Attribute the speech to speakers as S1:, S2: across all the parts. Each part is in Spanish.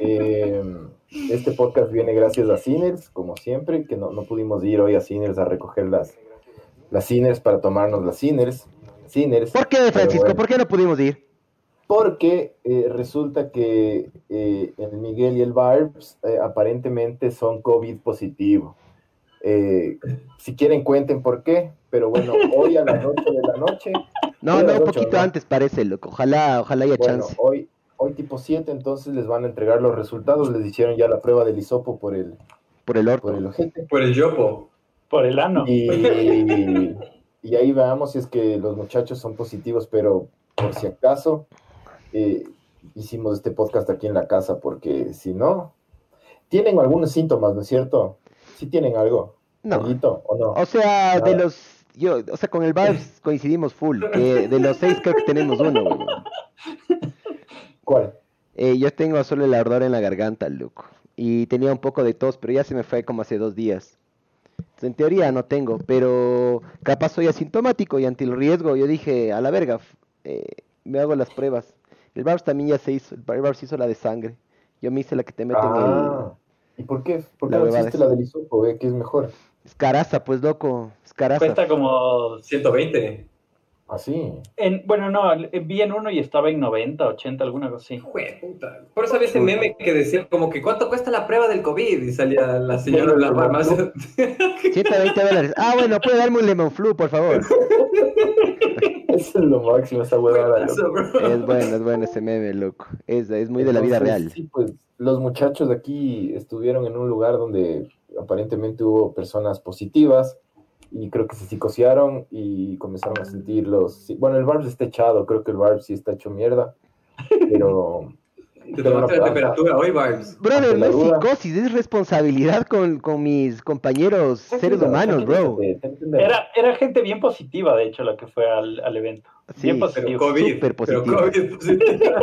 S1: Eh, este podcast viene gracias a Ciners, como siempre, que no, no pudimos ir hoy a Ciners a recoger las, las Ciners para tomarnos las Ciners. Ciners
S2: ¿Por qué, Francisco?
S1: Pero bueno.
S2: ¿Por qué no pudimos ir?
S1: Porque eh, resulta que eh, el Miguel y el Barbs eh, aparentemente son COVID positivo. Eh, si quieren, cuenten por qué, pero bueno, hoy a las 8 de la noche.
S2: No,
S1: hoy a
S2: no,
S1: las
S2: un
S1: 8,
S2: poquito
S1: ¿no?
S2: antes parece, loco. Ojalá, ojalá haya
S1: Bueno,
S2: chance.
S1: hoy, hoy tipo 7, entonces les van a entregar los resultados. Les hicieron ya la prueba del hisopo por el,
S2: Por el orto.
S1: por el ojete.
S3: Por el yopo.
S4: Por el ano.
S1: Y, y ahí veamos si es que los muchachos son positivos, pero por si acaso eh, hicimos este podcast aquí en la casa, porque si no, tienen algunos síntomas, ¿no es cierto? Sí tienen algo.
S2: No.
S1: ¿Alguito o no?
S2: O sea,
S1: Nada.
S2: de los. Yo, o sea, con el Vibes coincidimos full. Que de los seis creo que tenemos uno, weón.
S1: ¿Cuál?
S2: Eh, yo tengo solo el ardor en la garganta, loco. Y tenía un poco de tos, pero ya se me fue como hace dos días. Entonces, En teoría no tengo, pero capaz soy asintomático y ante el riesgo yo dije, a la verga, f- eh, me hago las pruebas. El Barbs también ya se hizo, el Barbs hizo la de sangre. Yo me hice la que te meten
S1: Ah, ¿y por qué? ¿Por qué
S2: La
S1: no
S2: huevada
S1: existe
S2: esa.
S1: la del hisopo, eh, que es mejor?
S2: el... Es caraza, pues loco, es caraza.
S4: Cuesta como...
S3: 120.
S1: Ah, Así.
S4: En, bueno, no, eh, vi en uno y estaba en 90, 80, alguna cosa así.
S3: Jue puta. Por eso había ese meme que decía como que ¿cuánto cuesta la prueba del COVID? Y salía la señora de la farmacia.
S2: 120 dólares. Ah, bueno, puede darme un Lemon Flu, por favor.
S1: Eso es lo máximo, esa huevada. loco.
S3: Eso, bro.
S2: Es bueno, es bueno ese meme, loco. Es, es muy de la vida
S1: Entonces,
S2: real.
S1: Sí, pues los muchachos de aquí estuvieron en un lugar donde aparentemente hubo personas positivas y creo que se psicosearon y comenzaron a sentir los... sí, Bueno, el Barbs está echado, creo que el Barbs sí está hecho mierda, pero...
S3: Te tomaste la
S1: pero-
S3: temperatura hoy, Vibes.
S2: Brother,
S1: Ante
S2: no
S1: la
S2: es
S1: duda.
S2: psicosis, es responsabilidad con, con mis compañeros seres humanos, bro.
S1: Te- te entenderás.
S4: Era, era gente bien positiva, de hecho, la que fue al, al evento.
S2: Sí,
S4: Bien
S3: Pero
S4: positivo.
S3: COVID.
S2: Súper
S3: Pero
S2: positivo.
S3: COVID pues, positivo.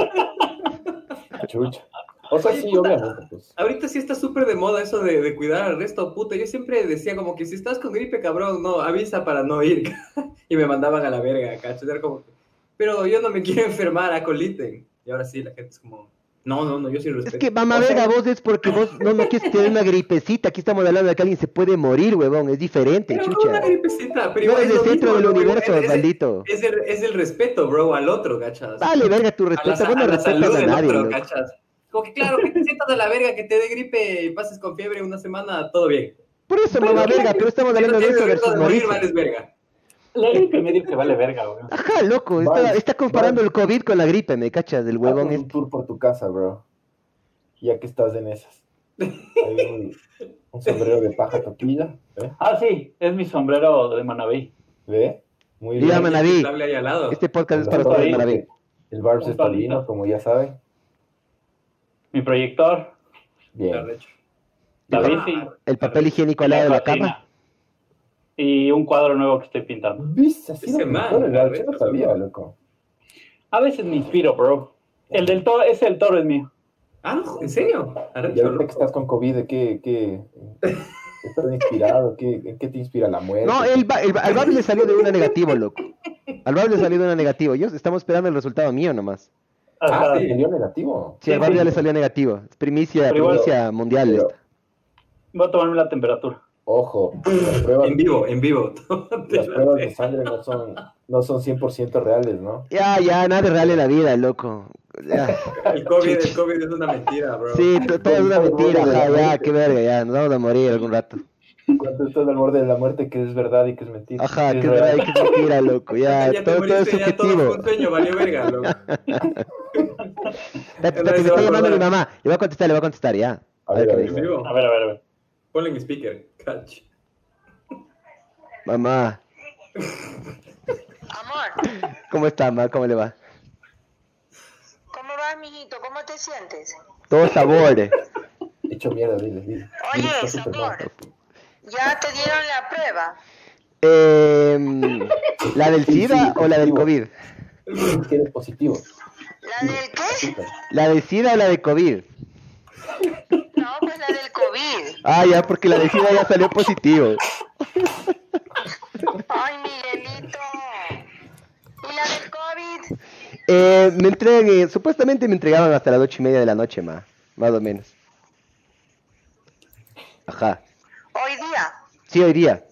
S1: Chucha. O sea,
S3: Oye,
S1: sí,
S3: puta.
S1: obviamente. Pues.
S3: Ahorita sí está súper de moda eso de, de cuidar al resto, puta. Yo siempre decía como que si estás con gripe, cabrón, no, avisa para no ir. y me mandaban a la verga, cacho. Era como que, pero yo no me quiero enfermar, acoliten. Y ahora sí, la gente es como, no, no, no, yo sí respeto.
S2: Es que mamá
S3: O sea,
S2: verga, vos es porque vos no, no quieres tener una gripecita. Aquí estamos hablando de que alguien se puede morir, huevón. Es diferente,
S3: Pero no
S2: chucha.
S3: una gripecita, pero
S2: No
S3: igual
S2: eres
S3: es
S2: el
S3: lo
S2: centro
S3: mismo,
S2: del
S3: ¿no? Igual
S2: universo,
S3: es-
S2: maldito.
S3: Es el, es el respeto, bro, al otro, cachas.
S2: Vale, verga, tu
S3: a la,
S2: respeto.
S3: sa-
S2: Vos no
S3: a la
S2: respetas
S3: salud
S2: a
S3: del
S2: nadie,
S3: otro,
S2: loco.
S3: cachas. Como que claro, que te sientas de la verga, que te dé gripe y pases con fiebre una semana, todo bien.
S2: Por eso, mamá verga, pero estamos
S3: Si
S2: hablando
S3: no
S2: de
S3: tienes
S2: eso
S3: riesgo
S2: versus
S3: de morir,
S2: morir.
S3: vales verga.
S4: La gripe medio que vale verga, güey.
S2: Ajá, loco. Está,
S1: Vale,
S2: está comparando
S1: vale.
S2: el COVID con la gripe, me cachas, del huevón.
S1: Haznos
S2: este.
S1: un tour por tu casa, bro. Ya que estás en esas. Hay un, un sombrero de paja toquilla. ¿eh?
S4: Ah, sí, es mi sombrero de Manabí.
S1: ¿Ve? Muy
S2: Mira,
S1: bien.
S2: Manaví.
S3: Estable ahí al lado.
S2: Este podcast es para
S1: Hablando
S2: ustedes,
S1: de-
S2: maravilla.
S1: El Barbs
S4: Un
S1: está
S4: palito.
S1: vino, como ya saben.
S4: Mi proyector,
S1: Bien.
S4: la
S2: Ah,
S4: bici,
S2: El papel higiénico al
S4: la
S2: lado de la
S4: cocina.
S2: cama.
S4: Y un cuadro nuevo que estoy pintando.
S1: ¿Viste? Así
S3: Ese
S1: era
S3: man,
S1: pintor, el Barbs, yo
S3: arrecho,
S1: no sabía,
S3: bro.
S1: loco.
S4: A veces me inspiro, bro. El del toro, ese del toro es mío.
S3: Ah, no, ¿en serio?
S1: Y
S3: Arrecho,
S1: ahorita que estás con COVID, ¿de ¿qué, qué estás inspirado? ¿Qué, ¿En qué te inspira la muerte?
S2: No, el, ba- el, ba- al Bab le salió de una negativo, loco. Al Bab le salió de una negativo. Yo estamos esperando el resultado mío nomás.
S3: Ah,
S4: Ajá.
S3: sí.
S1: Salió negativo.
S2: Sí, al
S4: Sí,
S2: Bab
S4: sí.
S2: ya le salió negativo. Es primicia,
S4: Pero igual-
S2: primicia mundial
S1: Pero,
S2: esta.
S4: Voy a tomarme la temperatura.
S1: ojo, las pruebas,
S3: En vivo, en vivo.
S1: las pruebas de sangre no son, no son 100% reales, ¿no?
S2: Ya, ya, nada de real en la vida, loco. Ya.
S3: El COVID, el COVID es una mentira, bro.
S2: Sí, to- todo es una mentira, ajá, ya, qué verga, ya, nos vamos a morir algún rato.
S1: Cuando estás al borde de la muerte, que es verdad y que es mentira.
S2: Ajá,
S1: que
S2: qué verga, qué mentira, loco, ya,
S3: Ya te
S2: todo, todo es
S3: moriste, ya todo fue
S2: subjetivo.
S3: un sueño, valió verga, loco.
S2: Espérate,
S3: Nadie
S2: espérate, me
S3: se va
S2: está
S3: a
S2: llamando mi
S3: acordar.
S2: mamá, le voy a contestar, le voy a contestar, ya.
S1: A ver, a ver.
S3: En
S2: dice.
S3: vivo.
S4: A ver, a ver, a ver.
S3: Ponle en speaker. Catch.
S2: Mamá,
S5: Amor,
S2: ¿cómo está, mamá? ¿Cómo le va?
S5: ¿cómo vas, mijito? ¿Cómo te sientes?
S2: Todo sabor. eh.
S1: Hecho mierda, dile. dile.
S5: Oye,
S1: Dile, está súper mal.
S5: Sabor, ¿ya te dieron la prueba?
S2: Em, ¿La del SIDA o la del COVID?
S1: Que eres positivo.
S5: ¿La del qué?
S2: ¿La del SIDA o la de COVID?
S5: No, pues la del COVID.
S2: Ah, ya, porque la del SIDA ya salió positivo.
S5: Ay, Miguelito. ¿Y la del COVID?
S2: Eh, me entregué, supuestamente me entregaban hasta las ocho y media de la noche, ma, más o menos. Ajá.
S5: Hoy día.
S2: Sí, hoy día.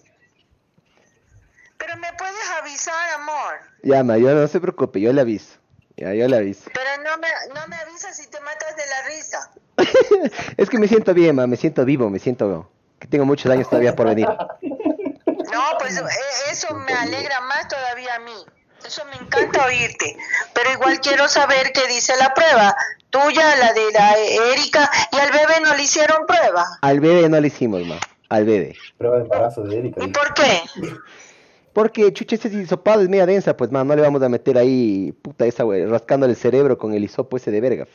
S5: Pero me puedes avisar, amor.
S2: Ya, ma, yo no se preocupe, yo le aviso. Ya, yo le aviso.
S5: Pero no me, no me avisas si te matas de la risa.
S2: Es que me siento bien, ma, me siento vivo, me siento que tengo muchos años todavía por venir.
S5: No, pues e- eso me alegra más todavía a mí. Eso me encanta oírte. Pero igual quiero saber qué dice la prueba. Tuya, la de la E- Erika y al bebé no le hicieron prueba.
S2: Al bebé no le hicimos, ma, al bebé.
S1: Prueba de embarazo de Erika.
S5: ¿Y
S1: dile.
S5: por qué?
S2: Porque chucha, ese hisopado es media densa, pues, ma, no le vamos a meter ahí, puta, esa, wey, rascándole el cerebro con el hisopo ese de verga.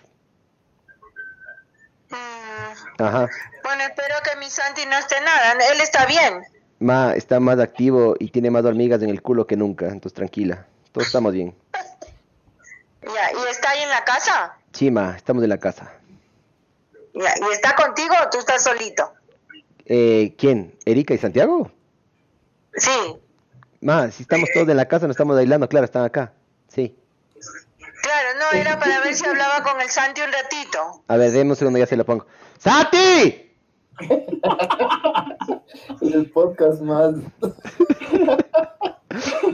S5: Mm,
S2: Ajá.
S5: bueno, espero que mi Santi no esté nada. Él está bien.
S2: Ma está más activo y tiene más hormigas en el culo que nunca, entonces tranquila. Todos estamos bien.
S5: Ya, ¿Y está ahí en la casa?
S2: Sí, ma, estamos en la casa.
S5: Ya, ¿Y está contigo o tú estás solito?
S2: Eh, ¿quién? ¿Erika y Santiago?
S5: Sí,
S2: Ma, si estamos todos en la casa, no estamos bailando, claro, están acá. Sí.
S5: claro, no, era para ver si hablaba con el Santi un ratito.
S2: A ver, denme un segundo, ya se lo pongo. ¡Santi!
S1: Es el podcast más.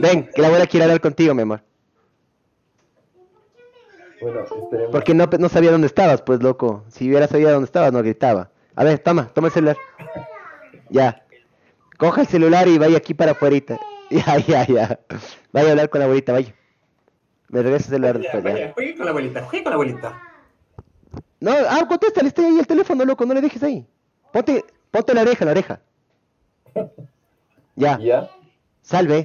S2: Ven, que la abuela quiere hablar contigo, mi amor.
S1: Bueno, esperemos.
S2: Porque no, no sabía dónde estabas, pues, loco. Si hubiera sabido dónde estabas, no gritaba. A ver, toma, toma el celular. Ya. Coja el celular y vaya aquí para afuera. Ya, ya, ya. Vaya a hablar con la abuelita, vaya. Me regresa el celular
S3: Ya,
S2: después, ya.
S3: vaya, juegue con la abuelita, juegue con la abuelita.
S2: No, ah, contéstale, está ahí el teléfono, loco, no le dejes ahí. Ponte, ponte la oreja, la oreja. Ya,
S1: Ya.
S2: salve.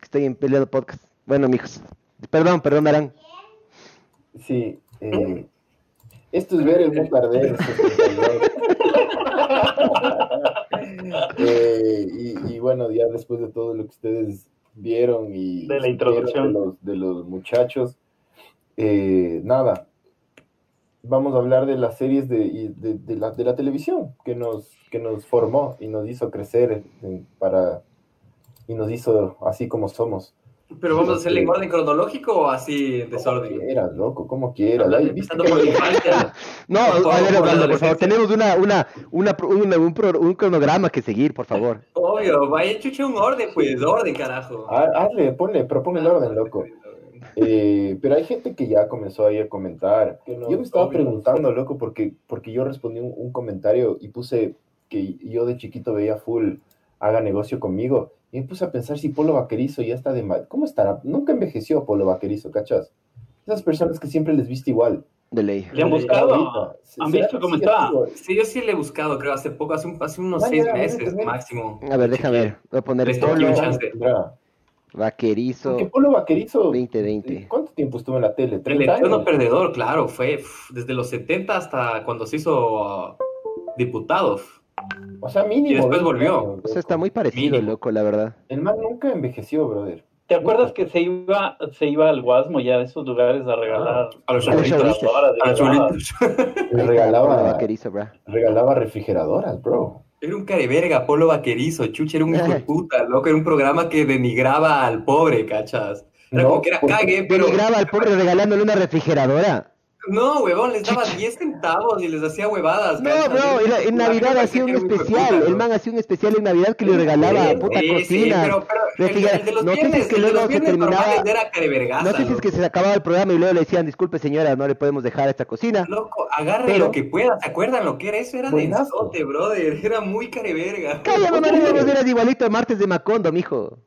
S2: Que Estoy en peleado podcast. Bueno, mijos. Perdón, perdón, Arán.
S1: Sí. eh, esto es ver el mundo arder. 62. Eh, y, y bueno, ya después de todo lo que ustedes vieron y
S4: De la introducción.
S1: de los, de los muchachos, eh, nada. Vamos a hablar de las series de, y de, de la, de la televisión que nos, que nos formó y nos hizo crecer eh, para, y nos hizo así como somos.
S3: Pero vamos a hacerle en orden cronológico o así en desorden.
S1: Era loco, como quiera.
S3: Hablando-
S1: Ay, ¿viste
S3: Empezando
S1: que-
S3: por la infancia.
S2: No,
S3: Por favor, este,
S2: a ver,
S3: por
S2: Osvaldo,
S3: la
S2: por favor,
S3: adolescencia.
S2: tenemos una, una, una, pro- una- un, pro- un cronograma que seguir, por favor.
S3: Obvio, vaya, chuche un orden, pues, orden, carajo.
S1: Ah, Hazle, ponle, propone el orden, loco. Eh, pero hay gente que ya comenzó ahí a comentar.
S4: Que no,
S1: yo me estaba
S4: obvio.
S1: preguntando, loco, porque, porque yo respondí un, un comentario y puse que yo de chiquito veía full haga negocio conmigo. Y me puse a pensar si Polo Vaquerizo ya está de mal. ¿Cómo estará? Nunca envejeció Polo Vaquerizo, ¿cachas? Esas personas que siempre les viste igual. Eh,
S2: De ley.
S4: Le han
S3: Sí,
S4: buscado.
S1: Ahorita,
S4: ¿Han
S1: ¿será
S4: visto
S1: que
S4: cómo
S1: sí
S4: está?
S1: activo?
S3: Sí, yo sí le he buscado, creo, hace poco, hace, un- hace unos
S1: Vaya,
S3: seis
S1: vaya,
S3: meses
S1: vaya.
S3: máximo.
S2: A ver, déjame ver. Voy a poner
S3: Listo,
S2: Polo
S3: aquí un chance.
S1: Tendrá.
S2: Vaquerizo
S1: Porque Polo Vaquerizo,
S2: 2020.
S1: ¿cuánto tiempo estuvo en la tele?
S3: El
S1: 30
S3: eterno
S1: años.
S3: perdedor, claro, fue pf, desde los 70 hasta cuando se hizo ah, diputado.
S1: O sea, mínimo.
S3: Y después
S1: 20
S3: volvió.
S1: años,
S2: O sea,
S1: loco.
S2: está muy parecido,
S3: Mínimo.
S2: loco, la verdad.
S1: El man nunca envejeció, brother.
S4: ¿Te acuerdas que se iba, se iba al Guasmo ya a esos lugares a
S1: Ah.
S4: regalar
S3: A los
S2: A los
S3: chabulitos.
S2: chabulitos.
S4: grabadoras,
S3: A los
S4: grabadoras?
S3: chabulitos.
S1: Le
S2: Polo
S1: regalaba,
S2: Vaquerizo, bra.
S1: regalaba refrigeradoras, bro.
S3: Era un careverga, Polo Vaquerizo, chucha, era un hijo de puta, loco, era un programa que denigraba al pobre, cachas. Era
S1: No,
S3: como que era
S1: porque
S3: cague, pero...
S2: pues, Denigraba al pobre regalándole una refrigeradora.
S3: No, huevón, les daba 10 centavos y les hacía huevadas,
S2: No,
S3: cachas.
S2: bro, era- en
S3: Una
S2: Navidad
S3: mierda
S2: hacía
S3: que
S2: un
S3: era hijo de
S2: especial.
S3: puta,
S2: El
S3: ¿no?
S2: man hacía un especial en Navidad que le regalaba puta
S3: Sí, sí,
S2: cocina.
S3: pero, pero el, el de los
S2: No
S3: viernes,
S2: pienses que
S3: el de
S2: luego
S3: los
S2: se
S3: viernes normales
S2: terminaba.
S3: era carevergaza,
S2: No sé si es
S3: loco.
S2: que se acababa el programa y luego le decían, disculpe señora, no le podemos dejar esta cocina.
S3: Ah, Loco, agarre
S2: Pero-
S3: lo que pueda, ¿se acuerdan lo que era eso? Era
S1: Buenazo.
S3: densote, brother, era muy careverga.
S2: Calla, mamá,
S1: Oye.
S2: no eras igualito a martes de Macondo, mijo.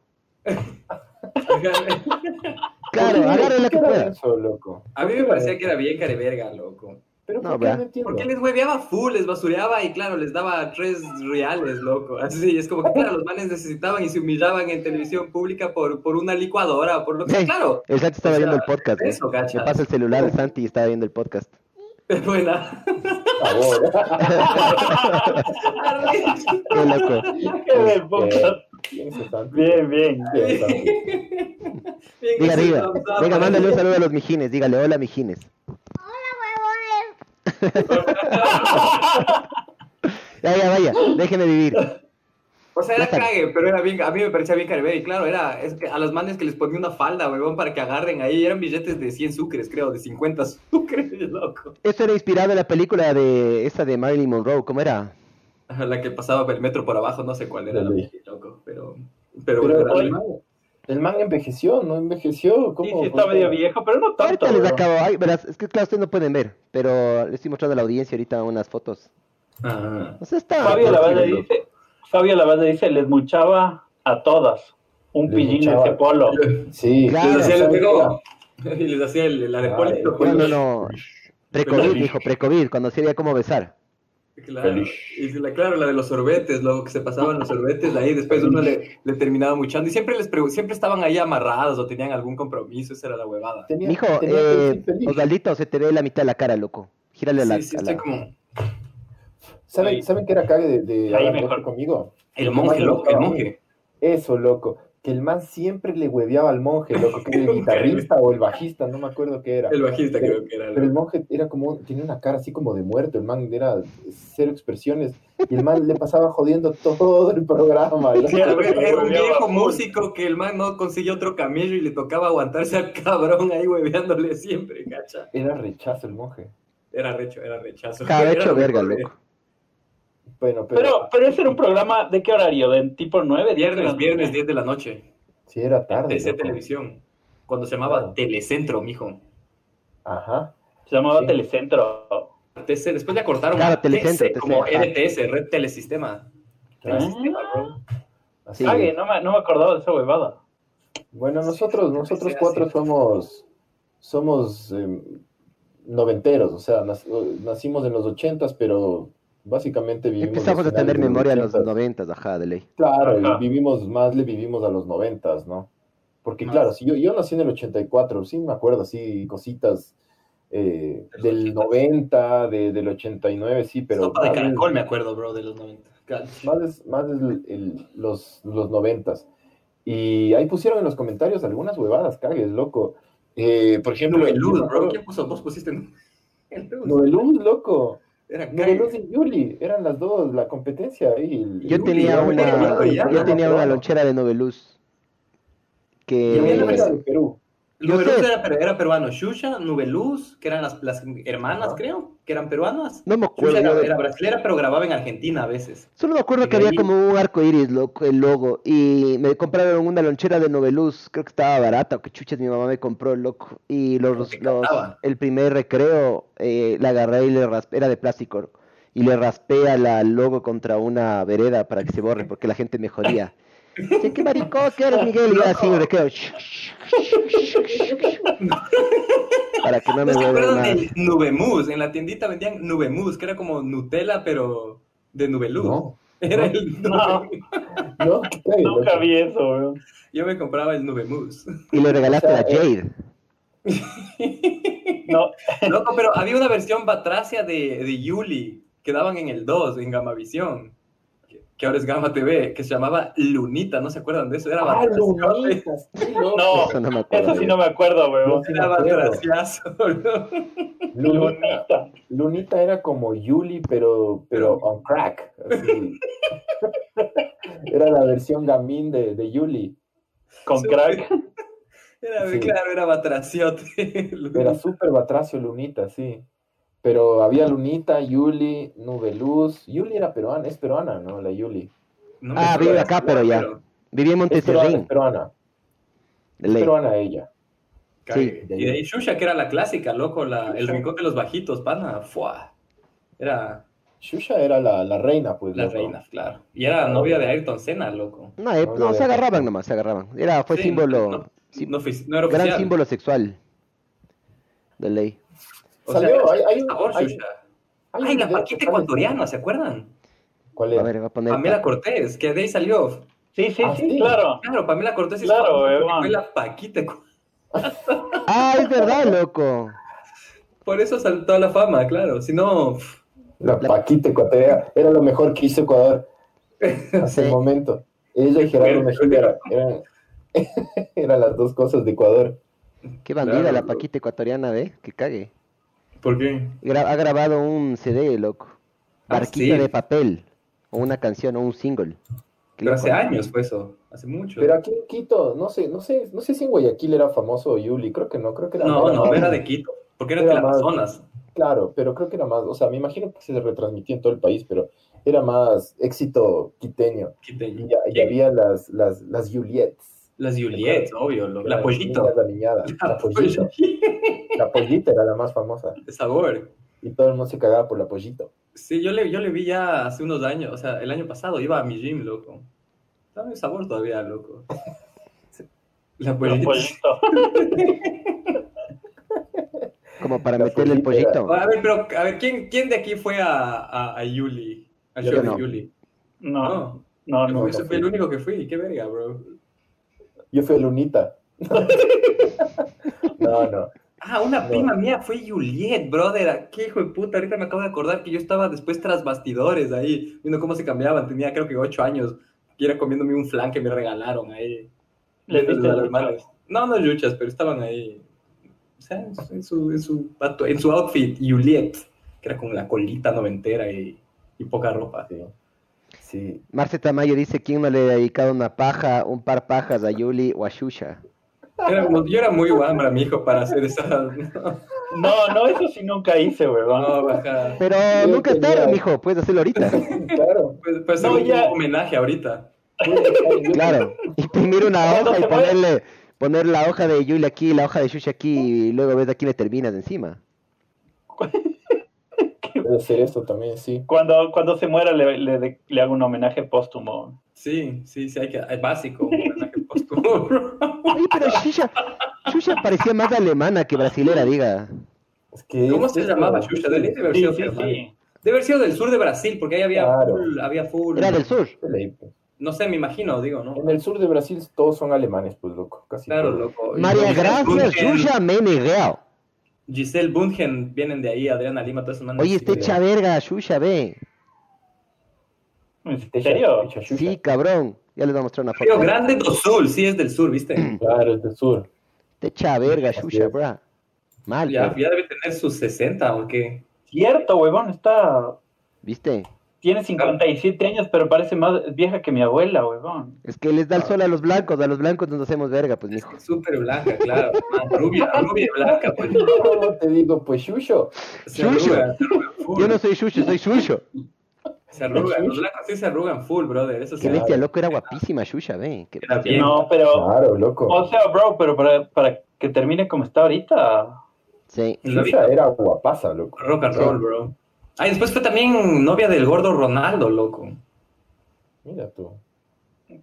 S2: Claro,
S1: Oye,
S2: agarra
S1: ¿qué
S2: la que
S1: era
S2: pueda.
S1: eso, loco?
S3: A mí
S1: ¿Qué
S3: me
S1: era
S3: parecía
S1: eso?
S3: que era bien careverga, loco.
S1: Pero
S2: No,
S1: ¿por qué
S2: bra.
S1: no entiendo?
S3: Porque les hueveaba full, les basureaba y claro, les daba tres reales, loco. Así es como que, claro, los manes necesitaban y se humillaban en televisión pública por, por una licuadora, por lo que,
S2: Sí.
S3: claro.
S2: El Santi estaba
S3: O sea,
S2: viendo el podcast. güey.
S3: eso, gacha.
S2: Me pasa el celular de Santi y estaba viendo el podcast.
S3: Buena.
S1: favor.
S2: Qué loco.
S4: Qué de puta.
S1: Bien, cesante.
S4: Bien, bien.
S1: Bien, cesante.
S3: Bien,
S2: Diga
S3: que sí,
S2: arriba.
S3: thumbs up.
S2: Venga, mándale un saludo a los mijines. Dígale, hola mijines. Ya, ya, vaya. Déjeme vivir.
S3: O sea, era
S2: Ya está.
S3: cague, pero era bien, a mí me parecía bien caribé. Y claro, era es que a las manes que les ponía una falda, huevón, para que agarren ahí. Eran billetes de 100 sucres, creo, de 50 sucres, loco.
S2: Esto era inspirado en la película de esa de Marilyn Monroe, ¿cómo era?
S3: Ajá, La que pasaba por el metro por abajo, no sé cuál era la
S1: Dale.
S3: loco, pero... Pero,
S1: Pero
S3: pero
S1: el man, el man envejeció, ¿no envejeció?
S4: Sí,
S1: ¿Cómo?
S4: sí, está medio viejo, pero no tanto.
S2: ahorita les
S4: bro.
S2: acabo, ay, verás, es que claro, ustedes no pueden ver, pero les estoy mostrando a la audiencia ahorita unas fotos.
S3: Ah,
S2: O sea, está...
S4: Fabio Lavanda
S2: Sí,
S4: dice, Fabio Lavanda dice, les muchaba a todas. Un
S1: Les
S4: pillín en
S1: muchaba.
S4: ese polo.
S1: Sí,
S2: Claro.
S3: les hacía,
S1: ¿sabes
S3: el
S1: qué era?
S3: pegó. Y les hacía el, la de
S1: Ay,
S3: Polito,
S2: No,
S3: pues.
S2: no, no. Pre-COVID,
S3: Feliz.
S2: dijo, pre-COVID, cuando sí había cómo besar.
S3: Claro.
S1: Feliz.
S3: Y la, claro, la de los sorbetes, luego que se pasaban los sorbetes de ahí, después uno le, le terminaba muchando. Y siempre les pregun- siempre estaban ahí amarradas o tenían algún compromiso, esa era la huevada.
S1: Tenía,
S2: Mijo,
S1: tenía que
S2: eh,
S1: decir feliz.
S2: Osvaldito, se te ve la mitad de la cara, loco. Gírale a la...
S3: Sí, sí,
S2: a
S3: estoy
S2: la-
S3: como
S1: ¿Saben,
S4: Ahí.
S1: ¿Saben qué era cague de, de
S4: Ahí
S1: hablar
S4: mejor.
S1: loco conmigo?
S3: el monje, loco, el monje.
S1: Eso, loco. Que el man siempre le hueveaba al monje, loco, que era el guitarrista o el bajista, no me acuerdo qué era.
S3: El bajista creo que era.
S1: Pero el monje era como, tenía una cara así como de muerto, el man era cero expresiones, y el man le pasaba jodiendo todo el programa. loco.
S4: Sí,
S3: Era
S4: era-
S3: un viejo
S4: Hueveaba full.
S3: músico que el man no consiguió otro camello y le tocaba aguantarse al cabrón ahí hueveándole siempre, cacha.
S1: Era rechazo el monje.
S3: Era recho, era rechazo.
S2: Cada
S3: Era
S2: hecho
S3: lo
S2: verga,
S3: mejor.
S2: loco.
S1: Bueno, pero,
S4: Pero, pero ese era un programa, ¿de qué horario? ¿De tipo 9?
S3: Viernes, viernes, 10 de la noche.
S1: sí era tarde.
S3: TC
S1: loco.
S3: Televisión. Cuando se llamaba
S1: Claro.
S3: Telecentro, mijo.
S1: Ajá.
S4: Se llamaba
S1: Sí. Ah.
S4: Telecentro.
S3: TC, después le acortaron
S2: Claro,
S3: a
S2: Telecentro, TC,
S3: como E
S2: ajá.
S3: RTS, Red Telesistema. Telesistema, bro.
S1: Así
S2: Sí.
S4: Ah, Cague, no me, no me acordaba de esa huevada.
S1: Bueno, nosotros, nosotros
S3: sea
S1: cuatro
S3: así.
S1: somos, somos eh, noventeros, o sea, nac- o- nacimos en los ochentas, pero básicamente vivimos. los
S2: Empezamos a
S1: finales
S2: tener
S1: de los
S2: memoria a los
S1: ochentas.
S2: noventas, ajá, de ley.
S1: Claro, y
S4: Ajá.
S1: vivimos más, le vivimos a los noventas, ¿no? Porque
S3: Más.
S1: claro, si yo, yo nací en el 84, sí me acuerdo, así cositas eh,
S3: Del
S1: del 90, de- del 89, sí, pero...
S3: Sopa de
S1: más del-
S3: caracol, me acuerdo, bro, de los 90. Cal-
S1: más es, más es el- el- los, los noventas. Y ahí pusieron en los comentarios algunas huevadas, cagues, loco. Eh, por ejemplo, el
S3: Nubeluz, bro. ¿Quién puso? ¿Vos pusiste Nubeluz?
S1: Nubeluz, loco.
S3: Era
S1: Nubeluz
S3: cague.
S1: y Yuli, eran las dos, la competencia ahí. El-
S2: Yo
S1: Yuli
S2: tenía
S1: era
S2: una,
S1: peruano,
S3: ya,
S2: yo tenía una
S1: peruano.
S2: lonchera de Noveluz.
S1: Y
S2: Que...
S1: él era de Perú.
S2: Yo
S3: Nubeluz
S2: sé.
S3: era, pero era peruano. Shusha, Nubeluz, que eran las, las hermanas,
S1: Ajá.
S3: creo, que eran peruanas.
S2: No me
S3: Shusha
S2: acuerdo.
S3: era,
S2: yo-
S3: era brasilera, pero grababa en Argentina a veces.
S2: Solo me acuerdo que
S3: Ahí-
S2: había como un arco iris, loco, el logo. Y me compraron una lonchera de Noveluz. Creo que estaba barata, o que chuches mi mamá me compró, loco. Y los,
S3: Te
S2: los-
S3: cantaba.
S2: el primer recreo eh, la agarré y le raspé. Era de plástico. Y le raspé a la logo contra una vereda para que se borre, porque la gente me jodía. Dice, ¿Qué maricón? ¿Qué eres, Miguel? Y yo así, en recreo. para que no me
S3: ¿No se
S2: vuelvan
S3: acuerdan
S2: más.
S3: del Nubemuz? En la tiendita vendían Nubemuz, que era como Nutella, pero de Nubeluz.
S1: No,
S3: Era el
S4: No.
S3: Nube-
S1: no, qué cague,
S4: Nunca
S1: loco.
S4: vi eso, weón.
S3: Yo me compraba el Nubemuz.
S2: Y le regalaste
S1: O sea,
S2: a Jade.
S4: No,
S3: Loco, pero había una versión batracia de, de Yuli que daban en el 2, en Gamavisión, que, que ahora es Gama TV, que se llamaba Lunita, ¿no se acuerdan de eso? Era
S1: Ah,
S3: batraciazo.
S1: Lunitas, qué loco.
S4: No.
S2: Eso no me acuerdo.
S4: eso sí
S2: bien.
S4: no me acuerdo,
S1: Yo
S4: weón.
S1: sí me
S3: Era
S1: acuerdo.
S3: batraciazo, bro.
S1: Lunita,
S4: Lunita.
S1: Lunita era como Yuli, pero, pero on crack. así. era la versión gamín de, de Yuli.
S4: Con
S3: Sí.
S4: crack.
S3: Era,
S1: Sí.
S3: Claro, era batraciote.
S1: Era súper batracio Lunita, sí. Pero había Lunita, Yuli, Nubeluz. Yuli era peruana, es peruana, ¿no? La Yuli.
S3: No me
S2: Ah,
S3: acuerdo
S2: vive
S3: de
S2: acá,
S3: su
S2: pero
S3: nombre,
S2: ya. Vivía en
S1: Es peruana, es
S2: Monteserrín.
S1: peruana.
S2: de
S1: Es
S2: ley.
S1: peruana ella.
S3: Cague.
S1: Sí.
S3: Y de ahí Shusha, que era la clásica, loco, la- el
S1: Shusha.
S3: rincón de los bajitos, pana, fuá. Era
S1: Shusha era la, la reina, pues.
S3: la
S1: loco.
S3: reina, claro. Y era novia de Ayrton Senna, loco.
S2: No, eh,
S1: No,
S2: no,
S1: no,
S2: se
S1: no.
S2: agarraban nomás, se agarraban. Era, fue
S3: Sí,
S2: símbolo,
S3: no-
S2: sí,
S3: No, ofici- no era
S2: gran
S3: oficial.
S2: símbolo sexual de ley.
S3: O sea,
S1: Salió, hay-
S3: era
S1: hay un-
S3: sabor,
S1: hay-
S3: Shusha.
S1: Hay un
S3: Ay, la
S1: video
S3: Paquita
S1: que sale-
S3: ecuatoriana, ¿se acuerdan?
S1: ¿Cuál
S2: A
S1: era?
S2: ver, voy a poner.
S3: Pamela Cortés, que de ahí salió.
S4: Sí, sí,
S1: Ah,
S4: sí,
S1: sí.
S4: claro.
S3: Claro, Pamela Cortés es
S4: Claro,
S3: famosa porque
S4: huevón.
S3: fue la Paquita. ecu-
S2: Ah, es verdad, loco.
S3: Por eso saltó a la fama, claro. Si no, pff,
S1: La Paquita ecuatoriana era lo mejor que hizo Ecuador hasta el
S2: Sí.
S1: momento. Ella y Gerardo
S4: Bueno,
S1: Mejía era- eran, eran las dos cosas de Ecuador.
S2: Qué bandida
S4: Claro,
S2: la
S4: loco.
S2: Paquita ecuatoriana, ¿ve? Que cague.
S4: ¿Por qué?
S2: Gra- ha grabado un CD, loco.
S4: Ah,
S2: Barquita
S4: sí.
S2: de papel. O una canción o un single. Qué
S3: Pero
S2: loco,
S3: hace
S2: ¿no?
S3: años fue eso, hace mucho.
S1: Pero aquí en Quito, no sé, no sé, no sé si en Guayaquil era famoso Yuli, creo que no, creo que era
S3: no, no,
S1: más-
S3: era de Quito, porque era,
S1: Era
S3: de las
S1: más-
S3: Amazonas.
S1: Claro, pero creo que era más, o sea, me imagino que se retransmitió en todo el país, pero era más éxito quiteño.
S3: quiteño.
S1: Y, ya- y
S3: ¿Quién?
S1: había las, las, las Juliets.
S3: Las Juliet, obvio, lo-
S1: que
S3: la
S1: eran
S3: pollito.
S1: niñas, La niñada, la, pollito. La pollita era la más famosa.
S3: De sabor.
S1: Y todo el mundo se cagaba por la pollito.
S3: Sí, yo le, yo le vi ya hace unos años, o sea, el año pasado iba a mi gym, loco. Dame sabor todavía, loco. La
S4: Un
S3: pollita.
S4: pollito.
S2: Como para
S1: La
S2: meterle el
S1: pollita era-
S2: pollito.
S3: A ver, pero, a ver, ¿quién, quién de aquí fue a, a, a Yuli? Al
S1: Yo
S3: show
S2: no.
S3: de Yuli.
S4: No,
S3: No,
S4: Ah, no,
S3: no,
S4: no.
S3: yo soy-
S1: no
S3: fui
S1: fui.
S3: el único que fui, qué verga, bro.
S1: Yo fui a Lunita. no, no.
S3: Ah, una
S1: No.
S3: prima mía fue Juliet, brother. Qué hijo de puta. Ahorita me acabo de acordar que yo estaba después tras bastidores ahí, viendo cómo se cambiaban. Tenía creo que ocho años. Y era comiéndome un flan que me regalaron ahí.
S4: Le
S3: Desde
S4: diste
S3: las
S4: luchas.
S3: hermanas. No, no luchas, pero estaban ahí. O sea, en su, en su, en su atu- en su outfit, Juliet, que era con la colita noventera y, y poca ropa.
S1: Sí. Sí.
S2: Marce Tamayo dice, ¿quién no le ha dedicado una paja, un par pajas a Yuli o a Xuxa?
S3: Era- yo era muy guambra, mi hijo, para hacer esa.
S4: No, no, eso sí nunca hice,
S3: No,
S4: weón.
S3: baja.
S2: Pero
S1: Yo
S2: nunca es
S1: tenía-
S2: tarde, mijo. Puedes hacerlo ahorita.
S1: Claro.
S3: Pues, pues
S4: No,
S3: un
S4: ya.
S3: homenaje ahorita.
S2: Claro. Imprimir una
S4: Cuando
S2: hoja y
S4: se muere.
S2: ponerle... Poner la hoja de Yuli aquí, la hoja de Xuxa aquí, y luego ves a quién le terminas de encima.
S1: Puede ser esto también, sí.
S4: Cuando, cuando se muera le, le- le hago un homenaje póstumo.
S3: Sí, sí, sí, hay que, es básico, un homenaje póstumo, bro.
S2: Oye, pero Xuxa, Xuxa parecía más alemana que brasilera, diga.
S1: Es que
S3: ¿Cómo
S1: es-
S3: se
S1: es-
S3: llamaba Xuxa? Debe de haber
S4: Sí,
S3: sido
S4: sí,
S3: peruana.
S4: sí.
S3: Debe haber sido del sur de Brasil, porque ahí había
S1: Claro.
S3: full, había full.
S2: Era del sur.
S3: No sé, me imagino, digo, ¿no?
S1: En el sur de Brasil todos son alemanes, pues loco. Casi
S3: Claro,
S1: todos.
S3: loco.
S2: María
S3: Giselle
S2: Gracia,
S3: Bundchen,
S2: Xuxa, Menegao.
S3: Giselle Bundchen vienen de ahí, Adriana Lima, todas esas manos.
S2: Oye, este hecha verga, Xuxa, ve.
S4: ¿En
S1: Techa-
S4: serio?
S1: Techa Xuxa.
S2: Sí, cabrón. Ya les voy a mostrar una
S3: Río
S2: foto.
S3: Grande do Sul, sí es del sur, ¿viste?
S1: Claro, es del sur.
S2: Te echa verga,
S1: Así
S2: Este Xuxa,
S1: es.
S2: bra. Mal,
S3: Ya,
S2: pues,
S3: ya debe tener sus 60 o qué.
S4: Cierto, weón, está...
S2: ¿viste?
S4: Tiene 57 años, pero parece más vieja que mi abuela, weón.
S2: Es que les da el
S3: Ah.
S2: sol a los blancos, a los blancos nos hacemos verga, pues, mijo.
S3: Súper blanca, claro. man, rubia, rubia y blanca, pues.
S1: ¿Cómo te digo? Pues Xuxo.
S3: Se arrugan, se arrugan full.
S2: Yo no soy Xuxa, soy Xuxo.
S3: Se arrugan, los blancos sí se arrugan full, brother. Eso sí.
S2: Qué bestia, loco, era guapísima Xuxa, ve. Qué
S3: Era
S2: bestia.
S3: Bien.
S4: No, pero...
S1: Claro, loco.
S4: O sea, bro, pero para, para que termine como está ahorita...
S2: Sí.
S3: En la vida.
S1: Xuxa era guapaza, loco.
S3: Rock and roll, bro. Ah, y después fue también novia del gordo Ronaldo, loco.
S1: Mira tú.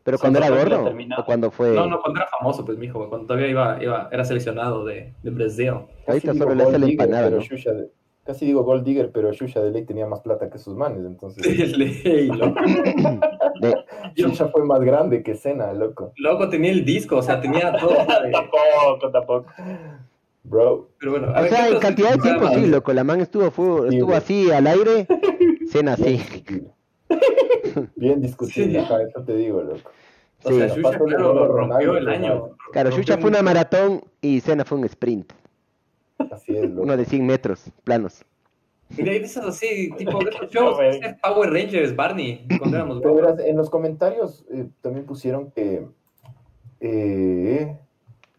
S2: Pero
S4: Son
S2: cuando era
S4: dos años
S2: gordo,
S4: terminados.
S2: o cuando fue...
S3: No, no, cuando era famoso, pues, mijo, cuando todavía iba, iba era seleccionado de, de Brasil.
S2: Ahorita
S1: Casi digo
S2: solo le hace
S1: Gold
S2: la
S1: Digger,
S2: empanada,
S1: pero
S2: ¿no?
S1: Xuxa de- Casi digo Gold Digger, pero Xuxa de ley tenía más plata que sus manes, entonces.
S3: Ley, loco.
S2: de-
S3: Yo-
S1: Xuxa fue más grande que Cena, loco.
S3: Loco, tenía el disco, o sea, tenía todo. güey.
S4: Tampoco, tampoco.
S1: Bro,
S3: Pero bueno, a
S2: O
S3: ver, ¿qué
S2: sea, en
S3: otros Ah,
S2: cantidad de tiempo,
S3: programas?
S2: sí, loco. La man estuvo, fu-
S1: Sí,
S2: estuvo
S1: güey.
S2: así, al aire, cena así.
S1: bien discutible,
S3: Sí.
S1: ajá, eso te digo, loco.
S3: O sea,
S2: Sí.
S3: Xuxa,
S1: Pasó el
S3: claro,
S1: gordo
S3: rompió
S1: Ronaldo,
S3: el año.
S2: Claro,
S3: Rompió
S2: Xuxa
S3: el-
S2: fue una maratón y cena fue un sprint.
S1: Así es, loco.
S2: Uno de 100 metros, planos.
S3: Y de ahí de esas así, tipo, de esos
S4: Qué
S3: shows,
S4: verga.
S3: ese Power Rangers, Barney, cuando éramos
S1: Pero
S3: gordos.
S1: verás, en los comentarios eh, también pusieron que. eh,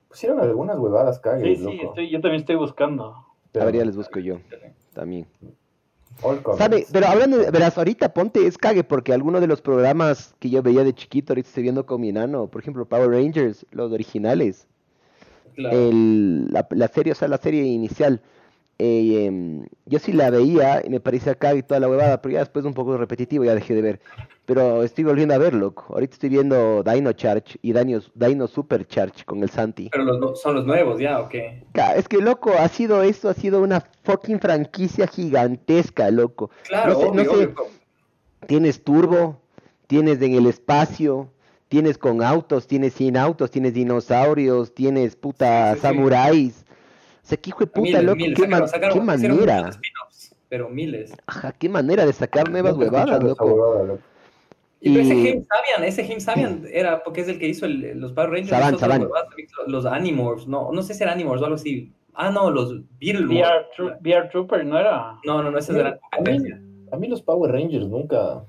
S1: pusieron algunas huevadas,
S4: Sí,
S1: cagues,
S4: sí,
S1: loco.
S4: estoy, yo también estoy buscando.
S2: A ver, ya les busco yo también.
S1: All comments.
S2: ¿Sabe? Pero hablando, de- verás, ahorita ponte es cague porque alguno de los programas que yo veía de chiquito, ahorita estoy viendo con mi nano, por ejemplo, Power Rangers, los originales,
S3: Claro.
S2: Eh, el- la, la serie, o sea, la serie inicial. eh, em, yo sí la veía y me parecía cague y toda la huevada, pero ya después un poco repetitivo, ya dejé de ver. Pero estoy volviendo a ver, loco. Ahorita estoy viendo Dino Charge y Dino, Dino Super Charge con el Santi.
S3: Pero los no- son los nuevos ya, ¿o qué?
S2: Ca- Es que, loco, ha sido esto, ha sido una fucking franquicia gigantesca, loco.
S3: Claro,
S2: No sé- no
S3: obvio,
S2: sé.
S3: obvio.
S2: Tienes turbo, tienes en el espacio, tienes con autos, tienes sin autos, tienes dinosaurios, tienes puta
S3: Sí, sí, sí.
S2: samuráis. O sea, qué hijo de puta,
S3: Miles,
S2: loco,
S3: miles,
S2: qué,
S3: sacaron-
S2: man-
S3: sacaron-
S2: qué
S3: hicieron
S2: manera.
S3: muchos spin-offs. pero miles.
S2: Ajá, qué manera de sacar nuevas
S1: Nunca he escuchado
S2: huevadas,
S1: esa
S2: loco.
S1: huevada, loco.
S3: Y, pero ese
S2: Y-
S3: James Sabian, ese James Sabian era porque es el que hizo el- los Power Rangers,
S2: Saban,
S3: hizo otras
S2: Saban.
S3: huevadas, los Animorphs, no, no sé si era Animorphs o algo así. Ah, no, los
S4: VR,
S3: Beetleborgs.
S4: Tro- VR Trooper, ¿no era?
S3: No, no, no, esas eran
S1: A mí,
S3: competencias.
S1: a mí los Power Rangers nunca.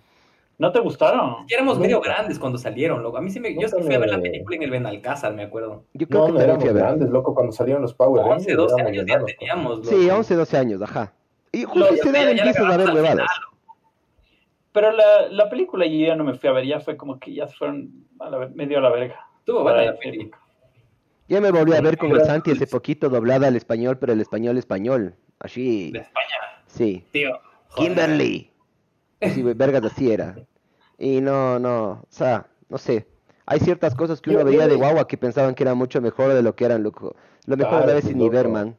S4: ¿No te gustaron?
S3: Ya éramos medio
S1: Nunca.
S3: grandes cuando salieron, loco. A mí sí me, yo
S1: Nunca
S3: sí fui a ver
S1: me-
S3: la película en el Benalcázar, me acuerdo.
S2: Yo creo
S1: No,
S2: que
S1: no
S2: también fui
S1: éramos
S2: a ver.
S1: grandes, loco, cuando salieron los Power
S3: 11,
S1: Rangers.
S3: 12
S1: éramos
S3: años ya
S1: enanos, loco.
S3: teníamos,
S2: Sí,
S3: loco.
S2: 11, 12 años, ajá. Y
S4: Lo-
S2: justo a esa
S3: ya-
S2: edad
S3: ya
S2: empiezas a ver
S3: acabamos al
S2: huevadas.
S4: Pero la, la película yo ya no me fui a ver, ya fue como que ya se fueron a la, ver- medio a la verga.
S3: Estuvo buena la peli.
S2: Ya me volví a ver con
S4: Pero-
S2: el Santi hace poquito doblada al español, pero el español español. Así.
S3: De España,
S2: Sí.
S3: tío. Joder.
S2: Kimberly. Sí, güey, vergas así era. Y no, no, o sea, no sé. Hay ciertas cosas que
S1: Yo-
S2: uno
S1: yo
S2: veía de
S1: vi-
S2: guagua que pensaban que era mucho mejor de lo que eran, loco. Lo mejor
S1: Claro,
S2: era
S1: pues,
S2: sin ni ver,
S1: loco.
S2: man.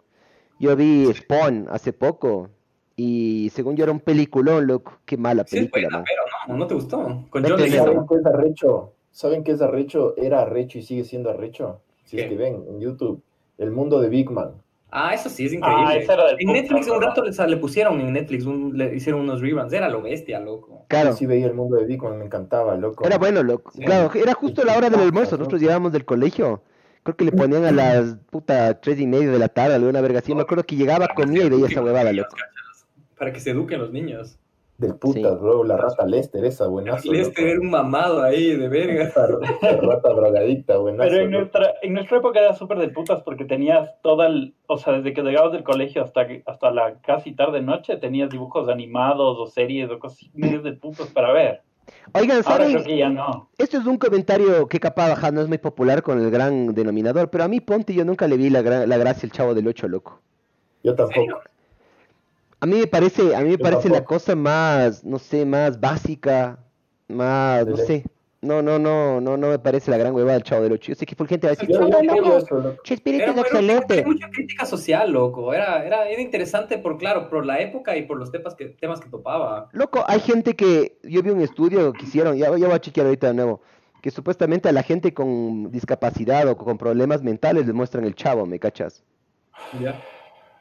S2: Yo vi Spawn hace poco y según yo era un peliculón, loco. Qué mala
S3: Sí, es
S2: película,
S3: buena,
S2: man.
S3: pero no, no te gustó. Con
S2: Vete
S3: John
S2: de
S3: Lisa.
S2: mierda.
S1: ¿Saben qué es arrecho? ¿Saben qué es arrecho? Era arrecho y sigue siendo arrecho. Si
S3: ¿Qué?
S1: es que ven en YouTube, El Mundo de Big Man.
S3: Ah, eso sí, es increíble.
S4: Ah, esa era del
S3: en
S4: puto,
S3: Netflix un
S4: ¿verdad?
S3: rato le, le pusieron en Netflix, un- le hicieron unos reruns. Era lo bestia, loco.
S1: Yo
S2: Claro,
S1: sí veía El Mundo de Big Man, me encantaba, loco.
S2: era bueno, loco.
S3: Sí.
S2: Claro, era justo la hora del almuerzo.
S1: Ajá.
S2: Nosotros llegábamos del colegio. Creo que le ponían a las puta tres y media de la tarde, alguna verga así. Me acuerdo que llegaba, comía y veía esa huevada, loco.
S3: Para que se eduquen los niños.
S1: Del
S2: Sí.
S1: putas, bro. La rata Lester, esa, buenazo.
S3: Y este era un mamado ahí, de verga.
S1: loco. La rata drogadicta, buenazo.
S4: Pero en
S1: loco.
S4: nuestra, en nuestra época era súper de putas porque tenías toda, el- o sea, desde que llegabas del colegio hasta, que- hasta la casi tarde noche tenías dibujos animados o series o cosas medios de putas para ver.
S2: Oigan,
S4: Ahora creo
S2: ¿saben?
S4: que ya no.
S2: Esto Este es un comentario que capaz ajá, no es muy popular con el gran denominador, pero a mí Ponte yo nunca le vi la, gra- la gracia al chavo del ocho, loco.
S1: Yo tampoco.
S2: A mí me parece, a mí me
S1: Yo
S2: parece la
S1: tampoco.
S2: cosa más, no sé, más básica, más, no
S1: Dele.
S2: sé. No, no, no, no, no me parece la gran hueva del chavo del ocho. Yo sé que por gente va a decir,
S1: Yo,
S2: "No,
S1: yo
S2: no,
S1: creo
S2: loco,
S1: eso, loco.
S2: Chespirito
S3: Era,
S2: es
S3: bueno,
S2: excelente.
S3: tenía mucha crítica social, loco. Era, era, era interesante por, claro, por la época y por los temas que, temas que topaba.
S2: Loco, hay gente que, yo vi un estudio que hicieron, ya, ya voy a chequear ahorita de nuevo, que supuestamente a la gente con discapacidad o con problemas mentales le muestran el chavo, ¿me cachas?
S3: ¿ya?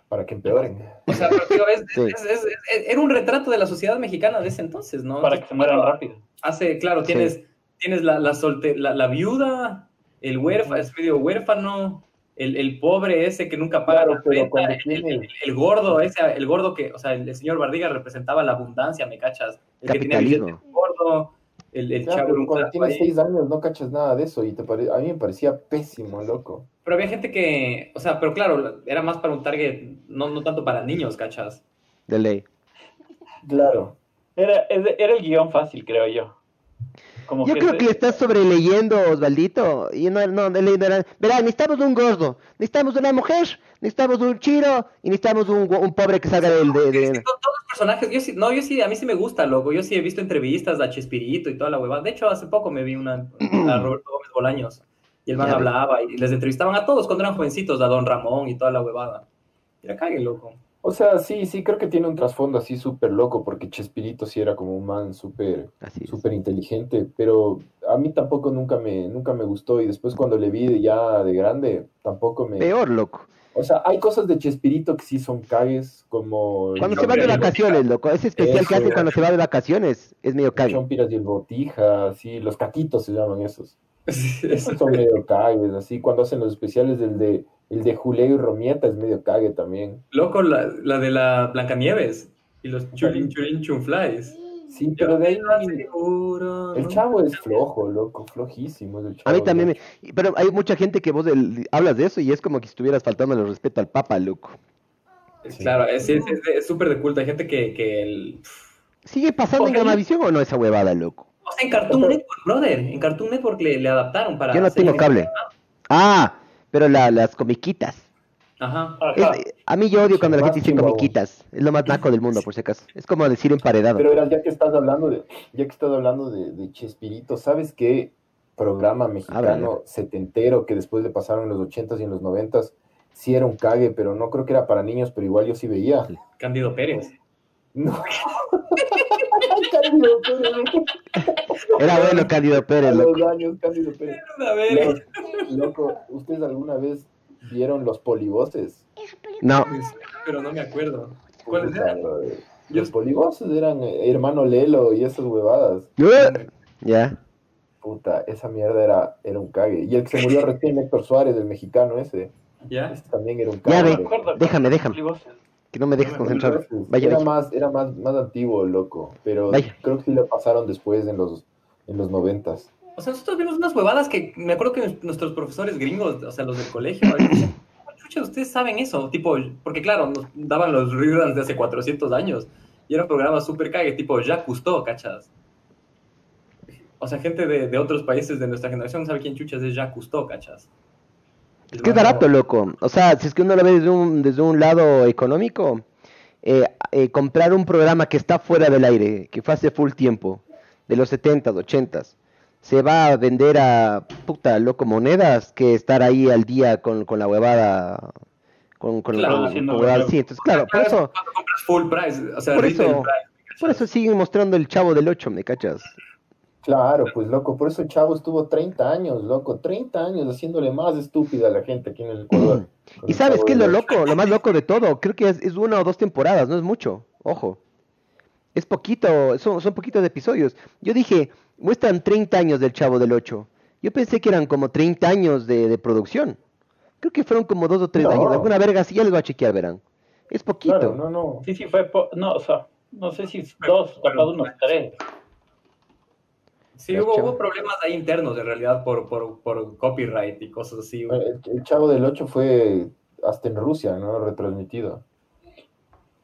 S1: Para que empeoren.
S3: O sea, pero, tío, es-
S2: Sí.
S3: es- es- es- era un retrato de la sociedad mexicana de ese entonces, ¿no?
S4: Para que se mueran
S3: Entonces,
S4: rápido.
S3: Hace, claro, tienes, tienes la, la, solte- la, la viuda, el huérfano, es medio huérfano, el, el pobre ese que nunca paga
S1: Claro,
S3: la
S1: pero
S3: renta,
S1: cuando
S3: el,
S1: tienes-
S3: el- el gordo, ese, el gordo que, o sea, el, el señor Bardiga representaba la abundancia, ¿me cachas? El que tenía billete
S2: Capitalismo.
S3: gordo, el, el
S1: Claro,
S3: chavo
S1: pero
S3: era un
S1: cuando
S3: flaco
S1: tienes
S3: ahí.
S1: seis años no cachas nada de eso y te pare- a mí me parecía pésimo, loco.
S3: Pero había gente que, o sea, pero claro, la- era más para un target, no, no tanto para niños, ¿cachas?
S2: De ley.
S1: Claro.
S4: Era, es de- era el guión fácil, creo yo. Como
S2: Yo creo
S4: se-
S2: que le estás sobreleyendo, Osvaldito. Y no, no, de ley no era- Verá, necesitamos un gordo, necesitamos una mujer, necesitamos un chiro y necesitamos un, gu- un pobre que salga del. De, de-
S3: Sí, to- todos los personajes, yo sí, no, yo sí, a mí sí me gusta, loco. Yo sí he visto entrevistas a Chespirito y toda la huevada. De hecho, hace poco me vi una a Roberto Gómez Bolaños y el man
S2: Ya.
S3: hablaba y les entrevistaban a todos cuando eran jovencitos, a Don Ramón y toda la huevada. Y la cague, loco.
S1: O sea, sí, sí, creo que tiene un trasfondo así súper loco porque Chespirito sí era como un man súper
S2: Así es.
S1: súper inteligente, pero a mí tampoco nunca me, nunca me gustó y después cuando le vi ya de grande, tampoco me...
S2: Peor, loco.
S1: O sea, hay cosas de Chespirito que sí son cagues, como...
S2: Cuando
S1: el
S2: se va de
S1: Chompiras-
S2: vacaciones, loco. Ese especial que hace
S1: Eso.
S2: cuando se va de vacaciones es medio
S1: el
S2: cague.
S1: Chompiras y el Botija, sí, los caquitos se llaman esos.
S3: Eso
S1: Esos son medio cagues, así, cuando hacen los especiales del de, el de Julio y Romieta es medio cague también.
S3: Loco, la, la de la Blancanieves y los churin churin chunflies.
S1: Sí, pero de ahí...
S3: Seguro,
S1: El
S3: ¿no?
S1: chavo es flojo, loco, flojísimo es el
S2: A
S1: chavo.
S2: mí también
S1: loco.
S2: me- Pero hay mucha gente que vos del- hablas de eso y es como que estuvieras faltando el respeto al Papa, loco.
S3: Es- Claro, es es- es de- es súper de culto. Hay gente que, que el-
S2: ¿Sigue pasando en
S3: Ojalá.
S2: Gamavisión o no esa huevada, loco?
S3: O sea, en Cartoon Network, brother. En Cartoon Network le, le adaptaron para.
S2: Yo no
S3: hacer-
S2: tengo cable. Ah, pero la- las comiquitas.
S3: Ajá.
S4: Ajá.
S2: Es- a mí yo odio cuando la
S1: Más
S2: gente dice
S1: chihuahua.
S2: comiquitas. Es lo más naco del mundo, por si acaso. Es como decir emparedado.
S1: Pero verás, ya que estás hablando de, ya que estás hablando de, de Chespirito, ¿sabes qué programa mexicano
S2: Ábrale.
S1: setentero que después le pasaron en los ochentas y en los noventas? Sí era un cague, pero no creo que era para niños, pero igual yo sí veía.
S3: Cándido Pérez.
S1: No. Cándido Pérez,
S2: Era bueno Cándido
S1: a
S2: Pérez, loco.
S1: los años, Cándido Pérez. Loco, loco, ¿ustedes alguna vez vieron los polivoces?
S2: No,
S3: Pero no me acuerdo. ¿Cuál
S1: Puta,
S3: era?
S1: brother. Los polivosos eran eh, hermano Lelo y esas huevadas.
S2: Ya.
S1: Puta, esa mierda era, era un cague. Y el que se murió recién, Héctor Suárez, el mexicano ese,
S3: ¿Ya?
S1: ese este también era un
S2: Ya
S1: cague.
S2: ve. Déjame, déjame.
S4: Polivoces.
S2: Que no me dejes concentrarme. Vaya,
S1: era
S2: vaya.
S1: más, era más, más antiguo, loco. Pero
S2: Vaya.
S1: creo que sí lo pasaron después en los en los noventas.
S3: O sea, nosotros vimos unas huevadas que me acuerdo que nos- nuestros profesores gringos, o sea, los del colegio, ahí dicen, "¿Cómo chucha, ustedes saben eso, tipo, porque claro, nos daban los reruns de hace 400 años y eran programas súper cague, tipo, ya Cousteau, ¿cachas? O sea, gente de, de otros países de nuestra generación sabe quién chuchas es ya Cousteau, ¿cachas?
S2: Es que es barato, loco. O sea, si es que uno lo ve desde un, desde un lado económico, eh, eh, comprar un programa que está fuera del aire, que fue hace full tiempo, de los 70s, 80s, se va a vender a puta loco monedas que estar ahí al día con, con la huevada. Con, con
S3: Claro,
S2: con-
S4: haciendo
S2: con huevada.
S4: mercado.
S2: Sí, entonces, claro, por eso,
S3: Cuando compras full price, o sea,
S2: Por
S3: retail
S2: eso-
S3: price, ¿cachas?
S2: por eso siguen mostrando el chavo del 8, ¿me cachas?
S1: Claro, pues loco, por eso el chavo estuvo 30 años, loco, 30 años haciéndole más estúpida a la gente aquí en el Ecuador. Con
S2: ¿Y
S1: el
S2: sabes
S1: Chavo
S2: qué es
S1: del
S2: lo
S1: Ocho.
S2: loco? Lo más loco de todo. Creo que es, es una o dos temporadas, no es mucho. Ojo. Es poquito, son, son poquitos episodios. Yo dije, muestran 30 años del Chavo del 8. Yo pensé que eran como 30 años de, de producción. Creo que fueron como dos o tres
S1: No.
S2: años. Alguna verga así, ya les voy a chequear, verán. Es poquito.
S1: Claro, no, no.
S4: Sí, sí, fue. po- No, o sea, no sé si es dos, capaz unos tres.
S3: Sí,
S2: Ya,
S3: hubo,
S2: chavo.
S3: hubo problemas ahí internos, en realidad, por, por, por copyright y cosas así.
S1: El, el Chavo del 8 fue hasta en Rusia, ¿no? Retransmitido.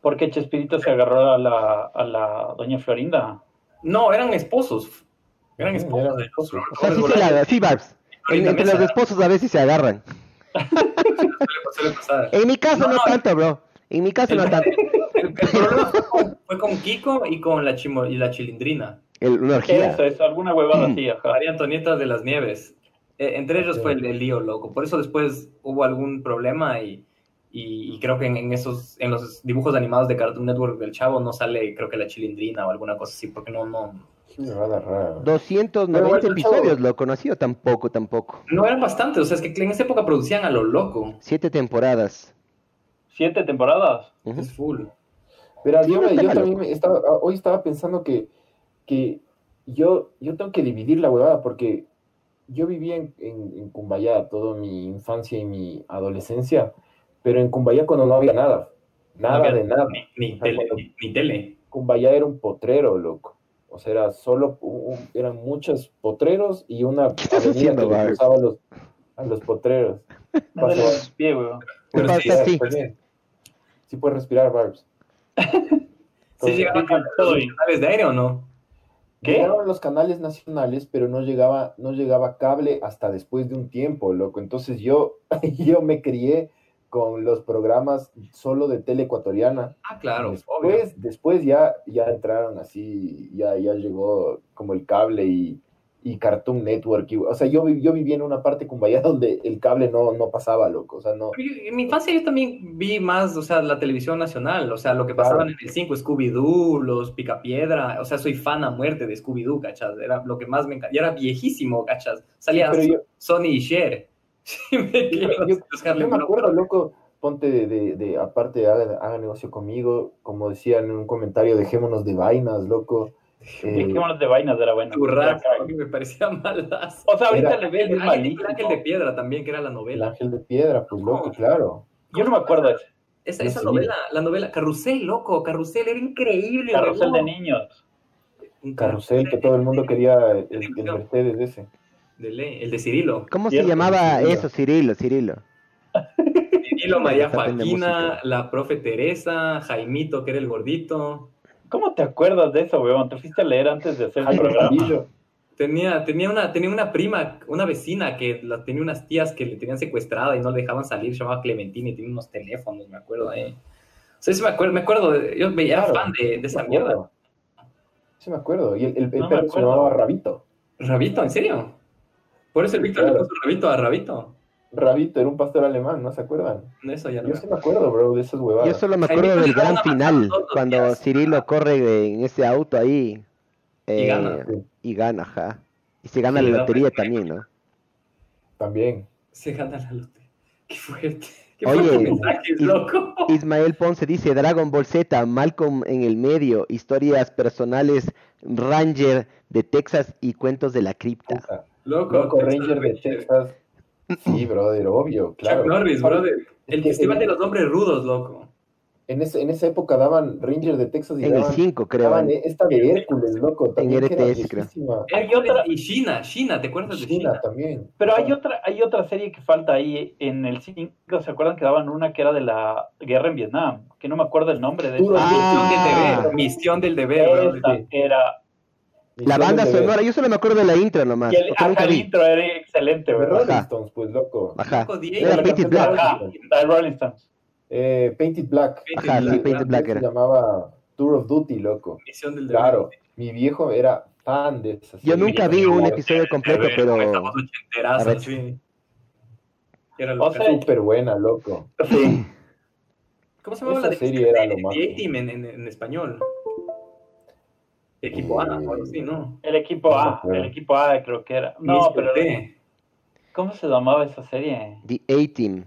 S4: Porque Chespirito se agarró a la, a la doña Florinda.
S3: No, eran esposos. Eran
S1: Ujú,
S3: esposos.
S1: eran
S3: de los
S1: esposos.
S2: O sea, sí, se
S3: Flores
S2: la- sí, Barbs. En-
S3: Ahorita
S2: entre
S3: me
S2: los
S3: sale.
S2: esposos a veces se agarran.
S3: Bolaños, suele pasar.
S2: En mi caso
S3: No,
S2: no
S3: no.
S2: tanto, bro. En mi caso no tanto.
S3: El, el problema fue con, fue con Kiko y con la, chimo- y la chilindrina.
S2: El- una orgía.
S4: Eso, es alguna huevada así,
S2: Mm.
S4: ajá.
S3: María Antonieta de las Nieves. Eh, entre ellos fue el, el lío, loco. Por eso después hubo algún problema y, y, y creo que en, en esos, en los dibujos animados de Cartoon Network del Chavo no sale, creo que la chilindrina o alguna cosa así, porque no, no,
S1: Qué huevada rara.
S2: 290
S1: Pero bueno, chavo.
S2: episodios, loco. No ha sido tampoco, tampoco.
S3: no eran bastantes. O sea, es que en esa época producían a lo loco.
S2: Siete temporadas.
S4: Siete temporadas.
S2: Ujú.
S3: Es full.
S1: Pero
S2: Sí,
S1: yo,
S2: no está
S1: yo
S2: mal,
S1: también me estaba, ah, hoy estaba pensando que, que yo, yo tengo que dividir la huevada porque yo vivía en, en, en Cumbayá toda mi infancia y mi adolescencia, pero en Cumbayá cuando no había nada, nada
S3: No había
S1: de nada.
S3: Ni, ni tele, ni- ni tele.
S1: Cumbayá era un potrero, loco. O sea, era solo, un- un- eran muchos potreros y una
S2: estás
S1: avenida
S2: haciendo,
S1: que les
S2: Barbs?
S1: cruzaba a los, a los potreros.
S4: No
S1: Pasó-
S4: les pie, huevón.
S3: Pero
S2: Papá,
S3: sí,
S2: estás
S1: sí,
S2: así.
S1: pues bien. Sí puedes respirar, Barbs.
S3: Sí
S1: Entonces,
S3: llegaron
S4: sí,
S3: a los
S4: estoy.
S3: canales de aire o no?
S4: ¿Qué?
S1: Llegaron los canales nacionales, pero no llegaba, no llegaba cable hasta después de un tiempo, loco. Entonces yo, yo me crié con los programas solo de tele ecuatoriana.
S3: Ah, claro, obvio.
S1: después, después ya, ya entraron así, ya, ya llegó como el cable y, y Cartoon Network. y- o sea, yo, vi- yo vivía en una parte de Cumbayá donde el cable no, no pasaba, loco. O sea, no.
S3: Pero yo- en mi infancia yo también vi más, o sea, la televisión nacional, o sea, lo que
S1: Claro.
S3: pasaban en el 5, Scooby-Doo, los Picapiedra, o sea, soy fan a muerte de Scooby-Doo, cachas, era lo que más me encantaba, y era viejísimo, cachas, salía
S1: Pero yo-
S3: Sony y Cher. Sí, me
S1: Yo-
S3: quiero
S1: yo-
S3: buscarle
S1: Yo me
S3: un
S1: acuerdo, loco, ponte de, de- de- aparte de haga, haga negocio conmigo, como decían en un comentario, dejémonos de vainas, loco. Eh,
S4: Dejémonos de vainas, era bueno.
S3: burrazo,
S4: Era
S3: que me parecía malazo.
S4: O sea, ahorita
S1: Era-
S4: le ves, es
S3: El ángel, el ángel de
S4: malísimo.
S3: piedra también, que era la
S1: el
S3: novela.
S1: ángel de piedra, pues loco,
S3: No.
S1: claro.
S4: Yo no me acuerdo de ese.
S3: Esa,
S1: No
S3: esa
S1: sé.
S3: novela, la novela, Carrusel, loco, Carrusel, era increíble.
S4: Carrusel de
S3: huevón.
S4: niños.
S3: Un
S1: Carrusel, que todo el mundo quería el, el Mercedes ese.
S3: De ley, el de Cirilo.
S2: ¿Cómo se
S4: Cierto,
S2: llamaba
S1: Cirilo.
S2: eso? Cirilo, Cirilo.
S3: Cirilo, María
S2: Está pendiente
S3: Joaquina,
S2: música.
S3: la profe Teresa, Jaimito, que era el gordito.
S4: ¿Cómo te acuerdas de eso, huevón? Te fuiste a leer antes de hacer el
S1: Jaime
S4: programa.
S1: Jaramillo.
S3: Tenía, tenía, una, tenía una prima, una vecina que la, tenía unas tías que le tenían secuestrada y no le dejaban salir, se llamaba Clementina y tenía unos teléfonos, me acuerdo. Eh. O sea, sí me acuerdo, me acuerdo, de- yo me- era
S1: Claro,
S3: fan de, de esa
S1: me
S3: mierda.
S1: acuerdo. Sí, me acuerdo. Y el, el- el
S4: No me
S1: perro se
S4: acuerdo.
S1: llamaba Rabito.
S3: Rabito, ¿en serio? Por eso el Víctor le
S1: Claro.
S3: puso Rabito a Rabito.
S1: Rabito era un pastor alemán, ¿no se acuerdan?
S3: No, Eso ya no
S1: Yo
S3: me
S1: sí me acuerdo, bro, de esas huevadas.
S2: Yo solo me
S3: Jaimito
S2: acuerdo del
S3: llegaba
S2: gran
S3: a matar
S2: final,
S3: todos los
S2: cuando
S3: días.
S2: Cirilo corre de- en ese auto ahí. eh,
S3: gana.
S2: Y gana, ajá. Y se gana
S3: Sí,
S2: la
S3: gana.
S2: lotería también, ¿no?
S1: También.
S3: Se gana la lotería. Qué fuerte. ¿Qué
S2: Oye,
S3: Oye, mensajes,
S2: y-
S3: loco?
S2: Ismael Ponce dice Dragon Ball Z, Malcolm en el medio, historias personales, Ranger de Texas y cuentos de la cripta.
S1: Puta,
S3: Loco,
S1: Loco
S3: Texas
S1: Ranger de
S3: Ranger.
S1: Texas. Sí, brother, obvio, claro.
S3: Chuck Norris, brother. El
S1: que-
S3: festival de los hombres rudos, loco.
S1: En, ese- en esa época daban Ranger de Texas y
S2: En el
S1: daban,
S2: 5, creo.
S1: daban esta de Hércules, loco, también que era
S2: RTS, creo.
S1: viejísima.
S3: Eh,
S4: Hay otra-
S3: Y China, China, ¿te acuerdas de China?
S1: China también.
S4: Pero hay otra, hay otra serie que falta ahí en el 5. ¿Se acuerdan que daban una que era de la guerra en Vietnam? Que no me acuerdo el nombre de
S1: Duro,
S4: esa.
S2: Ah.
S3: Misión del deber, misión del deber,
S4: Esta
S3: brother.
S4: era.
S2: La banda sonora, yo solo me acuerdo de la intro nomás.
S4: Y el
S2: porque nunca
S4: ajá, el
S2: vi.
S4: intro era excelente,
S1: de
S4: ¿verdad?
S1: Rolling
S2: Ajá.
S1: Stones, pues, loco.
S2: Ajá.
S3: Loco, Diego,
S2: Era
S1: la
S2: Painted
S1: canción
S2: Black.
S1: de-
S4: Ajá, el Rolling Stones.
S1: Eh, Painted Black.
S2: Ajá, sí,
S3: Black,
S2: Painted Black
S1: se
S2: era.
S1: llamaba Tour of Duty, loco.
S3: Misión del deber.
S1: Claro, mi viejo era fan de esa
S2: Yo
S1: serie.
S2: nunca vi un episodio completo,
S3: Deber,
S2: pero
S3: con esta voz ochenterazas,
S2: arrecho.
S3: sí. Era
S4: O
S3: loca.
S4: sea,
S1: Súper buena, loco.
S3: ¿Cómo se llamaba
S1: esa
S3: la de-
S1: serie era lo
S3: de
S1: más.
S3: A-Team en, en- en español? Equipo
S1: Eh,
S3: A, o algo así, ¿no?
S4: el equipo A, el equipo A creo que era. No,
S3: Mr.
S4: pero
S3: T.
S4: ¿cómo se llamaba esa serie?
S2: The A-Team.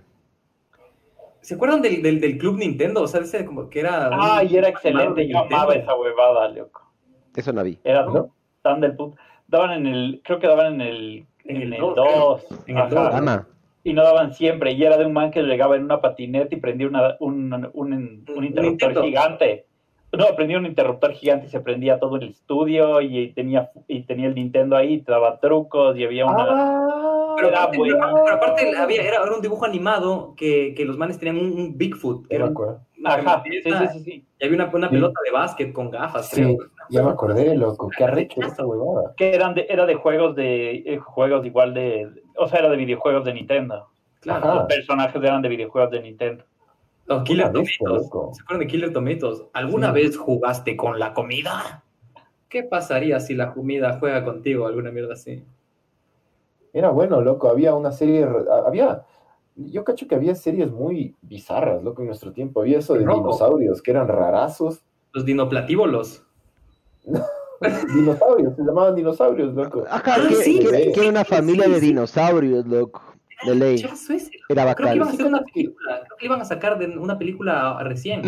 S3: ¿Se acuerdan del, del, del Club Nintendo? O sea, ese como que era... un-
S4: Ah, y era excelente, yo
S3: Nintendo.
S4: amaba esa huevada, loco.
S2: Eso no vi.
S4: Era
S1: ¿No?
S4: tan del puto. Daban en el, creo que daban en el
S3: En el
S4: en el
S3: dos,
S4: 2.
S3: En el dos.
S2: Ama.
S4: Y no daban siempre. Y era de un man que llegaba en una patineta y prendía una, un, un, un
S3: Un
S4: interruptor
S3: Nintendo.
S4: gigante. No, prendía un interruptor gigante y se prendía todo el estudio y, tenía y tenía el Nintendo ahí, te daba trucos y había una...
S1: Ah,
S3: Pero
S4: Era
S3: aparte,
S4: bueno.
S3: pero aparte había, era, era un dibujo animado que, que los manes tenían un, un Bigfoot. Que
S1: ya me
S3: era un-
S1: acuerdo.
S3: una
S4: Ajá, sí,
S3: camioneta,
S4: sí, sí, sí.
S3: Y había una, una
S1: Sí.
S3: pelota de básquet con gafas,
S1: Sí,
S3: creo. pues,
S1: ya me acordé, loco. Qué arrecho esa huevada.
S4: Que eran de, era de juegos de... eh, juegos igual de... O sea, era de videojuegos de Nintendo.
S3: Claro.
S1: Ajá.
S4: Los personajes eran de videojuegos de Nintendo.
S3: Los Killer
S1: Una bestia,
S3: Tomatoes.
S1: loco.
S3: ¿Se acuerdan de Killer Tomatoes? ¿Alguna
S1: Sí.
S3: vez jugaste con la comida? ¿Qué pasaría si la comida juega contigo? Alguna mierda así.
S1: Era bueno, loco. Había una serie. Había. Yo cacho que había series muy bizarras, loco, en nuestro tiempo. Había eso de
S3: Loco.
S1: dinosaurios que eran rarazos.
S3: Los dinoplatíbolos.
S1: Dinosaurios, se llamaban dinosaurios, loco.
S2: Ajá,
S3: Ah,
S2: que,
S3: sí,
S2: que-
S1: sí,
S2: que era una familia de dinosaurios, loco. De ley.
S3: Chazo ese.
S2: Era
S3: Creo que iban a
S2: bacán.
S3: hacer una película. Creo que iban a sacar de una película recién.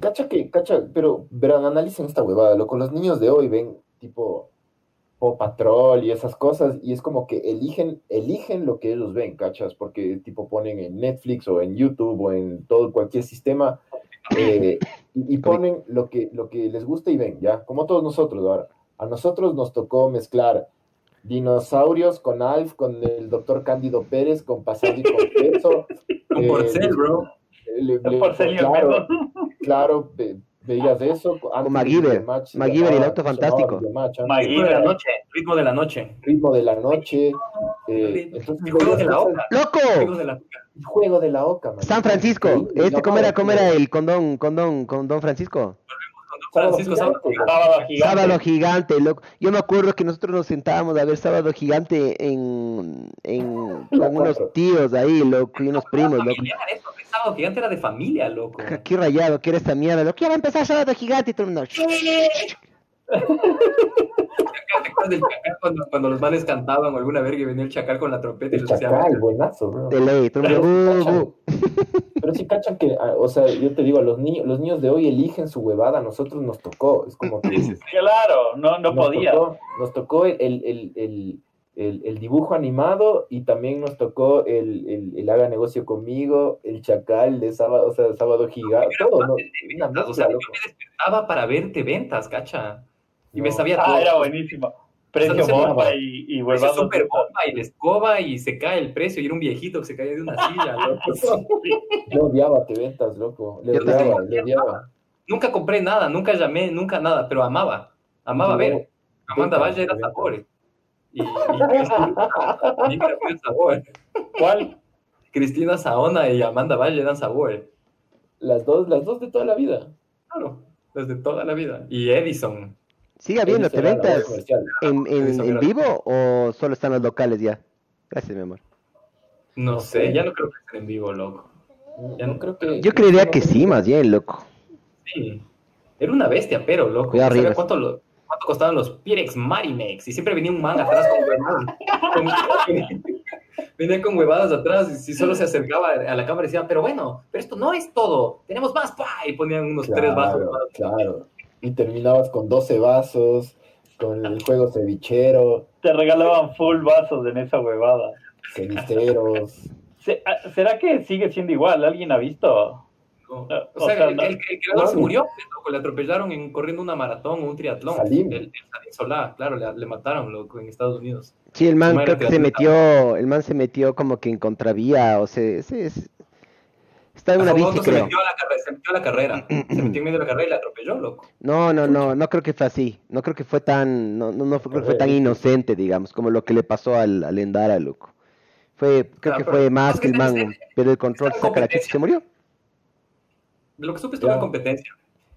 S1: Cacha que, cacha, pero verán, analicen esta huevada, loco. Los niños de hoy ven tipo Paw Patrol y esas cosas, y es como que eligen, eligen lo que ellos ven, cachas, porque tipo ponen en Netflix o en YouTube o en todo cualquier sistema eh, y, y ponen lo que, lo que les gusta y ven, ya, como todos nosotros ahora. A nosotros nos tocó mezclar dinosaurios con Alf, con el doctor Cándido Pérez, con Pasado y con Peso.
S3: Con
S1: eh,
S3: Porcel, bro.
S1: le- le-
S4: Por ser yo,
S1: claro,
S4: ¿no?
S1: Claro, ve- veías eso. antes
S2: MacGyver,
S1: del match se
S2: MacGyver,
S1: llamaba-
S2: el auto
S1: se llamaba
S2: fantástico.
S1: Videomatch, antes,
S4: Magui-
S3: Ritmo de la noche. Ritmo de la noche.
S1: Ritmo de la noche. eh,
S3: El
S1: entonces,
S3: juego de la
S1: veías
S3: oca. Juego
S2: ¡Loco!
S3: de la
S1: el Juego de la oca, man.
S2: San Francisco.
S1: Increíble,
S2: Este,
S1: ¿no?
S2: ¿Cómo era, cómo era
S1: Sábado
S2: el condón, condón, condón Francisco?
S3: Francisco Sábado.
S1: gigante,
S4: Sábado gigante.
S2: Sábado gigante, loco. Yo me acuerdo que nosotros nos sentábamos a ver Sábado gigante en, en
S1: La
S2: con unos
S1: cuatro.
S2: tíos ahí, loco, y unos primos, loco.
S3: Familiar, eso, el sábado gigante era de familia, loco.
S2: Ajá, Qué rayado, qué era esta mierda, loco. Ya va a empezar Sábado gigante y todo el mundo.
S3: ¿Te acuerdas del chacal cuando, cuando los manes cantaban o alguna verga y venía el chacal con la trompeta y
S1: El
S3: los hacía?
S1: chacal, buenazo, bro.
S2: De ley, todo el mundo. "Uh, uh".
S1: Pero si cachan que, ah, o sea, yo te digo, a los niños, los niños de hoy eligen su huevada, a nosotros nos tocó. Es como que
S4: Claro, no, no
S1: nos
S4: podía.
S1: Tocó, nos tocó el, el, el, el, el- el dibujo animado y también nos tocó el, el, el haga negocio conmigo, el chacal de sábado, o sea, sábado gigante, todo, ¿no? Una mezcla,
S3: O sea, yo
S1: loco.
S3: me despertaba para verte ventas, cacha. Y me
S1: No.
S3: sabía todo.
S4: Ah, era buenísimo.
S3: Eso
S4: Precio
S3: se
S4: bomba
S1: llamaba.
S4: y, y
S3: Precio
S4: huevadas.
S3: super bomba y la escoba y se cae el precio y era un viejito que se caía de una silla, loco.
S1: Yo odiaba te ventas, loco. Le
S2: Yo
S1: odiaba,
S3: también.
S1: le odiaba.
S3: nunca compré nada, nunca llamé, nunca nada, pero amaba. Amaba
S1: Yo-
S3: ver. Amanda
S1: Ventas,
S3: Valle era
S1: Ventas.
S3: sabores. Y, y, Cristina fue sabor.
S4: ¿Cuál?
S3: Cristina Saona y Amanda Valle eran sabor.
S1: Las dos, las dos de toda la vida.
S3: Claro, desde toda la vida. Y Edison.
S2: Sigue habiendo,
S1: Esa
S2: ¿te
S1: era la voz
S2: ventas
S1: comercial.
S2: en, en,
S3: Eso
S2: en
S3: era.
S2: vivo o solo están los locales ya? Gracias, mi amor.
S3: No
S1: sé.
S3: sé, ya no creo que estén en vivo, loco.
S1: No,
S3: Ya
S1: Mm, no
S3: no.
S1: creo que-
S2: Yo creería
S1: no
S2: que
S1: creo
S2: sí, más bien, loco.
S3: Sí. Era una bestia, pero loco.
S2: Cuidado,
S3: ¿Sabía
S2: Rivas.
S3: cuánto, lo- cuánto costaban los Pirex Marinex? Y siempre venía un man atrás con, con- con- Venía con huevadas atrás y si solo se acercaba a la cámara y decía, pero bueno, pero esto no es todo, tenemos más, ¡pa! Y ponían unos tres vasos.
S1: Claro,
S3: más.
S1: claro. Y terminabas con 12 vasos, con el juego cevichero,
S4: Te regalaban full vasos en esa huevada.
S1: cevicheros.
S4: Se- ah, ¿Será que sigue siendo igual? ¿Alguien ha visto?
S3: Como-
S4: Ah,
S3: O sea,
S4: o sea,
S3: el,
S4: no.
S3: el- el creador se
S1: Wow.
S3: murió, pues, loco, le atropellaron en, corriendo una maratón o un triatlón.
S1: Salim.
S3: El, el Salim Solá, claro, le, le mataron, loco, en Estados Unidos.
S2: Sí, el man
S3: Madre
S2: creo que se metió, el man se metió como que en contravía, o sea, ese es- está en una
S3: Ajá, un
S2: bici,
S3: auto se
S2: creo.
S3: metió, a la carrera, se metió a la carrera, se metió en medio de la carrera y le atropelló, loco.
S2: No, no, no, no creo que fue así, no creo que fue tan, no, no, no creo que fue tan
S1: Correcto.
S2: inocente, digamos, como lo que le pasó al, al Endara, loco. Fue, creo
S3: Ah,
S2: que
S3: pero-
S2: fue más
S3: es
S2: que
S3: que
S2: el man,
S3: tenés-
S2: pero el control
S3: está en
S2: saca la chicha y se murió.
S3: De lo que supe estuvo en
S1: Claro.
S3: competencia.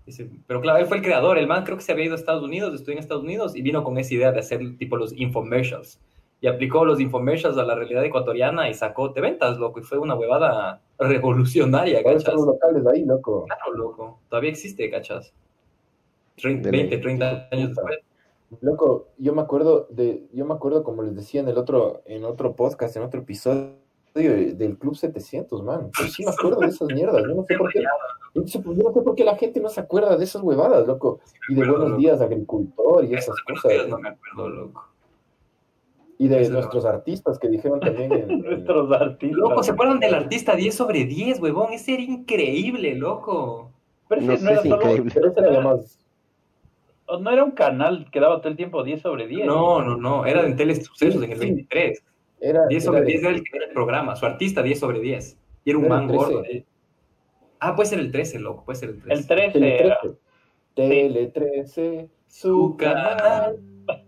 S3: Dice, Pero claro, él fue el creador. El man creo que se había ido a Estados Unidos, estudió en Estados Unidos y vino con esa idea de hacer tipo los infomercials. Y aplicó los infomercials a la realidad ecuatoriana y sacó te ventas, loco. Y fue una huevada revolucionaria,
S1: ¿Cuáles son
S3: cachas.
S1: los locales ahí, loco?
S3: Claro, loco. Todavía existe, cachas. Trein-
S2: De
S3: 20,
S2: ley.
S3: 30 años después.
S1: Loco, yo me acuerdo de, yo me acuerdo como les decía en el otro, en otro podcast, en otro episodio del Club 700, man. Yo sí me acuerdo de esas mierdas. Yo no sé por qué, yo no sé por- yo no sé por qué la gente no se acuerda de esas huevadas, loco. Y de
S3: acuerdo,
S1: Buenos
S3: loco.
S1: Días Agricultor y
S3: Eso
S1: esas
S3: de buenos
S1: cosas.
S3: días no me acuerdo, loco.
S1: Y de
S3: Eso no.
S1: nuestros artistas que dijeron también en, en-
S4: Nuestros artistas.
S3: Loco, ¿se acuerdan del artista 10 sobre 10, huevón? Ese era increíble, loco.
S4: Pero ese
S2: No sé,
S4: era
S2: es
S4: solo-
S2: increíble.
S1: Pero ese era lo más...
S4: o no era un canal que daba todo el tiempo 10 sobre 10.
S3: No, no, no. Era en Telesucesos en el 23.
S1: Era,
S3: 10
S1: era
S3: sobre
S1: de-
S3: 10 era el, era el programa, su artista 10 sobre 10. Y era un
S1: Era el
S3: man gordo.
S1: 13.
S3: eh. Ah, puede ser el 13, loco, puede ser el 13.
S4: El 13
S1: Tele
S4: era.
S1: 13. Tele 13, su
S3: Tu
S1: canal
S3: canal.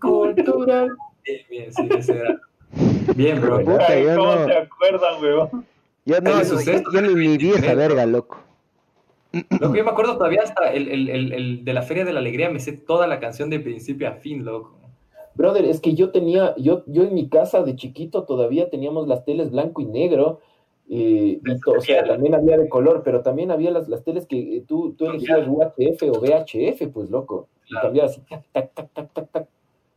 S1: cultural.
S3: Bien, bien, sí, ese era. Bien, bro.
S2: Puta,
S4: Ay,
S2: yo
S4: ¿Cómo
S2: no-
S4: se acuerdan, huevón?
S2: Yo no,
S3: Hay
S2: yo,
S3: sucesos
S2: yo ni,
S3: del
S2: ni vi esa
S3: 23,
S2: verga, loco.
S3: Loco, yo me acuerdo todavía hasta el, el, el, el de la Feria de la Alegría, me sé toda la canción de principio a fin, loco.
S1: Brother, es que yo tenía, yo, yo en mi casa de chiquito todavía teníamos las teles blanco y negro. eh, y to- o sea, también había de color, pero también había las, las teles que eh, tú, tú elegías UHF o VHF, pues loco. Y
S3: Claro.
S1: cambiabas así, tac, tac, tac, tac, tac, tac.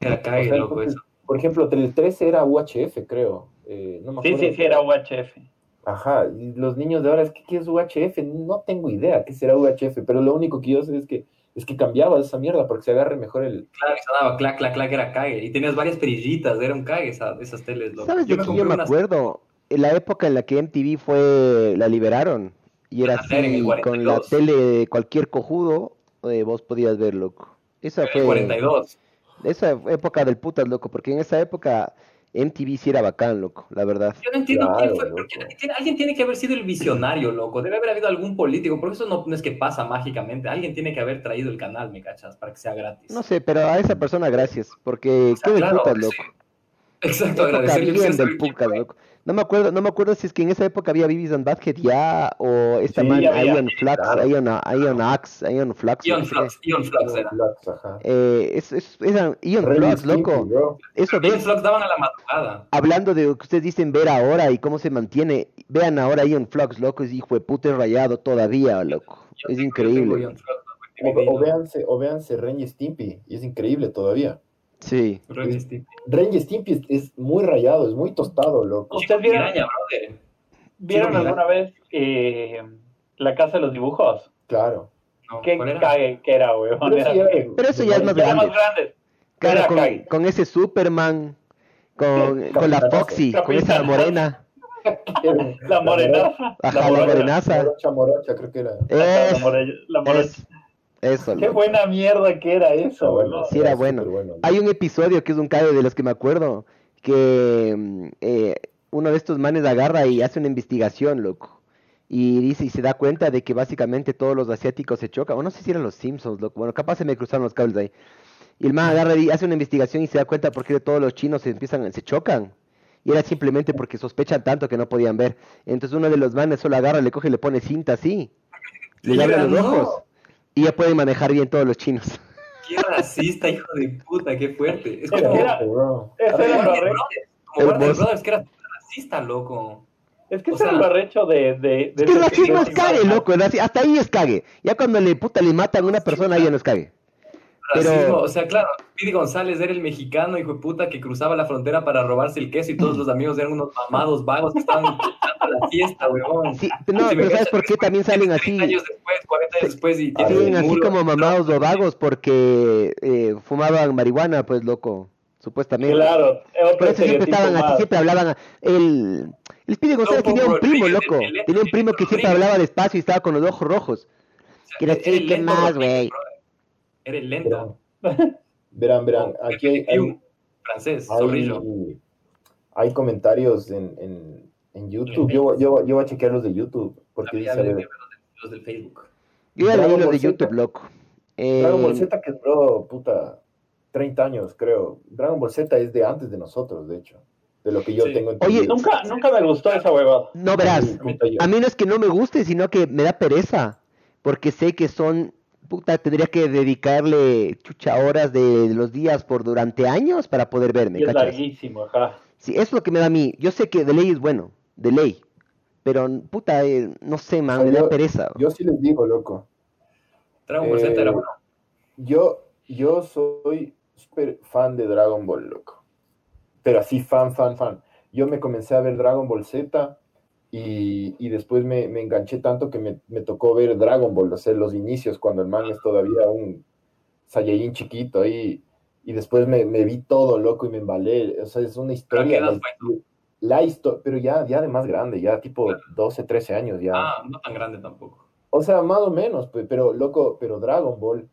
S3: Era cague,
S1: O sea,
S3: loco, eso.
S1: Por ejemplo, el 13 era UHF, creo. eh, no me
S4: Sí,
S1: acuerdo.
S4: sí, sí, era UHF.
S1: Ajá, y los niños de ahora, es que ¿qué es UHF? No tengo idea qué será UHF, pero lo único que yo sé es que, es que cambiaba esa mierda para que se agarre mejor el...
S3: Claro, que sonaba clac, clac, clac, era cague. Y tenías varias perillitas, era un cague esa- esas teles, loco.
S2: ¿Sabes de qué yo me
S3: unas
S2: acuerdo? En la época en la que MTV fue, la liberaron, y era
S3: Ah, era en el
S2: así, con la
S3: 42.
S2: tele de cualquier cojudo, eh, vos podías ver, loco. Esa
S3: de
S2: fue...
S3: 42.
S2: Esa época del putas, loco, porque en esa época MTV sí era bacán, loco, la verdad.
S3: Yo no entiendo quién
S1: Claro,
S3: fue, porque
S1: loco.
S3: tiene- alguien tiene que haber sido el visionario, loco. Debe haber habido algún político, porque eso no, no es que pasa mágicamente. Alguien tiene que haber traído el canal, ¿me cachas? Para que sea gratis.
S2: No sé, pero a esa persona gracias, porque
S3: sea,
S2: qué del
S3: claro,
S2: putas,
S3: sí.
S2: loco.
S3: Exacto,
S2: Época
S3: agradecerle.
S2: bien
S3: Yo
S2: del
S3: quisiera
S2: putas, loco. No me acuerdo, no me acuerdo si es que en esa época había Beavis and Butthead ya o esta
S4: Sí,
S2: man
S4: había,
S2: Ion Flax,
S1: claro.
S2: Ion, Ion Axe, Ion Flax.
S3: saber- Ion
S2: no sé
S3: Flux, Ion Flux era.
S1: Flux, ajá.
S2: qué. Eh, es, es, era Ion
S1: Remix
S2: Flax, loco.
S1: Kimpy, bro.
S2: Eso
S3: Ion
S2: ves,
S3: Flux daban a la madrugada.
S2: hablando de lo que ustedes dicen ver ahora y cómo se mantiene, vean ahora Ion Flax, loco, es hijo de puta es rayado todavía, loco. Es
S3: Yo tengo- yo tengo
S2: increíble.
S3: Ion Flux, loco, en
S1: O,
S3: DVD,
S1: o
S3: loco.
S1: véanse, o véanse Ren y Stimpy, y es increíble todavía.
S2: Sí.
S3: Ren y Stimpy.
S1: Ren y Stimpy es, es muy rayado, es muy tostado, loco.
S4: ¿Ustedes vieron,
S3: Miraña, brother.
S4: ¿vieron
S3: Sí, lo vi.
S4: alguna vez eh, La Casa de los Dibujos?
S1: Claro.
S3: No,
S4: Qué
S3: ¿cuál era?
S4: cague que era, huevón.
S1: Pero eso
S4: Era,
S1: ya,
S4: era
S2: Pero eso ya es más
S1: de-
S4: más
S2: grande.
S4: grande.
S2: Claro,
S4: Era
S2: con,
S4: Kai.
S2: con ese Superman, con, con la
S1: Capitanazo.
S2: Foxy, con esa
S4: Capitanazo.
S2: morena,
S4: La morenaza.
S2: ajá, la
S4: morocha.
S2: morenaza.
S1: Morocha, morocha, creo que era.
S4: La
S2: Es,
S4: more- la morocha.
S2: es, eso,
S4: Qué
S2: loco.
S4: buena mierda que era eso, huevón.
S2: Sí, era bueno.
S1: superbueno.
S2: Hay un episodio que es un cague de los que me acuerdo, que mm, eh, uno de estos manes agarra y hace una investigación, loco. Y dice, y se da cuenta de que básicamente todos los asiáticos se chocan. O no sé si eran los Simpsons, loco. Bueno, capaz se me cruzaron los cables ahí. Y el man agarra y hace una investigación y se da cuenta porque todos los chinos se empiezan, se chocan. Y era simplemente porque sospechan tanto que no podían ver. Entonces uno de los manes solo agarra, le coge y le pone cinta así. Le
S3: Sí,
S2: llama los
S3: no.
S2: ojos. Y ya pueden manejar bien todos los chinos.
S3: Qué racista, hijo de puta, qué fuerte. Es
S4: Era-
S3: como,
S4: era-
S1: Bro.
S4: Eso era lo
S3: Warner
S4: arrecho.
S3: Brothers, como Warner
S2: Hermoso.
S3: Brothers, que era racista, loco.
S4: Es que
S3: O
S4: eso era
S3: sea-
S4: lo arrecho de... de, de
S2: Es que el
S4: ese
S2: racismo es
S4: tipo de
S2: cague,
S4: cosas.
S2: loco. el raci- Hasta ahí es cague. Ya cuando le puta le matan a una persona, ahí ya no es cague. Pero-
S3: racismo. O sea, claro, Speedy González era el mexicano, hijo de puta, que cruzaba la frontera para robarse el queso y todos los amigos eran unos mamados vagos que estaban a la fiesta, weón.
S2: Sí, no, pero
S3: Si me
S2: ¿sabes
S3: cachas,
S2: por qué también salen así?
S3: 30 años después, 40 años después y tienen
S2: Siguen
S3: el
S2: así
S3: muro.
S2: como mamados o vagos porque eh, fumaban marihuana, pues loco, supuestamente.
S4: Claro, pues, es otro
S2: Por eso siempre
S4: estereotipo
S2: estaban así,
S4: más.
S2: siempre hablaban. a- El, el Speedy González
S3: Loco
S2: tenía un primo,
S3: Rodríguez,
S2: loco.
S3: el- el-
S2: Tenía un primo que siempre
S3: Rodríguez.
S2: hablaba despacio y estaba con los ojos rojos. Que era así,
S3: Era el
S2: ¿qué
S3: lento,
S2: más,
S3: Rodríguez,
S2: güey?
S3: brother. Era el lento.
S1: Verán, verán,
S4: Oh,
S1: aquí hay,
S3: Y
S1: hay-
S3: un francés,
S1: hay-
S3: zorrillo.
S1: hay comentarios en, en- en YouTube. Yo, yo, yo voy a chequear los de YouTube. Porque
S3: Ya
S1: dice,
S3: hablé de los de- los del Facebook.
S2: Yo ya leí
S1: Dragon
S2: los
S1: Ball
S2: de
S1: Z.
S2: YouTube, loco. Eh,
S1: Dragon Ball Z que duró, puta, 30 años, creo. Dragon Ball Z es de antes de nosotros, de hecho. De lo que yo
S3: Sí.
S1: tengo
S2: Oye,
S1: entendido.
S4: Nunca, nunca me gustó esa huevada.
S2: no verás,
S1: Sí, puta, yo-
S2: a mí no es que no me guste, sino que me da pereza. Porque sé que son. Puta, tendría que dedicarle chucha horas de los días por durante años para poder verme,
S4: Y es
S2: ¿cachas?
S4: larguísimo, ajá.
S2: Sí, eso es lo que me da a mí. Yo sé que de ley es bueno, de ley. Pero, puta, eh, no sé, man, me
S1: Oye,
S2: da pereza.
S1: Yo sí les digo, loco.
S3: Dragon Ball Z
S1: Eh,
S3: era bueno.
S1: Yo, yo soy súper fan de Dragon Ball, loco. Pero así, fan, fan, fan. Yo me comencé a ver Dragon Ball Z y, y después me, me enganché tanto que me, me tocó ver Dragon Ball, o sea, los inicios, cuando el man es todavía un Saiyajin chiquito ahí. Y después me, me vi todo, loco, y me embalé. O sea, es una
S3: ¿Pero a qué
S1: historia.
S3: edad
S1: La, historia, pero ya, ya de más grande, ya tipo 12, 13 años, ya.
S3: Ah, no tan grande tampoco.
S1: O sea, más o menos, pe- pero loco, pero Dragon Ball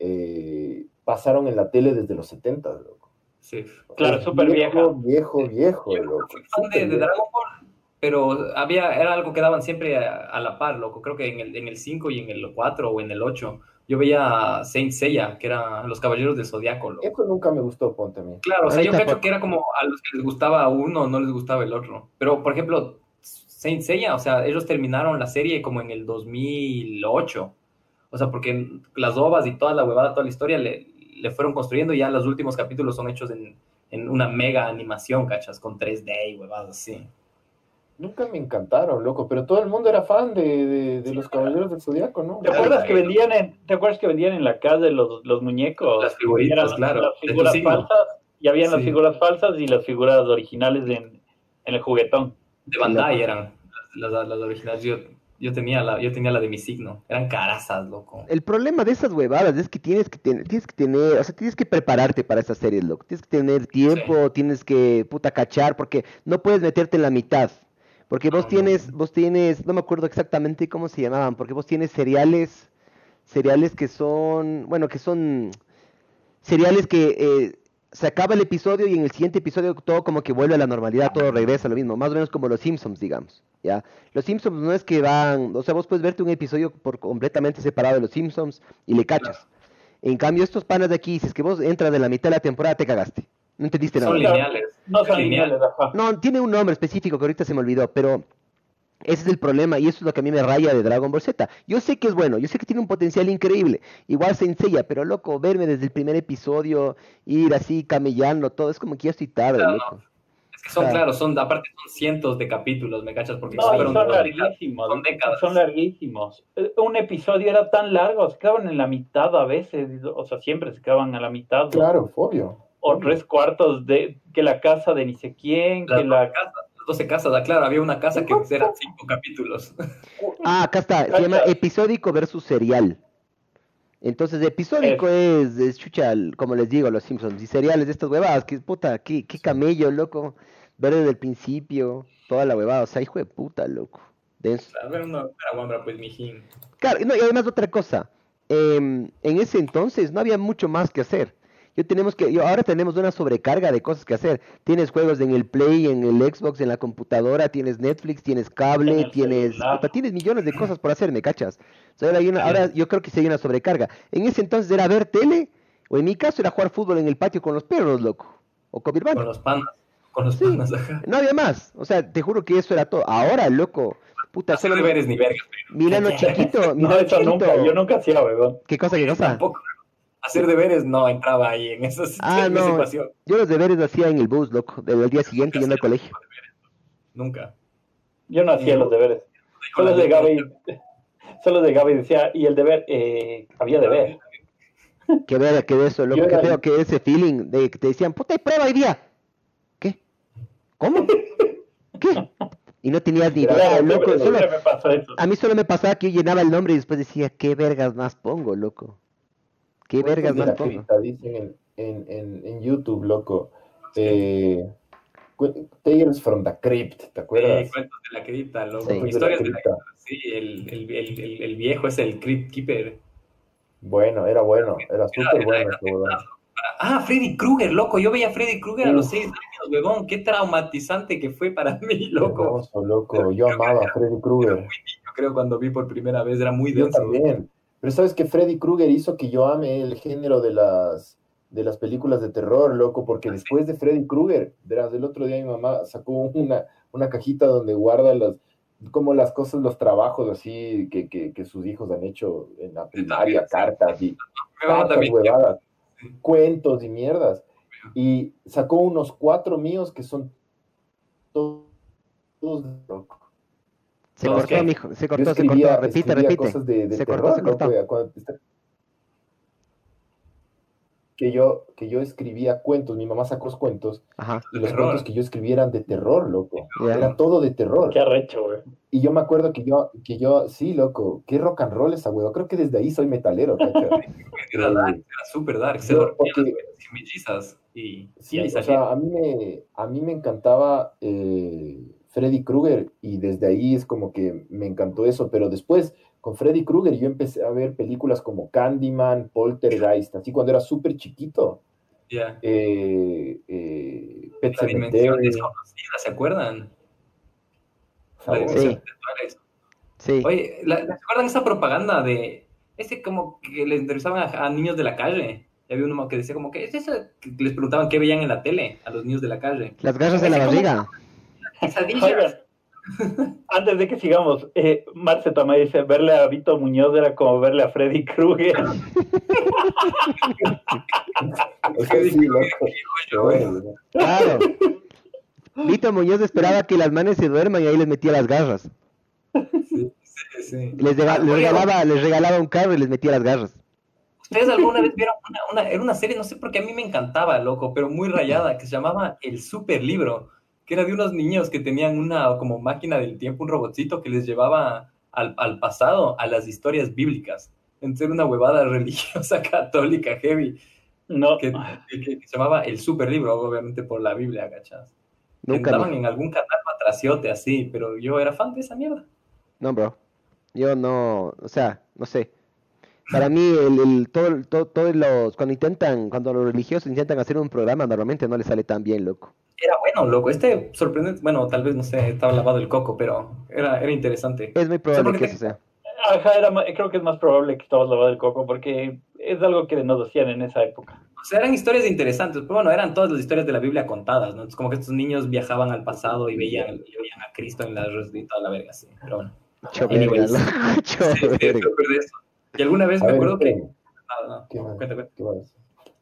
S1: eh, pasaron en la tele desde los 70, loco.
S3: Sí.
S1: O sea,
S4: Claro, súper
S1: viejo,
S4: vieja.
S1: viejo, viejo,
S3: Yo
S1: loco.
S3: fui fan de,
S1: súper
S3: de
S1: viejo.
S3: Dragon Ball, pero había, era algo que daban siempre a, a la par, loco. Creo que en el, en el 5 y en el 4 o en el 8. Yo veía Saint Seiya, que eran los Caballeros del Zodiaco, loco.
S1: Eso nunca me gustó, ponte a mí.
S3: Claro, o sea, yo
S2: Ahorita
S3: cacho
S2: por-
S3: que era como a los que les gustaba uno, no les gustaba el otro. Pero, por ejemplo, Saint Seiya, o sea, ellos terminaron la serie como en el 2008. O sea, porque las ovas y toda la huevada, toda la historia le, le fueron construyendo y ya los últimos capítulos son hechos en, en una mega animación, cachas, con 3D y huevadas así.
S1: Nunca me encantaron, loco, pero todo el mundo era fan de, de- de los Caballeros del Zodiaco, ¿no?
S4: ¿Te acuerdas que vendían en, ¿te acuerdas que vendían en la calle los, los muñecos?
S3: Las figuritas,
S4: Eran
S3: Pues claro,
S4: Las
S3: de tu
S4: figuras
S3: signo.
S4: falsas, y habían las
S3: Sí.
S4: figuras falsas y las figuras originales en, en el juguetón.
S3: De Bandai eran las, las- las originales. Yo, yo, tenía la, yo tenía la de mi signo. Eran carazas, loco.
S2: Oh. El problema de esas huevadas es que tienes que, ten- tienes que tener, o sea, tienes que prepararte para esas series, loco. Tienes que tener tiempo, tienes que, puta, cachar, porque no puedes meterte en la mitad. Porque vos
S3: No, no.
S2: tienes, vos tienes, no me acuerdo exactamente cómo se llamaban, porque vos tienes cereales, cereales que son, bueno, que son cereales que eh, se acaba el episodio y en el siguiente episodio todo como que vuelve a la normalidad, todo regresa a lo mismo, más o menos como los Simpsons, digamos, ¿ya? Los Simpsons no es que van, o sea, vos puedes verte un episodio por completamente separado de los Simpsons y le cachas. En cambio, estos panas de aquí, si es que vos entras de la mitad de la temporada, te cagaste. No entendiste nada.
S3: Son lineales.
S4: No son
S3: Lineal.
S4: lineales, ajá.
S2: No, tiene un nombre específico que ahorita se me olvidó, pero ese es el problema y eso es lo que a mí me raya de Dragon Ball Z. Yo sé que es bueno, yo sé que tiene un potencial increíble, igual se enseña, pero loco, verme desde el primer episodio, ir así camellando, todo, es como que ya estoy tarde,
S3: Claro,
S2: loco.
S3: Es que son,
S2: Claro.
S3: claro, son, aparte son cientos de capítulos, ¿me cachas? Porque
S4: No, y
S3: fueron
S4: son
S3: todos-
S4: larguísimos.
S3: son décadas.
S4: Son larguísimos. Eh, Un episodio era tan largo, se quedaban en la mitad a veces, o sea, siempre se quedaban a la mitad. ¿no?
S1: Claro, obvio.
S4: O tres cuartos de que la casa de ni sé quién,
S3: Las
S4: que la
S3: 12 casas, ah, claro, había una casa que eran cinco capítulos.
S2: Ah, acá está, se llama
S4: Cacha.
S2: episódico versus serial. Entonces, episódico es, es chucha, el- como les digo, los Simpsons, y seriales de estas huevadas, que puta, qué, qué camello, loco, ver desde el principio, toda la huevada, o sea, hijo de puta, loco, denso.
S3: A ver, no, era guambra, pues, mijín.
S2: Claro, no, y además otra cosa, em, en ese entonces no había mucho más que hacer. Yo tenemos que, yo- ahora tenemos una sobrecarga de cosas que hacer. Tienes juegos en el Play, en el Xbox, en la computadora, tienes Netflix, tienes
S4: En
S2: cable,
S4: el
S2: tienes,
S4: celular.
S2: puta, tienes millones de cosas por hacer, ¿me cachas? O sea, ahora, hay una- ahora yo creo que sí hay una sobrecarga. En ese entonces era ver tele, o en mi caso era jugar fútbol en el patio con los perros, loco, o con mi hermano.
S3: Con los panas, con los
S2: Sí.
S3: panas, ajá.
S2: No había más. O sea, te juro que eso era todo. Ahora, loco, puta,
S3: Hacer
S2: solo
S3: deberes ni verga,
S2: Milano chiquito,
S4: No,
S2: Milano
S4: eso
S2: chiquito.
S4: nunca, yo nunca hacía, weón.
S2: ¿Qué cosa, qué cosa?
S3: tampoco. Hacer deberes no entraba ahí en esas
S2: Ah,
S3: en esa
S2: no.
S3: ecuación.
S2: Yo los deberes los hacía en el bus, loco, del al día siguiente yendo al colegio.
S3: Nunca.
S4: Yo no hacía
S3: Ni-
S4: los deberes. Solo llegaba y, solo llegaba y decía, y el deber, eh, había deber.
S2: Qué ver, qué de eso, loco.
S1: Yo
S2: Qué
S1: era-
S2: feo que ese feeling de que te decían, puta, hay prueba hoy día. ¿Qué? ¿Cómo? ¿Qué? Y no tenías ni
S1: Claro,
S2: idea,
S1: siempre-
S2: loco. Solo,
S4: Siempre me pasa eso.
S2: a mí solo me pasaba que yo llenaba el nombre y después decía, ¿qué vergas más pongo, loco? ¿Qué
S1: Cuentos
S2: vergas
S1: de
S2: más
S1: la
S2: pongo?
S1: cripta, dicen en, en, en, en YouTube, loco. Eh, cu- Tales from the Crypt, ¿te acuerdas?
S3: Eh, cuentos de la cripta, loco.
S2: Sí.
S3: Historias de la
S1: cripta.
S3: cripta. Sí, el, el, el, el, el viejo es el Crypt Keeper.
S1: Bueno, era bueno, era
S3: Era-
S1: súper
S3: era-
S1: bueno.
S3: era
S1: ese huevón.
S3: Ah, Freddy Krueger, loco. Yo veía a Freddy Krueger a
S1: Uf.
S3: los seis años, huevón. Qué traumatizante que fue para mí, loco.
S1: Hermoso, loco. Yo amaba a Freddy Krueger.
S3: Yo creo cuando vi por primera vez era muy
S1: Yo
S3: denso.
S1: también. Pero sabes que Freddy Krueger hizo que yo ame el género de las, de las películas de terror, loco, porque después de Freddy Krueger, verás, el otro día mi mamá sacó una, una cajita donde guarda las, como las cosas, los trabajos así que, que, que sus hijos han hecho en la primaria, cartas y
S3: Mi mamá
S1: cartas,
S3: también.
S1: huevadas, cuentos y mierdas. Y sacó unos cuatro míos que son todos, todos locos.
S2: Se
S3: No, es
S2: cortó,
S3: que
S2: mijo. Se
S1: Yo
S2: cortó, se
S1: escribía,
S2: cortó. Repite,
S1: escribía
S2: repite.
S1: cosas de, de
S2: Se cortó,
S1: terror,
S2: se cortó.
S1: loco, cuando está- que yo, que yo escribía cuentos, mi mamá sacó los cuentos,
S2: Ajá.
S1: y los
S3: terror.
S1: cuentos que yo escribía eran de terror, loco.
S2: ya.
S1: Era todo de terror.
S4: Qué arrecho, güey.
S1: Y yo me acuerdo que yo, que yo, sí, loco, qué rock and roll esa huevo. Creo que desde ahí soy metalero, cacho.
S3: Era dark,
S1: Eh,
S3: era super dark. Se
S1: yo-
S3: dormían las
S1: porque-
S3: mujeres sin mellizas y,
S1: Sí,
S3: y ahí
S1: o
S3: salía.
S1: sea, a mí me, a mí me encantaba eh, Freddy Krueger y desde ahí es como que me encantó eso, pero después con Freddy Krueger yo empecé a ver películas como Candyman, Poltergeist, así cuando era súper chiquito,
S3: ya.
S1: eh, eh, Pet
S3: La dimensión
S1: Sematary,
S3: desconocida, ¿se acuerdan? La
S1: sabor.
S3: dimensión
S2: Sí.
S3: de Suárez.
S2: Sí.
S3: Oye, ¿la, la- ¿se acuerdan esa propaganda de ese como que les entrevistaban a, a niños de la calle? Y había uno que decía como que es eso que les preguntaban qué veían en la tele a los niños de la calle.
S2: Las garras de la barriga.
S3: Pesadillas.
S4: Oigan, antes de que sigamos, eh, Marce Tamayo dice, verle a Vito Muñoz era como verle a Freddy Krueger.
S1: O sea, sí, loco, qué bueno, ¿verdad?
S2: Claro. Vito Muñoz esperaba que las manes se duerman y ahí les metía las garras.
S3: Sí, sí.
S2: Les, deba-
S3: Ah,
S2: les
S3: oye,
S2: regalaba, les regalaba un carro y les metía las garras.
S3: ¿Ustedes alguna vez vieron una, una, era una serie, no sé por qué a mí me encantaba, loco, pero muy rayada, que se llamaba El Super Libro, que era de unos niños que tenían una como máquina del tiempo, un robotcito que les llevaba al, al pasado, a las historias bíblicas. Entonces era una huevada religiosa católica heavy,
S4: No,
S3: que, que- que se llamaba El Super Libro, obviamente por la Biblia, ¿cachas? Que
S2: Nunca.
S3: Estaban
S2: mijo.
S3: en algún canal matraciote así, pero yo era fan de esa mierda.
S2: No, bro. Yo no, o sea, no sé. Para mí, el, el- todo, todo, todos los, cuando intentan, cuando los religiosos intentan hacer un programa, normalmente no les sale tan bien, loco.
S3: Era bueno, loco, este sorprendente, bueno, tal vez, no sé, estaba lavado el coco, pero era, era interesante.
S2: Es muy probable
S3: porque
S2: que
S3: te-
S2: eso sea.
S4: ajá, era ma- creo que es más probable que estabas lavado del coco porque es algo que nos hacían en esa época.
S3: O sea, eran historias interesantes, pero bueno, eran todas las historias de la Biblia contadas, ¿no? Entonces, como que estos niños viajaban al pasado y veían, y veían a Cristo en la res- y toda la verga, sí. Pero bueno.
S2: Cho
S3: Anyways.
S2: verga, loco, cho
S3: Sí, sí,
S2: verga.
S3: me acuerdo de eso. Y alguna vez
S1: A
S3: me
S1: ver, este.
S3: acuerdo que.
S1: espérame,
S3: Ah, no.
S1: ¿qué más?
S3: Cuenta, cuenta.
S1: ¿Qué más?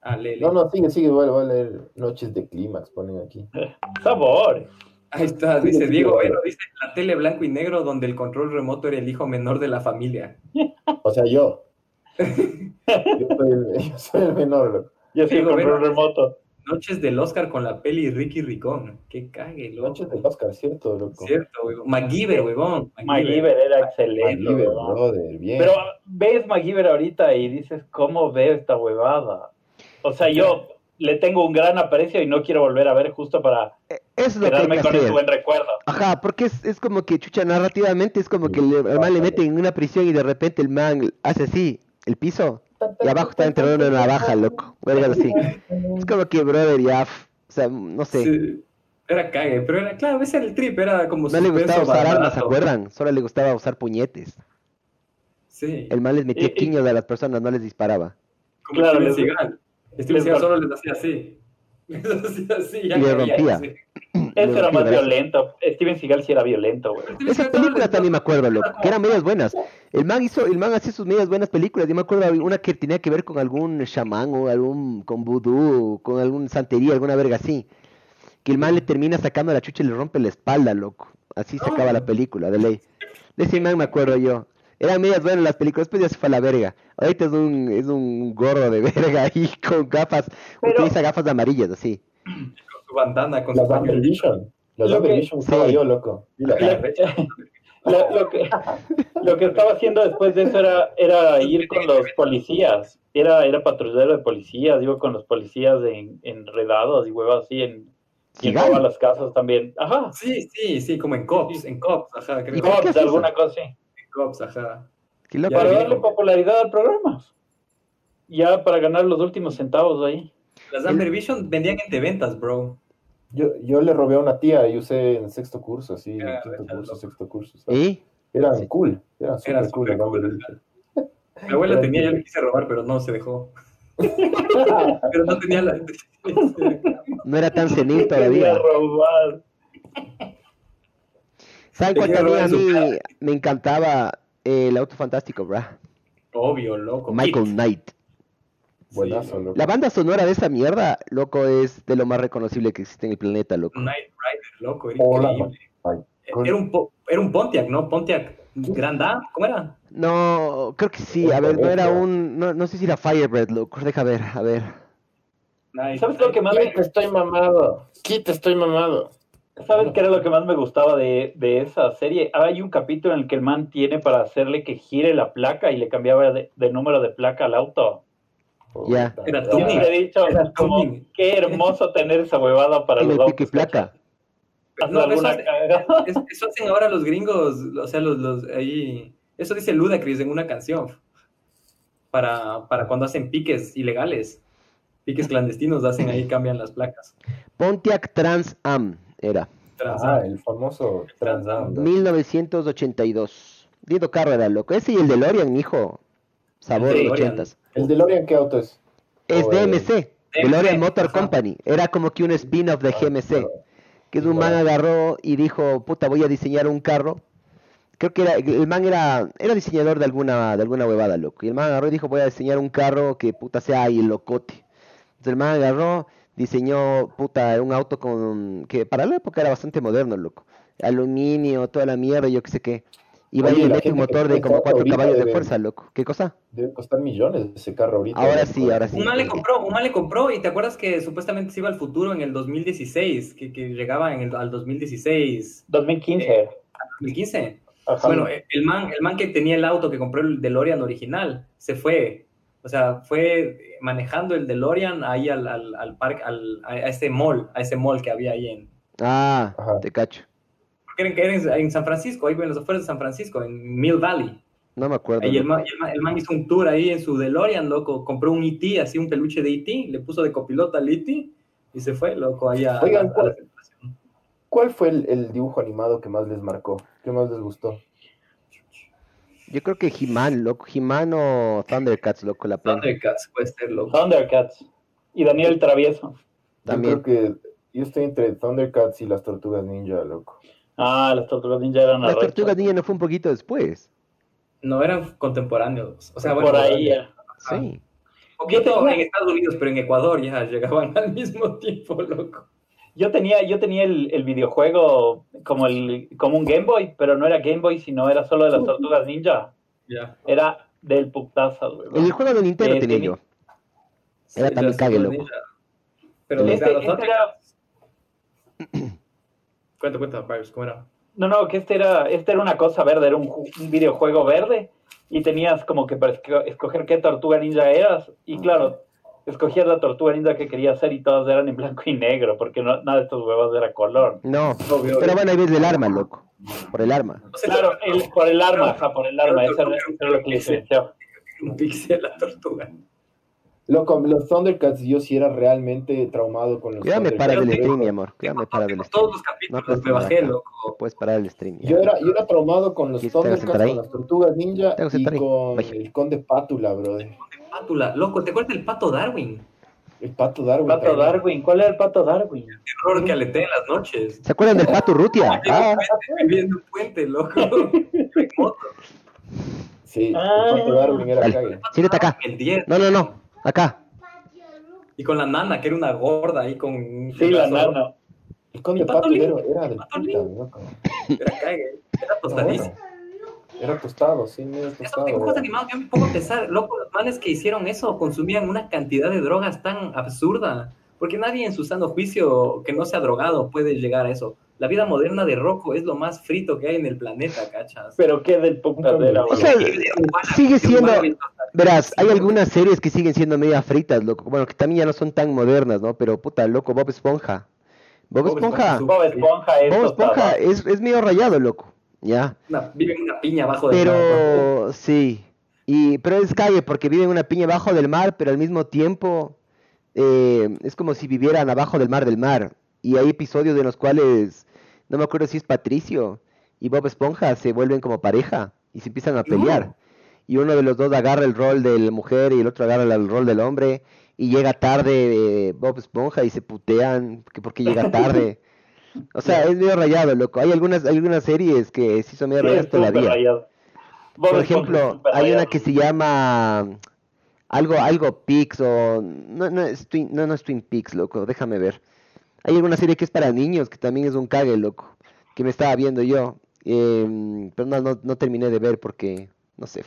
S3: Ah, lee, lee.
S1: No, no, sigue, sigue, voy a, voy a leer Noches de Clímax, ponen aquí.
S4: ¡Sabor!
S3: Ahí está, dice
S1: Sí,
S3: Diego
S1: sí, sí.
S3: Vero, dice la tele blanco y negro donde el control remoto era el hijo menor de la familia.
S1: O sea, yo. Yo soy el, yo soy el menor, loco.
S4: Yo soy
S3: Digo,
S4: control
S3: bueno.
S4: remoto.
S3: Noches del Oscar con la peli Ricky Ricón. Qué cague, loco.
S1: Noches del Oscar, ¿cierto, loco?
S3: Cierto, huevón. MacGyver, huevón.
S4: MacGyver era excelente.
S1: MacGyver,
S4: ¿no?
S1: brother, bien.
S4: Pero ves MacGyver ahorita y dices, ¿cómo veo esta huevada? O sea, yo le tengo un gran aprecio y no quiero volver a ver justo para
S2: Eh, Eso es lo que hay
S4: quedarme
S2: que
S4: con ese
S2: hacer.
S4: buen recuerdo.
S2: Ajá, porque es, es como que, chucha, narrativamente es como que le, al man le meten en una prisión y de repente el man hace así, el piso, y abajo está enterrado en una navaja, loco. Verga, así. Es como que, brother, ya, f- o sea, no sé.
S3: Sí. Era cague, pero era, claro, ese era el trip, era como
S2: No le gustaba
S3: suspenso
S2: usar armas, ¿se
S3: barato.
S2: acuerdan? Solo le gustaba usar puñetes.
S3: Sí,
S2: El mal les
S3: Eh,
S2: metía
S4: Y- y-
S2: quiños a las personas, no les disparaba.
S3: como
S4: claro,
S3: Steven
S4: les-
S3: Seagal. Steven
S4: les-
S3: Seagal solo les hacía así. Les hacía así, ya
S2: Y le
S3: caía,
S2: rompía.
S3: sí.
S4: Ese era más
S2: Verga.
S4: violento. Steven Seagal sí era violento, güey.
S3: Steven
S2: Esas
S3: Seagal solo
S2: películas
S3: les-
S2: también me acuerdo, loco, que eran medias buenas. El man hizo, el man hacía sus medias buenas películas. Yo me acuerdo de una que tenía que ver con algún chamán o algún, con vudú, o con algún santería, alguna verga así. Que el man le termina sacando la chucha y le rompe la espalda, loco. Así se acaba la película, de ley. De ese man me acuerdo yo. Eran medias buenas las películas, después ya se fue a la verga. Ahorita es un, es un gordo de verga ahí con gafas.
S4: Pero-
S2: Utiliza gafas amarillas, así.
S3: con su bandana, con
S1: Las
S3: su
S1: Amber
S3: pañuelo.
S1: Vision. Las
S4: Lo
S1: Amber
S4: que-
S1: Vision usaba
S2: Sí.
S1: yo, loco. Mira,
S3: La recha.
S4: Lo, lo que, lo que estaba haciendo después de eso era, era ir con los policías. Era, era patrullero de policías, iba con los policías en, enredados y huevas así, en, y en
S2: Sigan.
S4: todas las casas también. Ajá,
S3: Sí, sí, sí, como en cops, en cops, ajá, creo.
S2: ¿Y
S3: que
S2: por qué
S4: cops,
S2: haces
S4: alguna cosa así.
S3: en cops, ajá.
S2: Qué loco.
S3: Ya
S4: Para
S3: vi.
S4: darle popularidad al programa. Ya para ganar los últimos centavos ahí.
S3: Las Amber Vision vendían en ventas, bro.
S1: yo, yo le robé a una tía y usé en sexto curso, así,
S3: Ah,
S1: quinto
S3: está
S1: curso, sexto curso. ¿sabes?
S2: ¿Y?
S1: Eran
S2: Sí.
S1: cool, eran super
S3: Era
S1: cool.
S3: súper
S1: ¿no?
S3: cool. ajá. Mi abuela tenía, yo le quise robar, pero no se dejó. Pero no tenía la.
S2: No era tan senil
S4: Quería
S2: todavía.
S4: robar.
S2: ¿Saben cuál también
S3: Quería
S2: a
S3: robar su
S2: mí me encantaba? Eh, el auto fantástico, bruh.
S3: Obvio, loco.
S2: Michael Knight.
S1: Buenazo, loco.
S2: La banda sonora de esa mierda, loco, es de lo más reconocible que existe en el planeta, loco.
S3: Knight Rider, loco, era
S1: Hola,
S3: increíble.
S1: Mike.
S3: Era un, po- era un Pontiac, ¿no? Pontiac Grand Am, ¿cómo era?
S2: No, creo que sí. A ver, no era un. No, no sé si era Firebird, loco. Deja ver, a ver.
S4: ¿Sabes lo que más me,
S1: estoy mamado. Quita, estoy mamado.
S4: ¿Sabes qué era lo que más me gustaba de, de esa serie? Ah, Hay un capítulo en el que el man tiene para hacerle que gire la placa y le cambiaba de, de número de placa al auto.
S2: Ya.
S3: Era
S4: Yo
S3: Tuning.
S1: Ah,
S4: le he dicho,
S3: Era
S4: como,
S3: tuning.
S4: qué hermoso tener esa huevada para
S2: En
S4: los
S2: el
S4: autos.
S2: pico y placa.
S4: Hazle
S3: No, eso,
S4: alguna
S3: hace-
S4: cagada.
S3: eso- eso hacen ahora los gringos, o sea, los, los ahí. Eso dice Ludacris en una canción. Para, para cuando hacen piques ilegales. Piques clandestinos hacen ahí, cambian las placas.
S2: Pontiac Trans Am era.
S3: Trans
S1: Ah,
S3: Am.
S1: el famoso Trans Am.
S2: 1982. Lindo carro era, loco. Ese y el DeLorean, hijo. Sabor
S3: El DeLorean.
S2: 80s.
S1: ¿El DeLorean qué auto es?
S2: Es
S1: Oh,
S2: DMC. DeLorean Motor
S3: ajá.
S2: Company. Era como que un spin-off
S1: Ah,
S2: de GMC. que es un man agarró y dijo, puta, voy a diseñar un carro. Creo que era, el man era, era diseñador de alguna, de alguna huevada, loco. Y el man agarró y dijo, voy a diseñar un carro que puta sea ahí locote. Entonces el man agarró, diseñó, puta, un auto con, que para la época era bastante moderno, loco. Aluminio, toda la mierda, yo qué sé qué. Y va y
S1: Oye,
S2: le
S1: la
S2: mete un
S1: gente que
S2: motor de
S1: tiene
S2: como
S1: ese auto
S2: 4
S1: ahorita
S2: caballos de
S1: debe-
S2: fuerza, loco. ¿Qué cosa?
S1: Debe costar millones ese carro ahorita.
S2: Ahora
S1: loco.
S2: sí, ahora sí.
S3: Un man le compró, un man le compró, y te acuerdas que supuestamente se iba al futuro en el 2016, que, que llegaba en el, al 2016,
S4: 2015.
S3: 2015.
S4: Ajá.
S3: Bueno, e- el man, el man que tenía el auto que compró el DeLorean original se fue. O sea, fue manejando el DeLorean ahí al, al, al parque, al, a a ese mall, a ese mall que había ahí en.
S2: Ah,
S1: Ajá.
S2: te cacho.
S3: porque Era, en- era en, en San Francisco, ahí en las afueras de San Francisco, en Mill Valley.
S2: No me acuerdo.
S3: Ahí el
S2: loco.
S3: man, el man- el man hizo un tour ahí en su DeLorean, loco. Compró un E.T., así un peluche de E.T., le puso de copilota al E.T. y se fue, loco, ahí a,
S1: Oigan,
S3: a- a
S1: ¿cuál-
S3: la celebración.
S1: ¿Cuál fue el, el dibujo animado que más les marcó? ¿Qué más les gustó?
S2: Yo creo que He-Man, loco. He-Man o Thundercats, loco, la plena.
S3: Thundercats puede ser, loco.
S4: Thundercats. Y Daniel Travieso.
S2: También.
S1: Yo creo que yo estoy entre Thundercats y las Tortugas Ninja, loco.
S4: Ah, las tortugas ninja eran
S2: Las
S4: arrechas.
S2: tortugas ninja no fue un poquito después.
S3: No eran contemporáneos. O sea, bueno,
S4: Por ahí. eh.
S2: Sí.
S3: un poquito en Estados Unidos, pero en Ecuador ya llegaban al mismo tiempo, loco.
S4: Yo tenía, yo tenía el, el videojuego como, el, como un Game Boy, pero no era Game Boy, sino era solo de las tortugas ninja.
S3: Ya.
S4: Era del putazo,
S2: El
S4: güey.
S2: juego de Nintendo
S4: Eh,
S2: tenía
S4: tenía-
S2: yo. Era también
S3: las
S2: cague,
S3: tortugas
S2: loco.
S3: ninja. Pero
S4: Este-
S3: claro,
S4: este
S3: Thundercats-
S4: era-
S3: Cuenta, cuenta, Byers, ¿cómo era?
S4: No, no, que este era, este era una cosa verde, era un, ju- un videojuego verde y tenías como que para esco- escoger qué tortuga ninja eras y claro, escogías la tortuga ninja que querías ser y todas eran en blanco y negro porque no, nada de estos huevos era color.
S2: No.
S3: Obvio,
S2: Pero
S3: obvio.
S2: bueno, ahí ves el arma, loco. Por el arma.
S3: O sea,
S4: Claro, el- por el arma, ajá, por el arma, eso era, eso era lo que les decía.
S3: Un pixel la tortuga.
S1: Loco, los Thundercats yo sí era realmente traumado con los
S2: Cuídame para del
S3: Yo
S2: stream, mi amor. Cuídame para del stream.
S3: Todos los capítulos
S2: este- No puedes
S3: me bajé,
S2: parar acá.
S3: loco.
S2: Puedes parar el stream. ya.
S1: Yo era, yo era traumado con los
S2: ¿Quieres que te haga sentar
S1: Thundercats,
S2: ahí?
S1: con las Tortugas Ninja
S2: Te hago
S1: y
S2: sentar ahí.
S1: con
S2: Vaya.
S1: el Conde Pátula, brother.
S3: Pátula, loco, ¿te acuerdas del pato Darwin?
S1: El Pato Darwin.
S4: Pato
S1: también.
S4: Darwin, ¿cuál era el pato Darwin?
S3: Terror que aletea en las noches.
S2: ¿Se acuerdan del Pato Rutia? Ah,
S3: Viviendo un puente, loco. En moto.
S1: Sí, el
S4: Ah.
S1: Pato Darwin era
S2: Dale.
S1: cague.
S2: Ah, siéntate acá.
S3: El 10.
S2: No, no, no. Acá.
S3: Y con la nana, que era una gorda ahí con. un
S4: Sí, la
S3: brazo.
S4: nana.
S1: El Conde
S3: El Pato
S1: Pátula
S3: Lindo.
S1: era, era del
S3: Pato
S1: puta,
S3: Lindo.
S1: loco.
S3: eh, Era cague, era
S1: Era bueno.
S3: tostadísimo.
S1: Era tostado, sí, medio
S3: Esos
S1: tostado.
S3: dibujos
S1: era.
S3: animados, yo me pongo a pensar, loco, los manes que hicieron eso consumían una cantidad de drogas tan absurda, porque nadie en su sano juicio que no sea drogado puede llegar a eso. La vida moderna de Rocco es lo más frito que hay en el planeta, cachas.
S4: Pero qué del puta de la
S2: O sea, sigue siendo. Verás, hay algunas series que siguen siendo media fritas, loco. Bueno, que también ya no son tan modernas, ¿no? Pero puta, loco, Bob Esponja. Bob,
S3: Bob
S2: Esponja.
S3: Esponja,
S4: Bob Esponja es ¿eh?
S2: Bob
S4: tostado.
S2: Esponja es, es medio rayado, loco. Ya.
S3: Una- viven una piña abajo de
S2: Pero sí. Y, pero es calle porque viven una piña abajo del mar, pero al mismo tiempo eh, es como si vivieran abajo del mar del mar. Y hay episodios en los cuales, no me acuerdo si es Patricio y Bob Esponja se vuelven como pareja y se empiezan a pelear. Y uno de los dos agarra el rol de la mujer y el otro agarra el rol del hombre. Y llega tarde eh, Bob Esponja y se putean que porque llega tarde. O sea, es medio rayado, loco. Hay algunas, hay algunas series que sí son medio
S4: Sí,
S2: rayadas
S4: es súper
S2: todavía.
S4: rayado. Bob
S2: Por
S4: Esponja es
S2: ejemplo,
S4: súper
S2: hay una
S4: rayado.
S2: que se llama mm, algo, algo Pix o no, no es Twin, no, no es Twin Peaks, loco, déjame ver. Hay alguna serie que es para niños, que también es un cague, loco, que me estaba viendo yo, em, pero no, no, no terminé de ver porque, no sé,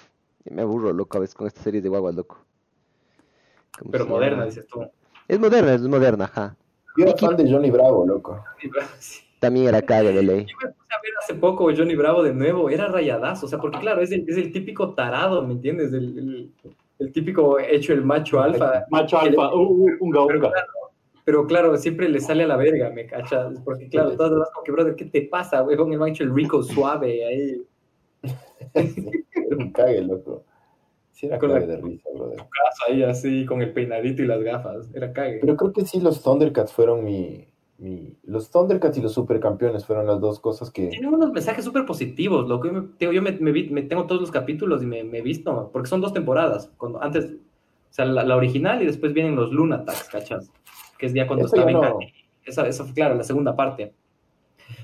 S2: me aburro, loco, a veces con estas series de guagua, loco. ¿Cómo
S3: Pero
S2: se llama?
S3: moderna, dices tú.
S2: Es moderna, es moderna, ajá.
S1: Yo era fan de Johnny Bravo, loco.
S3: Sí.
S2: También era cague de ley.
S3: Yo me puse a ver hace poco Johnny Bravo de nuevo, era rayadazo, o sea, porque claro, es el, es el típico tarado, ¿me entiendes? El, el- el típico hecho el macho alfa.
S4: Macho alfa, uh, uh, unga,
S3: Pero
S4: unga.
S3: claro, pero claro, siempre le sale a la verga, ¿me cachas? Porque claro, todas las como que, brother, ¿qué te pasa, güey? Con el macho el rico suave ahí.
S1: Era un cague, loco. Sí, era
S3: Correcto.
S1: cague de risa, brother.
S3: Caso ahí así, con el peinadito y las gafas. Era cague.
S1: Pero creo que sí, los Thundercats fueron mi. mi... Los Thundercats y los Supercampeones fueron las dos cosas que.
S3: Tienen unos mensajes súper positivos, lo que me, te digo, yo me, me vi- me tengo todos los capítulos y me me he visto, porque son dos temporadas. Cuando, antes, o sea, la, la original y después vienen los Lunatax, ¿cachas? Que es ya cuando
S1: Eso
S3: estaba
S1: ya
S3: en
S1: no-
S3: Cali. Esa, esa fue, claro, la segunda parte.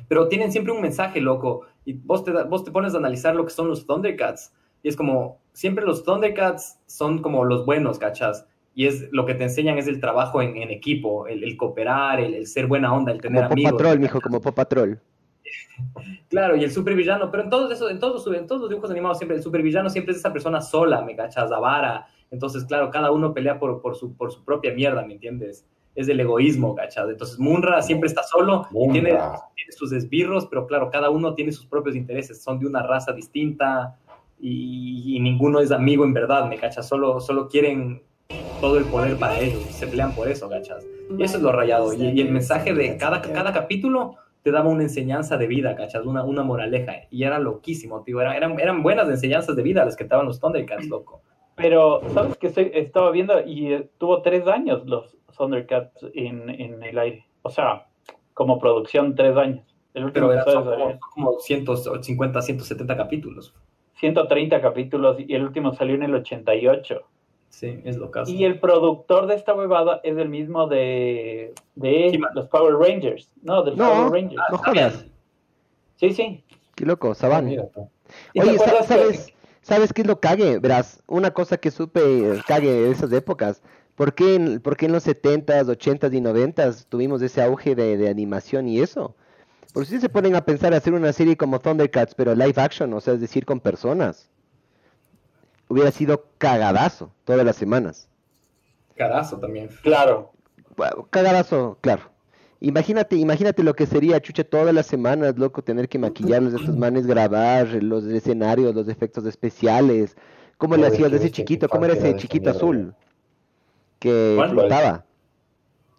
S3: Pero tienen siempre un mensaje, loco. Y vos te, da- vos te pones a analizar lo que son los Thundercats. Y es como, siempre los Thundercats son como los buenos, ¿cachas? Y es lo que te enseñan es el trabajo en, en equipo, el, el cooperar, el, el ser buena onda, el
S2: Como
S3: tener
S2: Pop
S3: amigos.
S2: Patrol, mijo, como Pop Patrol.
S3: Claro, y el supervillano, pero en todos esos, en todos los, en todos los dibujos animados siempre el supervillano siempre es esa persona sola, me cachas, avara. Entonces, claro, cada uno pelea por, por, su, por su propia mierda, ¿me entiendes? Es del egoísmo, cachas. Entonces, Munra siempre está solo y tiene,
S1: Munra.
S3: tiene sus esbirros, pero claro, cada uno tiene sus propios intereses, son de una raza distinta y, y ninguno es amigo en verdad, me cachas. Solo, solo quieren todo el poder para ellos, se pelean por eso, cachas. Y eso es lo rayado. Y, y el mensaje de cada, cada capítulo te daba una enseñanza de vida, cachas, una, una moraleja. Y era loquísimo, tío. Era- eran, eran buenas enseñanzas de vida las que te daban los Thundercats, loco.
S4: Pero, ¿sabes que estoy, estaba viendo? Y eh, tuvo tres años los Thundercats en, en el aire. O sea, como producción, tres años. El último
S3: Pero eran son
S4: episodio
S3: como,
S4: salió
S3: son como 150, 170 capítulos.
S4: 130 capítulos y el último salió en el 88.
S3: Sí, es lo caso.
S4: Y el productor de esta huevada es el mismo de, de
S3: He-Man.
S4: los Power Rangers. No, de los
S2: No.
S4: Power Rangers.
S2: No jodas,
S4: Sí, sí.
S2: qué loco,
S1: Ah,
S2: Saban.
S1: mira, tú.
S4: ¿Y
S2: Oye,
S4: te
S2: sa-
S4: acuerdas
S2: ¿sabes, ¿sabes qué es lo cague? Verás, una cosa que supe eh, cague de esas épocas. ¿Por qué en, por qué en los 70s, 80s y 90s tuvimos ese auge de, de animación y eso? Por si se ponen a pensar hacer una serie como Thundercats, pero live action, o sea, es decir, con personas. Hubiera sido cagadazo todas las semanas.
S3: Carazo también.
S4: Claro.
S2: Bueno, Cagadazo, claro. Imagínate, imagínate lo que sería, chucha, todas las semanas, loco, tener que maquillarlos a estos manes, grabar los escenarios, los efectos especiales. ¿Cómo le
S1: Joder,
S2: hacías de
S1: qué
S2: ese
S1: bestia,
S2: chiquito?
S1: qué
S2: ¿Cómo era
S1: fácil era
S2: ese
S1: de esa
S2: chiquito
S1: mierda,
S2: azul?
S1: güey.
S2: Que
S3: ¿Cuál?
S2: flotaba.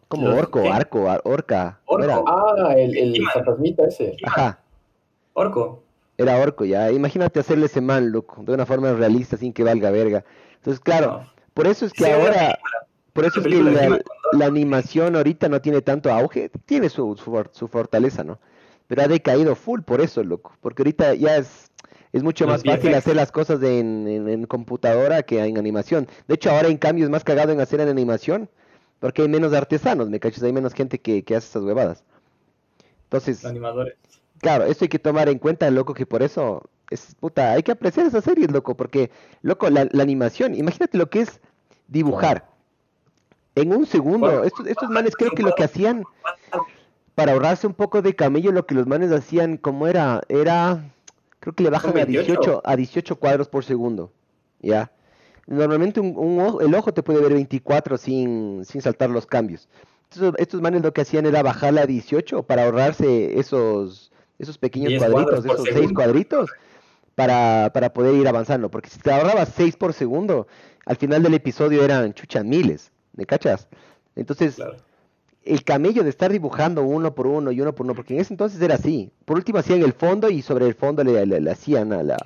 S2: Como
S3: Los-
S2: orco,
S3: ¿qué?
S2: arco, ar- orca. ¿cómo
S3: Orco.
S2: era?
S1: Ah, el, el
S3: He-Man.
S1: fantasmita ese.
S2: Ajá,
S3: Orco.
S2: era orco ya. Imagínate hacerle ese man, loco, de una forma realista, sin que valga verga. Entonces, claro,
S3: No.
S2: por eso es que
S3: Sí, era una
S2: ahora,
S3: película.
S2: por eso
S3: Una
S2: es que
S3: película de
S2: la,
S3: He-Man con
S2: la animación ahorita no tiene tanto auge, tiene su, su, for- su fortaleza, ¿no? Pero ha decaído full por eso, loco, porque ahorita ya es, es mucho
S3: Los
S2: más fácil
S3: VFX.
S2: hacer las cosas en, en- en computadora que en animación. De hecho, ahora en cambio es más cagado en hacer en animación, porque hay menos artesanos, ¿me cachas? Hay menos gente que, que hace esas huevadas. Entonces,
S3: Los animadores.
S2: Claro, esto hay que tomar en cuenta, loco, que por eso es puta, hay que apreciar esas series, loco, porque, loco, la, la animación, imagínate lo que es dibujar. En un segundo,
S3: Bueno,
S2: estos, estos manes creo que lo que hacían, para ahorrarse un poco de camello, lo que los manes hacían, como era? Era, Creo que le bajan a
S3: 28.
S2: 18, a 18 cuadros por segundo. ¿Ya? Normalmente un, un ojo- el ojo te puede ver 24 sin, sin saltar los cambios. Entonces, estos manes lo que hacían era bajarla a 18 para ahorrarse esos, esos pequeños
S3: 10 cuadros
S2: cuadritos,
S3: por
S2: esos 6
S3: segundo.
S2: cuadritos, para, para poder ir avanzando. Porque si te ahorrabas 6 por segundo, al final del episodio eran chucha miles. ¿Me cachas? Entonces,
S3: Claro.
S2: el camello de estar dibujando uno por uno y uno por uno, porque en ese entonces era así. Por último hacían el fondo y sobre el fondo le, le- le hacían a la...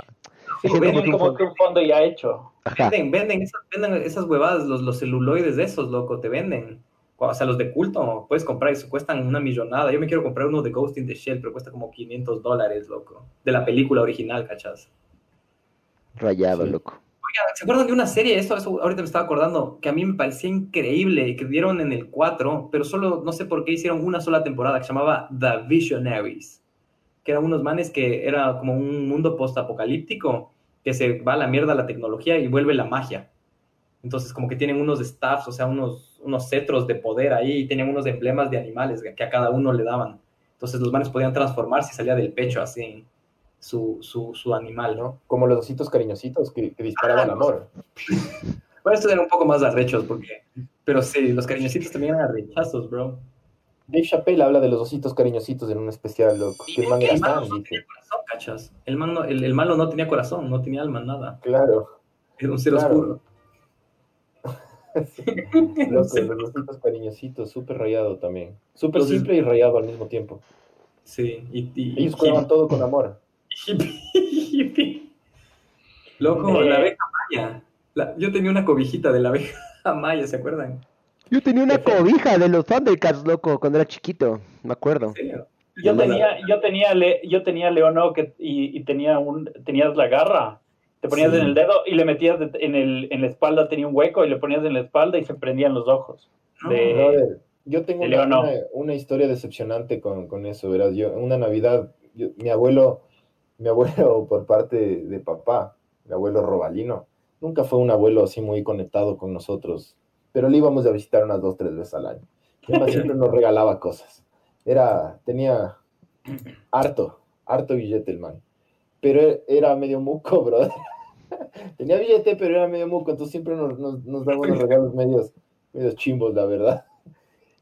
S4: Sí,
S2: hacían
S4: venden como que un fondo ya hecho.
S2: Ajá.
S3: Venden, venden, esas, venden esas huevadas, los, los celuloides de esos, loco, te venden. O sea, los de culto, puedes comprar, eso cuestan una millonada. Yo me quiero comprar uno de Ghost in the Shell, pero cuesta como 500 dólares, loco. De la película original, cachas.
S2: Rayado,
S1: Sí.
S2: loco.
S3: Oiga, ¿se acuerdan de una serie? Eso, eso ahorita me estaba acordando, que a mí me parecía increíble, que dieron en el 4, pero solo, no sé por qué hicieron una sola temporada, que se llamaba The Visionaries, que eran unos manes que era como un mundo postapocalíptico, que se va a la mierda la tecnología y vuelve la magia. Entonces, como que tienen unos staffs, o sea, unos, unos cetros de poder ahí, y tenían unos emblemas de animales que a cada uno le daban. Entonces, los manes podían transformarse y salía del pecho así su, su, su animal, ¿no?
S1: Como los ositos cariñositos que, que disparaban
S3: Ah,
S1: amor.
S3: Bueno, estos eran un poco más arrechos, porque. Pero sí, los cariñositos también eran arrechazos, bro.
S1: Dave Chappelle habla de los ositos cariñositos en un especial, loco. Que el man era
S3: el malo
S1: tan,
S3: no
S1: dice.
S3: tenía corazón, cachas. El, man no- el, el malo no tenía corazón, no tenía alma, nada.
S1: Claro.
S3: Era un ser
S1: Claro.
S3: oscuro.
S1: Loco,
S3: Sí.
S1: los ositos cariñositos, súper rayado también. Súper
S3: Entonces-
S1: simple y rayado al mismo tiempo.
S3: Sí, y. y
S1: Ellos cuidaban todo con amor.
S3: hippie, hippie. Loco,
S4: Eh.
S3: la abeja maya. La- yo tenía una cobijita de la abeja maya, ¿se acuerdan?
S2: Yo tenía una
S4: Qué feo.
S2: cobija de los Thundercats, loco, cuando era chiquito, me acuerdo.
S3: ¿En serio?
S4: Yo
S3: me la-
S4: tenía, yo tenía, le- yo tenía Leono que, y, y tenía un, tenías la garra. Te ponías
S3: Sí.
S4: en el dedo y le metías de- en, el, en la espalda, tenía un hueco y le ponías en la espalda y se prendían los ojos.
S3: No,
S4: de-
S1: Brother, yo tengo
S4: de
S1: una,
S4: Este, Leo no.
S1: una- una historia decepcionante con, con eso, verás. Yo, en una Navidad, yo- mi abuelo, mi abuelo por parte de papá, mi abuelo Robalino, nunca fue un abuelo así muy conectado con nosotros, pero le íbamos a visitar unas dos, tres veces al año. Y además siempre nos regalaba cosas. Era, tenía harto, harto billete el man. Pero e- era medio muco, brother. Tenía billete, pero era medio muco, entonces siempre nos, nos, nos daba unos regalos medios, medios chimbos, la verdad.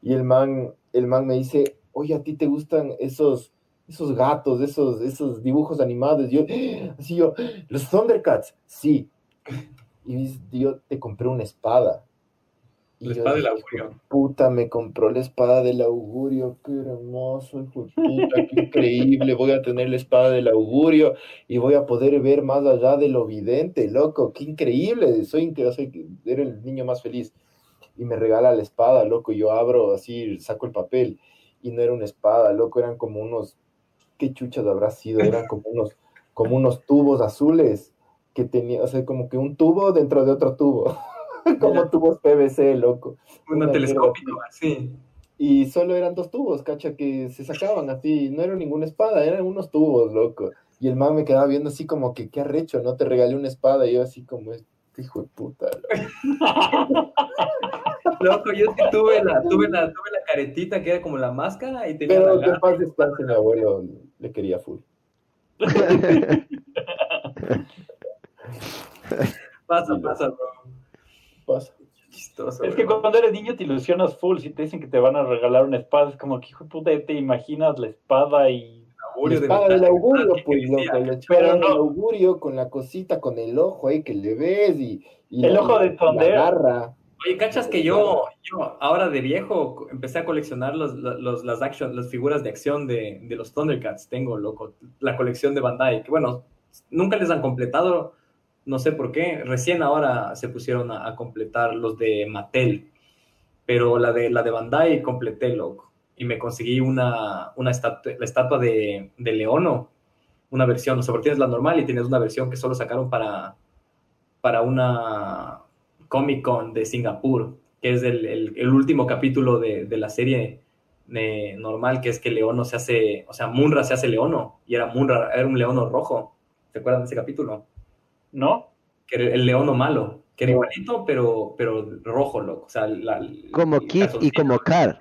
S1: Y el man, el man me dice, oye, ¿a ti te gustan esos, esos gatos, esos, esos dibujos animados? Y yo, así yo, los Thundercats, sí. Y me dice, yo te compré una espada. Y
S3: la
S1: yo
S3: espada del
S1: dije,
S3: augurio.
S1: Puta, me compró la espada del augurio, qué hermoso, hijo de puta, qué increíble. Voy a tener la espada del augurio y voy a poder ver más allá de lo vidente, loco, qué increíble. Soy, incre- soy era el niño más feliz. Y me regala la espada, loco. Yo abro así, saco el papel y no era una espada, loco, eran como unos, qué chuchas habrá sido, eran como unos, como unos tubos azules que tenía, o sea, como que un tubo dentro de otro tubo, como
S3: Mira.
S1: tubos PVC, loco.
S3: Una
S1: una
S3: telescópico, así.
S1: Y solo eran dos tubos, cacha, que se sacaban así. No era ninguna espada, eran unos tubos, loco. Y el man me quedaba viendo así como que, qué arrecho, no te regalé una espada. Y yo así como, este hijo de puta. loco".
S3: Loco, yo sí tuve la, tuve la, tuve la caretita que era como la máscara y tenía
S1: Pero
S3: la
S1: que
S3: garra.
S1: paz descanse, mi abuelo le quería full.
S3: Pasa, pasa, bro.
S1: Pasa.
S3: Chistoso,
S4: Es que
S3: bro.
S4: cuando eres niño te ilusionas full. Si te dicen que te van a regalar una espada, es como que hijo de puta, ya te imaginas la espada y.
S1: La
S3: augurio de
S1: espada
S3: metal,
S1: del augurio,
S3: ¿qué
S1: pues,
S3: decía?
S1: loco. La espada
S4: Pero no.
S1: del augurio con la cosita, con el ojo ahí que le ves y, y
S4: El
S1: la-
S4: ojo de
S1: la
S4: Tondero.
S1: garra.
S3: Oye, cachas que yo, yo ahora de viejo co- empecé a coleccionar los, los- las, action, las figuras de acción de, de los Thundercats. Tengo, loco, la colección de Bandai. Que bueno, nunca les han completado, no sé por qué. Recién ahora se pusieron a, a completar los de Mattel. Pero la de, la de Bandai completé, loco. Y me conseguí una, una estatua, la estatua de, de Leono. Una versión, o sea, porque tienes la normal y tienes una versión que solo sacaron para, para una Comic Con de Singapur, que es el, el- el último capítulo de, de la serie eh, normal, que es que Leono se hace, o sea, Munra se hace Leono, y era Munra, era un Leono rojo. ¿Se acuerdan de ese capítulo?
S4: ¿No?
S3: Que era el Leono malo, que era igualito, pero, pero rojo, loco. O sea, la,
S2: como
S3: el
S2: Kit y
S3: calzoncillo.
S2: como Car.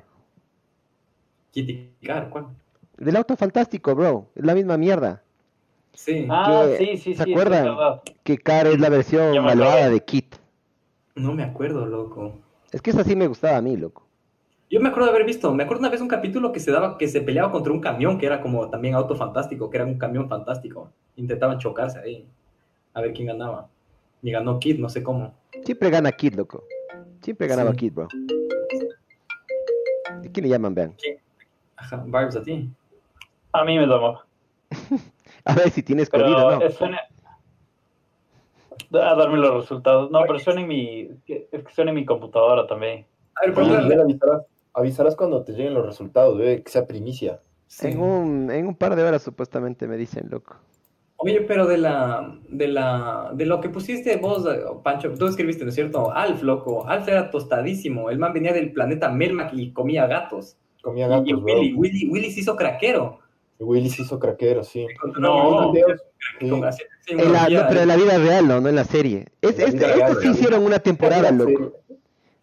S3: Kit y Car, ¿cuál?
S2: Del auto fantástico, bro. Es la misma mierda.
S3: Sí.
S4: Ah,
S2: ¿Qué?
S4: sí, sí, sí.
S2: ¿Se
S4: es
S2: acuerdan?
S4: verdad.
S2: Que Car es la versión
S4: Ya me
S2: malvada
S4: acordé.
S2: de Kit.
S3: No me acuerdo, loco.
S2: Es que esa sí me gustaba a mí, loco.
S3: Yo me acuerdo de haber visto, me acuerdo una vez un capítulo que se daba, que se peleaba contra un camión que era como también auto fantástico, que era un camión fantástico. Intentaban chocarse ahí, a ver quién ganaba. Y ganó Kid, no sé cómo.
S2: Siempre gana Kit, loco. Siempre ganaba
S3: Sí.
S2: Kid, bro. ¿De quién le llaman, vean?
S3: Ajá, Barbs a ti.
S4: A mí me llamó.
S2: A ver si tienes
S4: Pero
S2: corrida, ¿no?
S4: eh, suena... A darme los resultados. No, pero suena en mi... Es que suena en mi computadora también.
S3: A ver,
S1: Pero
S3: póngale.
S1: Miguel, avisarás, avisarás cuando te lleguen los resultados, bebé, que sea primicia.
S3: Sí.
S2: En, un, en un par de horas supuestamente me dicen, loco.
S3: Oye, pero de la, de la, de lo que pusiste vos, eh, Pancho, tú escribiste, ¿no es cierto? Alf, loco. Alf era tostadísimo. El man venía del planeta Melmac y comía gatos.
S1: Comía
S3: Y-
S1: gatos,
S3: Y
S1: bro.
S3: Willy, Willy, Willy se hizo craquero.
S1: Y Willy se hizo craquero, sí.
S4: No.
S1: Sí.
S3: Con- así- así
S2: En la-
S3: mordía,
S2: no, pero en la vida real, no, no en la serie. Es,
S1: En la
S2: este-
S1: vida
S2: estos
S1: real,
S2: sí
S1: real.
S2: hicieron una temporada,
S1: Sí.
S2: loco.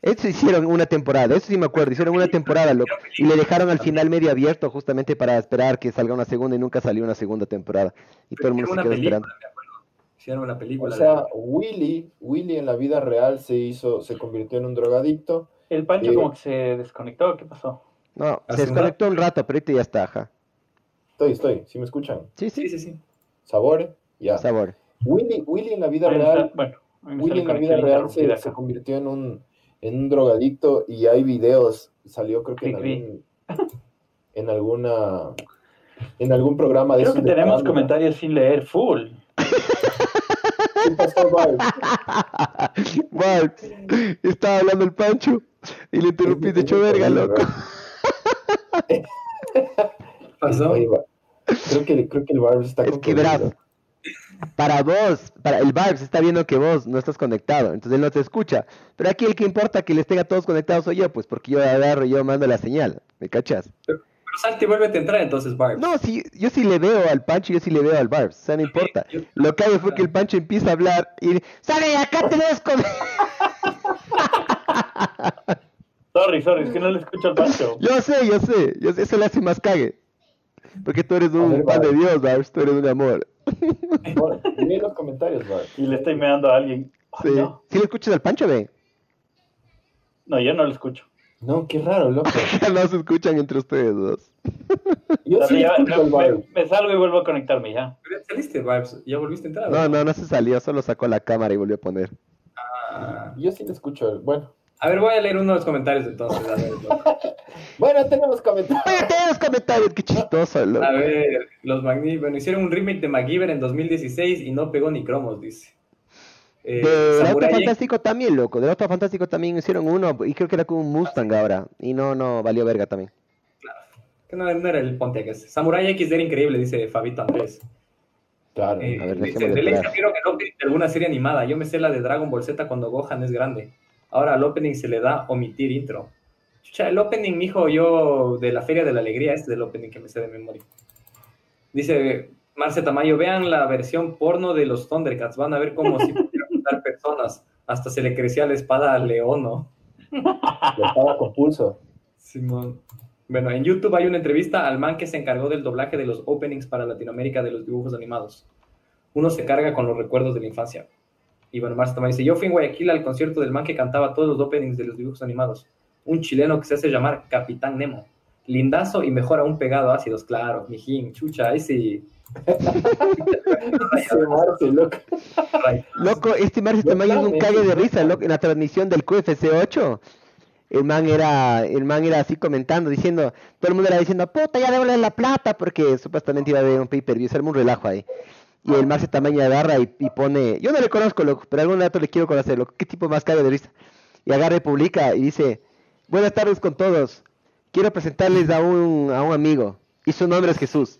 S2: Estos hicieron una temporada, eso sí me acuerdo, hicieron una temporada, loco. Y le dejaron al final medio abierto justamente para esperar que salga una segunda y nunca salió una segunda temporada. Y todo el mundo se
S3: Hicieron una
S2: quedó
S3: película,
S2: esperando.
S3: me acuerdo. Hicieron una
S1: O
S3: película.
S1: sea, Willy, Willy en la vida real se hizo, se convirtió en un drogadicto.
S4: El Pancho
S1: Sí.
S4: como que se desconectó. ¿Qué pasó?
S2: No, se
S3: Hace un
S2: desconectó un rato, pero ahorita ya está, ajá.
S1: Estoy, estoy, si me escuchan.
S2: Sí,
S3: Sí,
S2: sí,
S3: sí, sí.
S1: Sabor, ya.
S2: sabor.
S1: Willy, Willy en la vida
S4: Ahí me
S1: real
S4: sale- Bueno, ahí me
S1: Willy
S4: sale
S1: en la vida real
S4: conexión interrumpida
S1: se, se
S4: acá.
S1: convirtió en un, en un drogadicto y hay videos, salió creo que en
S4: Cri-cri.
S1: algún, en alguna en algún programa de
S4: Creo que
S1: esos de
S4: tenemos
S1: farándula.
S4: comentarios sin leer full.
S1: ¿Qué pasó, Val?
S2: Marx, estaba hablando el Pancho y le interrumpí de hecho verga, loco.
S3: Pasó.
S1: Oye, Val, creo que creo que el Barbs está
S2: Es que verás,
S1: confundido.
S2: para vos, para el Barbs está viendo que vos no estás conectado, entonces él no te escucha. Pero aquí el que importa que les tenga todos conectados soy yo, pues porque yo agarro y yo mando la señal, ¿me cachas?
S3: Pero salte y vuélvete a entrar entonces, Barbs.
S2: No, sí, yo sí le veo al Pancho, yo sí le veo al Barbs, o sea, no importa. Lo que hago fue que el Pancho empieza a hablar y sale acá tenés con
S4: Sorry, sorry, es que no le escucho al Pancho.
S2: Yo sé, yo sé, yo sé, eso le hace más cague. Porque tú eres un
S1: ver,
S2: pan de
S1: Barbs.
S2: Dios, Barbs, tú eres un amor.
S1: Bueno, lee los comentarios, Barbs.
S4: Y le estoy meando a alguien. Ay,
S2: Sí.
S4: Ah, no.
S2: ¿Sí le escuchas al Pancho, ve?
S4: no, yo no lo escucho.
S1: No, qué raro, loco.
S2: no se escuchan entre ustedes dos.
S1: Yo sí
S4: Ya-
S1: escucho al
S4: me,
S1: Barbs.
S4: me salgo y vuelvo a conectarme ya.
S3: Pero ya saliste, Barbs. Ya volviste a entrar.
S2: No, no, no se salió, solo sacó la cámara y volvió a poner.
S3: Ah.
S1: Yo sí te escucho. al- Bueno,
S3: A ver, voy a leer uno de los comentarios entonces. A ver, loco.
S1: bueno, tenemos comentarios.
S2: Oye, todos los comentarios, qué chistoso, loco.
S3: a ver los Magni. Bueno, hicieron un remake de MacGyver en 2016 y no pegó ni cromos, dice. Eh,
S2: De Auto
S3: Samurai X-
S2: Fantástico también, loco. De Auto Fantástico también hicieron uno, y creo que era con un Mustang ahora. Y no, no, valió verga también.
S3: que no, no era el Pontiac. Samurai X era increíble, dice Fabito Andrés.
S1: Claro.
S3: Eh,
S2: A ver,
S3: dice,
S2: dejémosle
S3: "Del ex
S2: esperar".
S3: cambiaron el opening de alguna serie animada. Yo me sé la de Dragon Ball Z cuando Gohan es grande. Ahora al opening se le da omitir intro. Chucha, el opening, mijo, yo de la Feria de la Alegría este es del opening que me sé de memoria. Dice Marce Tamayo, vean la versión porno de los Thundercats. Van a ver cómo si pudieran matar personas. Hasta se le crecía la espada a Leono.
S1: Lo estaba con pulso.
S3: Simón. Bueno, en YouTube hay una entrevista al man que se encargó del doblaje de los openings para Latinoamérica de los dibujos animados. Uno se carga con los recuerdos de la infancia. Y bueno, Marcia también dice, yo fui en Guayaquil al concierto del man que cantaba todos los openings de los dibujos animados. Un chileno que se hace llamar Capitán Nemo. Lindazo y mejor aún pegado a ácidos, claro. Mijín, chucha, ahí sí.
S1: Ese Marce, loco.
S3: Ay,
S2: Loco, este Marcio
S1: Yo
S2: Tamayo es un
S1: también,
S2: cague de
S1: sí.
S2: risa, loco. En la transmisión del QFC 8, el man era, el man era así comentando, diciendo, todo el mundo era diciendo, puta, ya dévolé la plata, porque supuestamente iba a haber un pay-per-view, se armó un relajo ahí. Y el Marcio Tamaño agarra y, y pone, yo no le conozco, loco, pero algún dato le quiero conocer, loco, qué tipo más cague de risa. Y agarra y publica y dice, buenas tardes con todos, quiero presentarles a un, a un amigo, y su nombre es Jesús.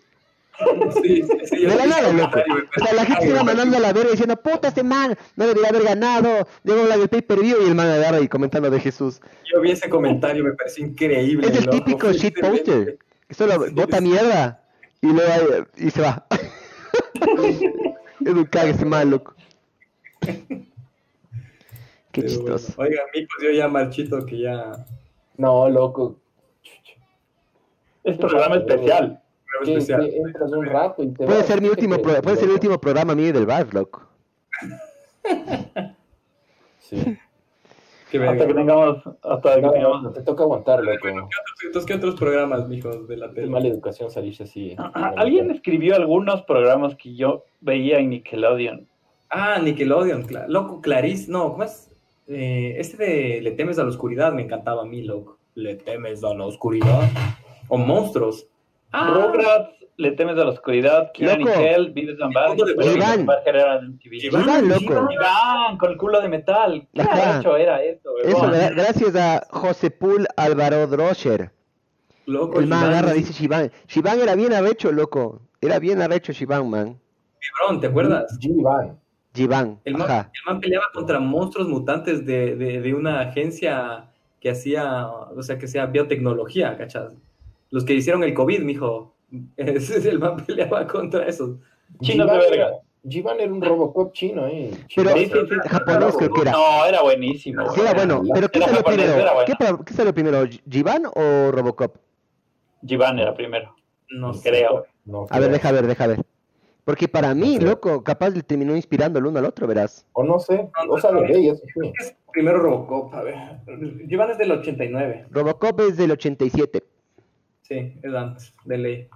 S3: sí, sí, sí, yo
S2: De la
S3: vi
S2: nada,
S3: ese
S2: loco.
S3: comentario,
S2: O sea, la gente se iba mandando a la verga diciendo, puta, este man no debería haber ganado, debo hablar del pay per view. Y el man agarra y comentando de Jesús.
S3: Yo vi ese comentario, me pareció increíble.
S2: Es el
S3: loco.
S2: típico shit poster, que solo
S3: Sí,
S2: bota
S3: sí.
S2: mierda y luego ahí- y se va. es un cague ese man, loco. Qué
S3: Pero bueno,
S2: chistoso.
S3: Oiga, mi pues yo ya marchito que ya
S1: No, loco.
S4: Es programa especial.
S3: programa
S1: que,
S3: especial.
S1: que entras un rato y te
S2: Puede
S1: vas.
S2: ser mi
S1: Viste
S2: último,
S1: que-
S2: pro- puede ser el último programa mío del Vaz, loco.
S1: Sí.
S3: Qué verga.
S4: Hasta que tengamos. Hasta que
S1: No, no,
S4: tengamos.
S1: no, te toca aguantar, loco.
S3: Entonces, ¿qué otros programas, mijos, de la
S1: Es
S3: tele?
S1: mala educación salirse así.
S4: Ah, Alguien
S2: pues.
S4: escribió algunos programas que yo veía en Nickelodeon.
S3: Ah, Nickelodeon, cla- loco, Clarice, no, ¿cómo es? Eh, este de Le temes a la oscuridad me encantaba a mí, loco. Le temes a la oscuridad. O monstruos. Ah,
S4: Rugrats, Le temes a la oscuridad, Kieran y
S2: Loco.
S4: Kel, Vives and Bad.
S3: Mundo de
S2: Iván.
S4: Iván.
S2: Iván, loco.
S4: Iván, con el culo de metal. ¿Qué
S2: Ajá.
S4: arrecho era eso,
S2: Eso,
S4: huevón?
S2: gra- gracias a José Pul Álvaro Droscher.
S3: loco,
S2: El man
S3: Iván,
S2: agarra, dice Shiván. Shiván era bien arrecho, loco. Era bien arrecho Shiván, man.
S3: Lebron, ¿te acuerdas?
S1: G-Van.
S2: Shiván,
S3: El man,
S2: ajá.
S3: el man peleaba contra monstruos mutantes de, de- de una agencia que hacía, o sea, que hacía biotecnología, ¿cachas? Los que hicieron el COVID, mijo. Ese es El man peleaba contra esos.
S4: Chinos de
S1: G-Van
S4: verga.
S1: era- G-Van era un Robocop chino, eh.
S2: Pero
S4: Sí, sí, sí.
S2: japonés creo que era.
S4: No, era buenísimo.
S2: Sí, era bueno. Pero ¿qué
S4: Era
S2: salió
S4: japonés,
S2: primero?
S4: era bueno.
S2: ¿Qué, pro- qué salió primero? ¿Jivan o Robocop?
S4: Iván era primero,
S3: No sé.
S4: creo.
S1: No,
S2: A ver,
S1: creo.
S2: deja ver, deja ver. Porque para mí,
S1: Ajá.
S2: loco, capaz le terminó inspirando el uno al otro, verás.
S1: O no sé. O sea, lo leí, eso sí.
S3: Es primero Robocop, a ver. Llevan desde el 89.
S2: Robocop es del 87.
S3: Sí, es antes, de ley.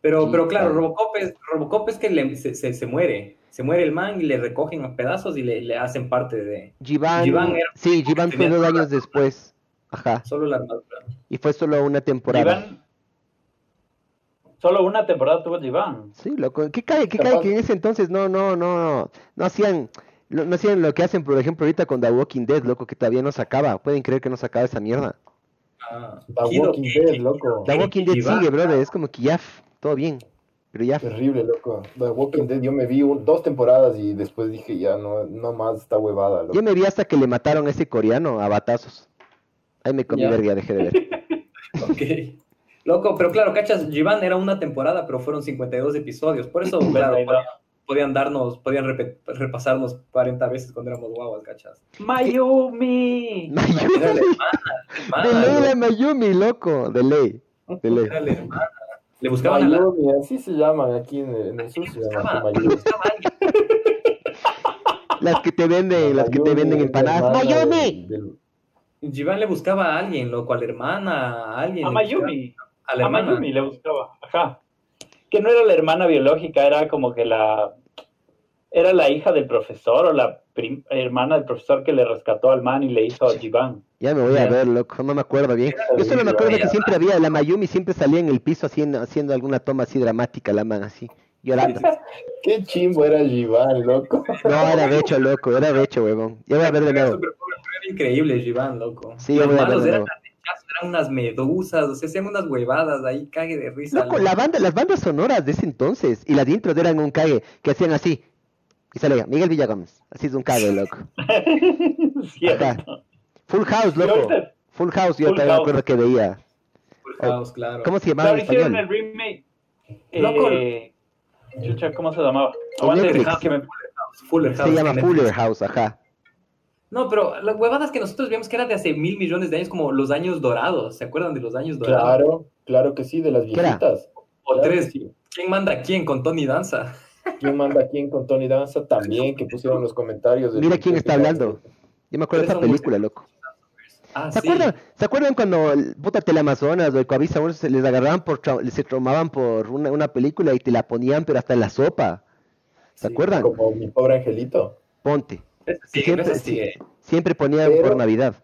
S3: Pero,
S2: Sí,
S3: pero claro,
S2: claro.
S3: Robocop es, Robocop es que le- se, se- se muere. Se muere el man y le recogen a pedazos y le, le hacen parte de
S2: Jivan.
S3: Jivan era-
S2: Sí, Jivan fue
S3: tenía
S2: dos
S3: toda
S2: años después. Ajá.
S3: solo la armadura.
S2: Y fue solo una temporada.
S4: Iván. Solo una temporada tuvo Iván.
S2: Sí, loco. ¿Qué cae? ¿Qué
S4: Capaz-
S2: cae? Que en ese entonces no, no, no, no hacían, lo- no hacían lo que hacen, por ejemplo, ahorita con The Walking Dead, loco, que todavía no se acaba. Pueden creer que no se acaba esa mierda.
S3: Ah,
S1: The
S3: Kido-
S1: Walking Dead, loco.
S2: The
S3: Sí,
S2: Walking Dead
S3: y va.
S2: sigue, brother. Es como que ya, f- todo bien. Pero ya. f-
S1: Terrible, loco. The Walking Dead, yo me vi un- dos temporadas y después dije, ya, no, no más, está huevada, loco.
S2: Yo me vi hasta que le mataron a ese coreano a batazos. Ahí me comí
S3: Ya.
S2: verga, dejé de ver.
S3: Ok. Loco, pero claro, cachas, Jivan era una temporada, pero fueron 52 episodios. Por eso, claro,
S4: Verdad.
S3: podían, podían darnos, podían repe- repasarnos 40 veces cuando éramos guaguas, cachas.
S4: Mayumi.
S3: Era la
S2: Mayumi.
S3: hermana,
S2: De
S3: hermana,
S2: ley, la Mayumi, loco. De ley. De ley.
S3: era la hermana. Le buscaban a la
S1: Mayumi, así se llaman aquí en el, en el sur, se llaman
S3: buscaba,
S1: así, Mayumi.
S3: buscaba a alguien.
S2: Las que te venden, las que te
S1: Mayumi
S2: venden
S1: es la
S2: empanadas.
S1: hermana del-
S2: ¡Mayumi!
S1: del-
S3: Jivan le buscaba a alguien, loco, a la hermana, a alguien.
S4: A
S3: le buscaba-
S4: Ah, Mayumi.
S3: A la
S4: A
S3: hermana.
S4: Mayumi le buscaba. Ajá. Que no era la hermana biológica, era como que la. Era la hija del profesor o la prim- hermana del profesor que le rescató al man y le hizo a Iván.
S2: Ya me voy a
S3: Ya.
S2: ver, loco, no me acuerdo bien. Yo solo me acuerdo que siempre había, la Mayumi siempre salía en el piso haciendo, haciendo alguna toma así dramática, la man así, llorando.
S1: Qué chimbo era Jivan, loco.
S2: No, era recho, loco, era recho, huevón. Ya voy a ver de
S3: Era
S2: nuevo.
S3: súper pobre, pero era increíble, Giván, loco.
S2: Sí,
S3: Los
S2: yo voy a
S3: malos
S2: ver de
S3: eran,
S2: nuevo.
S3: las rechazas, eran unas medusas, o sea, hacían unas huevadas ahí, cague de risa.
S2: Loco,
S3: loco.
S2: la banda, las bandas sonoras de ese entonces y las intros eran un cague, que hacían así. Y salía Miguel Villagómez, así es un cague, loco.
S4: Cierto.
S2: Ajá. Full House,
S4: Y
S2: loco.
S4: ahorita-
S2: Full House, yo
S4: Full
S2: también me
S4: House.
S2: acuerdo que veía.
S3: Full House, claro.
S2: ¿Cómo se llamaba
S4: Claro,
S2: en
S4: hicieron el
S2: español?
S4: remake.
S3: Loco.
S4: Eh, chucha, ¿cómo se llamaba? Aguanta,
S2: Netflix.
S4: deja que me-
S3: Fuller House.
S2: Se llama
S3: en
S2: Fuller
S3: Netflix.
S2: House, ajá.
S3: No, pero las huevadas que nosotros vimos que eran de hace mil millones de años, como los años dorados. ¿Se acuerdan de los años dorados?
S1: Claro, claro que sí, de las
S2: era?
S1: viejitas.
S3: O
S1: Claro que
S3: tres.
S1: sí.
S3: ¿Quién manda a quién con Tony Danza?
S1: ¿Quién manda a quién con Tony Danza? También, que pusieron los comentarios. del-
S2: Mira quién está hablando. Yo me acuerdo de esa
S3: Pero son muy-
S2: película, loco.
S3: Ah,
S2: ¿Se
S3: sí.
S2: acuerdan, ¿Se acuerdan cuando el puta Teleamazonas o el Coavisa bueno, se les agarraban por trau- se traumaban por una, una película y te la ponían pero hasta en la sopa? ¿Se
S3: Sí,
S2: acuerdan?
S1: Como mi pobre angelito.
S2: Ponte.
S3: Esa sigue,
S2: Siempre-
S3: esa sigue.
S2: Siempre ponían
S1: Pero-
S2: por Navidad.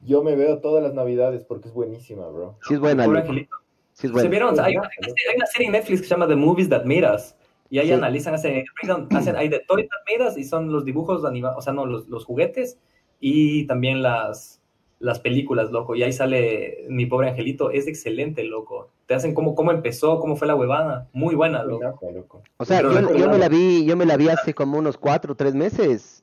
S1: Yo me veo todas las navidades porque es buenísima, bro.
S2: Sí es buena,
S3: Pobre
S2: loco.
S3: angelito.
S2: Sí es
S3: ¿Se
S2: buena.
S3: vieron? Hay, hay una serie en Netflix que se llama The Movies That Made Us. Y ahí
S2: Sí.
S3: analizan, hacen, hacen, hay de Toys That Made Us y son los dibujos animados, o sea, no, los, los juguetes y también las, las películas, loco. Y ahí sale Mi Pobre Angelito. Es excelente, loco. Te hacen cómo, cómo empezó, cómo fue la huevada. Muy buena, loco.
S1: Buenazo, loco.
S2: O sea,
S3: pero
S2: yo,
S3: recuerda-
S2: yo me la vi, yo me la vi hace como unos cuatro o tres meses.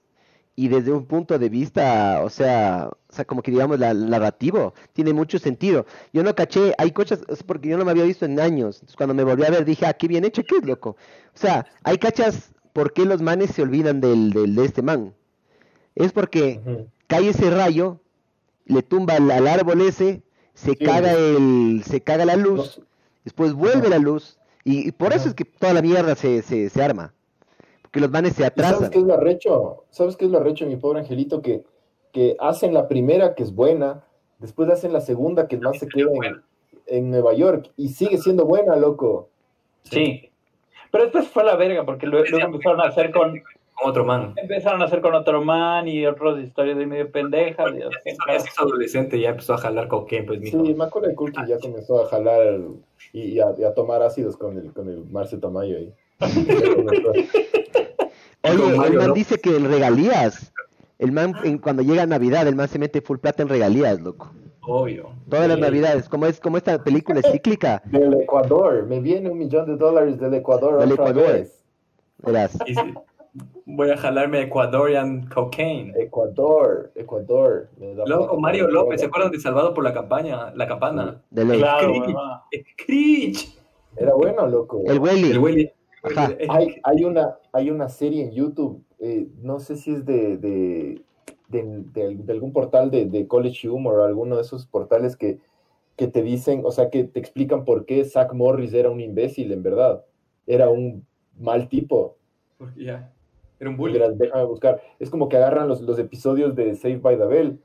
S2: Y desde un punto de vista, o sea, o sea, como que digamos la- narrativo, tiene mucho sentido. Yo no caché, hay cosas, o sea, porque yo no me había visto en años. Entonces, cuando me volví a ver, dije, ah, qué bien hecho, qué es loco. O sea, hay cachas, ¿por qué los manes se olvidan del, del- de este man? Es porque
S1: Ujú.
S2: cae ese rayo, le tumba al, al árbol ese, se
S1: Sí.
S2: caga el, se caga la luz,
S1: Nos-
S2: Después vuelve la luz. Y, y por eso es que toda la mierda se, se, se arma. Porque los manes se
S1: ¿Y
S2: atrasan.
S1: ¿Sabes qué es lo arrecho? ¿Sabes qué es lo arrecho, mi pobre angelito? Que, que hacen la primera, que es buena, después hacen la segunda, que más se queda en, en Nueva York, y sigue siendo buena, loco.
S4: Sí. Pero después fue a la verga, porque lue- luego, empezaron a hacer con
S3: Con otro man.
S4: empezaron a hacer con otro man y otras historias de medio pendejas. y así,
S3: Eso, eso es adolescente ya empezó a jalar cocaine, pues, mijo.
S1: Sí, Macaulay Culkin ya comenzó a jalar y, y a, y a tomar ácidos con el, con el Marce Tamayo ahí. Ya comenzó.
S2: Oye,
S3: Con
S2: el
S3: Mario
S2: man
S3: López.
S2: dice que en regalías. El man,
S1: Ah.
S2: en- cuando llega Navidad, el man se mete full plata en regalías, loco.
S3: Obvio.
S2: Todas las
S3: Sí.
S2: Navidades. Como es como esta película es cíclica,
S1: Del Ecuador, me viene un millón de dólares del Ecuador
S2: Del
S1: otra
S2: Ecuador.
S1: vez.
S2: verás.
S3: Y sí, voy a jalarme Ecuadorian cocaine.
S1: Ecuador, Ecuador. me da
S3: Loco,
S1: plata.
S3: Mario López, ¿se acuerdan de Salvado por la campaña? La campana.
S2: De ley.
S4: Claro,
S3: Cringe.
S4: mamá.
S3: Es cringe.
S1: Era bueno, loco.
S2: El
S3: El
S2: Welly.
S3: Willy.
S2: Ajá.
S3: Es-
S1: Hay, hay, una, hay una serie en YouTube, eh, no sé si es de, de, de- de- de algún portal de, de College Humor, alguno de esos portales que, que te dicen, o sea, que te explican por qué Zach Morris era un imbécil, en verdad. Era un mal tipo.
S3: porque ya, Era un bully.
S1: Verás, Déjame buscar. Es como que agarran los, los episodios de Save by the Bell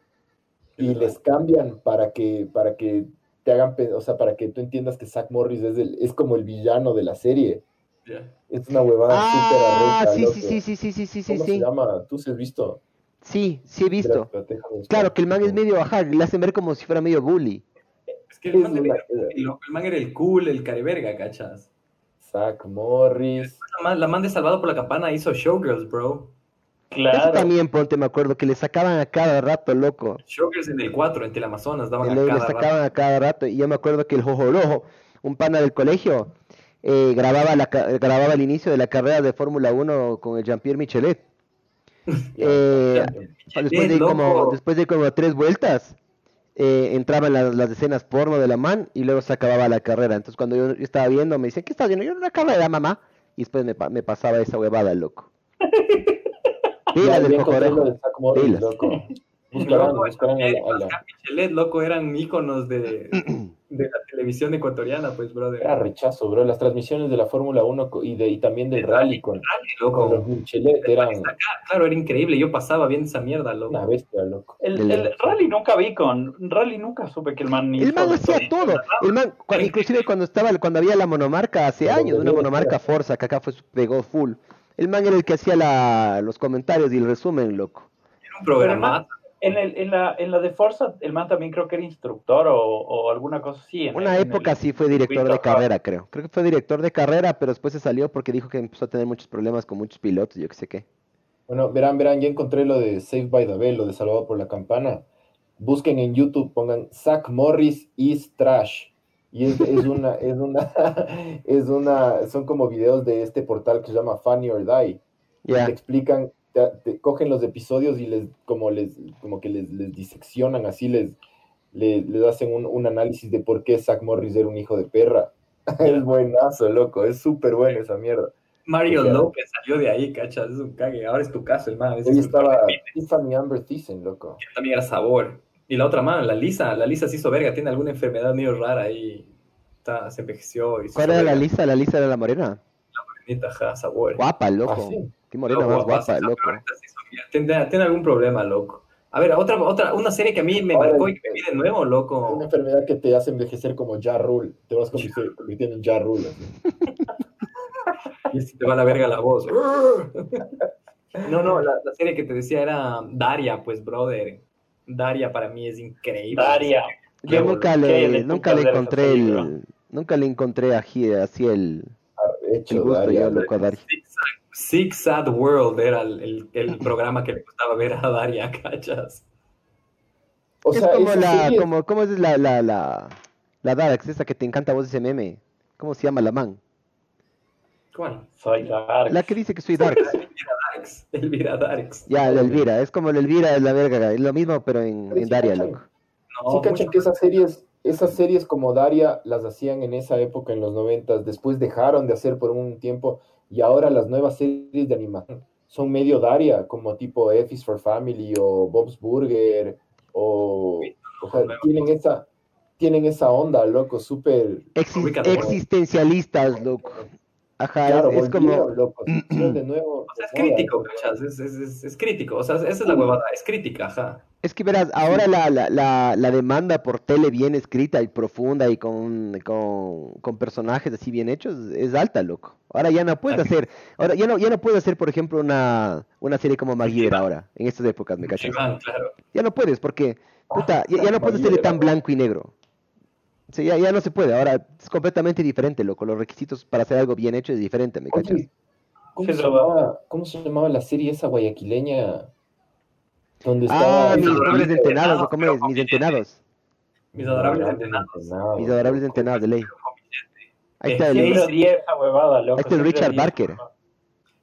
S1: y les cambian para que, para que te hagan, pe- o sea, para que tú entiendas que Zach Morris es, el- es como el villano de la serie.
S3: Ya.
S1: Es una huevada súper
S2: Ah,
S1: arrecha,
S2: sí,
S1: loco.
S2: sí, sí, sí, sí, sí, sí, sí,
S1: ¿Cómo se
S2: sí.
S1: llama? ¿Tú sí has visto?
S2: Sí, sí he visto.
S1: Espera, espera, déjame buscar.
S2: Claro, que el man es medio ajá, le hacen ver como si fuera medio bully.
S3: Es que
S1: Es
S3: el man,
S1: una-
S3: era, el, loco, el man era el cool, el careverga, ¿cachas?
S1: Zach Morris.
S3: La man, la man de Salvado por la Campana hizo Showgirls, bro.
S2: Eso
S4: claro.
S2: también, ponte, me acuerdo, que le sacaban a cada rato, loco.
S3: Showgirls en el 4, en Teleamazonas, daban
S2: Le,
S3: a
S2: le
S3: cada rato.
S2: sacaban a cada rato. Y yo me acuerdo que el Jojorojo, un pana del colegio, eh, grababa, la, ca- grababa el inicio de la carrera de Fórmula 1 con el Jean-Pierre Michelet. Eh, después, de
S3: loco.
S2: como, después de como tres vueltas, eh, entraban las, las escenas porno de la man y luego se acababa la carrera. Entonces cuando yo, yo estaba viendo, me decían, ¿qué estás viendo? Yo una carrera, mamá. Y después me, pa- me pasaba esa huevada, loco. Pila
S1: Ya,
S2: del
S1: ya encontré
S2: Jojorejo.
S1: lo de Zach Morris,
S2: Pilas.
S1: loco. Buscarán,
S3: Loco,
S1: buscarán a la- a la-
S3: Oscar Michelet, loco, eran íconos de, de la televisión ecuatoriana, pues, brother.
S1: Era rechazo, bro. Las transmisiones de la Fórmula 1 co- y, de, y también del
S3: El
S1: rally con,
S3: Dale,
S1: con
S3: loco. ah,
S1: los Michelet eran
S3: Claro, era increíble. Yo pasaba viendo esa mierda, loco.
S1: una bestia, loco.
S4: El, el rally nunca vi con. Rally nunca supe que el man hizo
S2: El man hacía
S4: esto.
S2: todo. El man, cua- inclusive cuando estaba, cuando había la monomarca hace
S1: Pero
S2: años, una
S1: debería
S2: monomarca Forza, que acá fue, pegó full. El man era el que hacía la- los comentarios y el resumen, loco.
S3: Era un
S4: Pero el
S3: programa.
S4: man- en, el- en la, en la de Forza, el man también creo que era instructor o, o alguna cosa así. en
S2: Una
S4: el- en
S2: época
S4: el-
S2: sí fue director
S4: circuito,
S2: de
S4: ajá.
S2: carrera, creo. Creo que fue director de carrera, pero después se salió porque dijo que empezó a tener muchos problemas con muchos pilotos, yo qué sé qué.
S1: Bueno, verán, verán, ya encontré lo de Save by the Bell, lo de Salvado por la Campana. Busquen en YouTube, pongan Zach Morris is trash. Y es, es una, es una, es una, son como videos de este portal que se llama Funny or Die. y
S2: Ya.
S1: Te explican, te, te cogen los episodios y les, como les, como que les, les diseccionan así, les, le- les, hacen un, un análisis de por qué Zach Morris era un hijo de perra. Es buenazo, loco, es súper bueno esa mierda.
S3: Mario
S1: Claro.
S3: López salió de ahí, cachas. Es un cague. Ahora es tu caso, el man. A veces
S1: Hoy
S3: es un cague.
S1: estaba Tiffany Amber Thiessen, loco.
S3: también era sabor. Y la otra man, la Lisa. La Lisa se hizo verga. Tiene alguna enfermedad medio rara ahí. Está, se envejeció. Y se
S2: ¿Cuál
S3: hizo
S2: era la
S3: verga.
S2: lista? La lista era la morena.
S3: Neta, ajá, sabor.
S2: Guapa,
S1: Ah,
S2: loco.
S1: sí.
S2: Qué morena
S3: Loco,
S2: más guapa,
S3: esa
S2: loco.
S3: perrita se hizo mierda. Tiene, tiene algún problema, loco. A ver, otra, otra, una serie que a mí me
S1: Ahora,
S3: marcó y que me vi de nuevo,
S1: Es una
S3: loco.
S1: enfermedad que te hace envejecer como Ja Rule. Te vas convirti- convirtiendo en Ja Rule. así.
S3: Y se te va la verga la voz. No, no, la, la serie que te decía era Daria, pues, brother. Daria para mí es increíble.
S4: Daria.
S2: Yo
S4: Qué
S2: nunca
S4: boludo, qué
S2: le, nunca le
S4: de esa
S2: encontré
S4: película.
S2: el, nunca le encontré ají- así el, el
S1: Hecho,
S2: gusto
S1: Daria,
S2: yo,
S1: loco.
S2: loco, a Dari.
S3: Six Sad World era el, el- el programa que le gustaba ver a Daria, ¿cachas?
S1: O sea,
S2: es como
S1: esa
S2: la,
S1: serie-
S2: como, ¿cómo es la, la, la, la Darax, esa que te encanta a vos ese meme? ¿Cómo se llama la man?
S3: ¿Cuál?
S4: Soy Dark.
S2: La que dice que soy Dark.
S3: Darks, Elvira Darks.
S2: Ya, la Elvira, es como la Elvira es la verga, es lo mismo pero en,
S1: Pero
S2: en
S1: sí
S2: Daria,
S1: cachan.
S2: loco.
S3: No,
S1: sí, cachan
S3: mucho-
S1: que esas series, esas series como Daria las hacían en esa época, en los noventas. Después dejaron de hacer por un tiempo. Y ahora las nuevas series de animación son medio Daria, como tipo F is for Family o Bob's Burger. O, o sea, tienen esa, tienen esa onda, loco, súper...
S2: Exis-
S3: Ubícate, bueno.
S2: existencialistas, loco. Ajá,
S1: Claro,
S2: Ah, es, es como...
S1: volvieron, loco, hicieron de nuevo.
S3: O sea, es crítico, cachas, es, es, es, es crítico, o sea, esa es la huevada, es crítica, ajá.
S2: Es que verás, ahora la, la, la, la demanda por tele bien escrita y profunda y con, con, con personajes así bien hechos es alta, loco. Ahora ya no puedes
S3: Ah,
S2: hacer, ahora ya no, ya no puedes hacer, por ejemplo, una, una serie como MacGyver
S3: Iván.
S2: ahora, en estas épocas, ¿me cachas?
S3: Iván, claro.
S2: Ya no puedes, porque, puta, ya, ya no puedes hacerle tan blanco y negro. O sea, ya, ya no se puede, ahora es completamente diferente, loco. Los requisitos para hacer algo bien hecho es diferente, ¿me cachas?
S1: Oye, ¿cómo,
S4: Sí,
S1: se
S4: lo-
S1: llamaba, cómo se llamaba la serie esa guayaquileña? Donde
S2: Ah,
S1: estaba...
S2: mis
S3: Mis
S2: adorables
S3: adorables
S2: entenados, ¿o
S3: entenados,
S2: cómo
S3: pero
S2: es?
S3: con
S2: Mis
S3: billete.
S2: entenados.
S3: Mis adorables entenados.
S1: Entenados.
S2: Mis adorables entenados, de ley. Ahí está el...
S3: Sí,
S1: Este,
S4: Siempre odié esa huevada, loco.
S2: Este es
S4: siempre
S2: Richard
S4: odié esa
S2: Barker.
S4: huevada.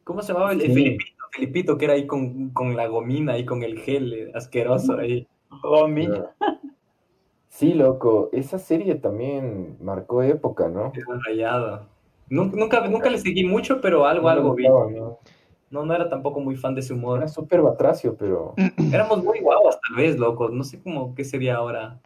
S3: ¿Cómo se llamaba el, el
S1: Sí.
S3: Filipito? Filipito que era ahí con, con la gomina y con el gel eh, asqueroso ahí.
S4: Gomi.
S1: Ah. Sí, loco, esa serie también marcó época, ¿no?
S3: que era rayado. Nun- Nunca, nunca le seguí mucho, pero algo, algo vi.
S1: No, no,
S3: No, no era tampoco muy fan de ese humor.
S1: Era súper batracio, pero...
S2: Mm.
S3: Éramos muy guaguas, tal vez, loco. No sé cómo qué sería ahora.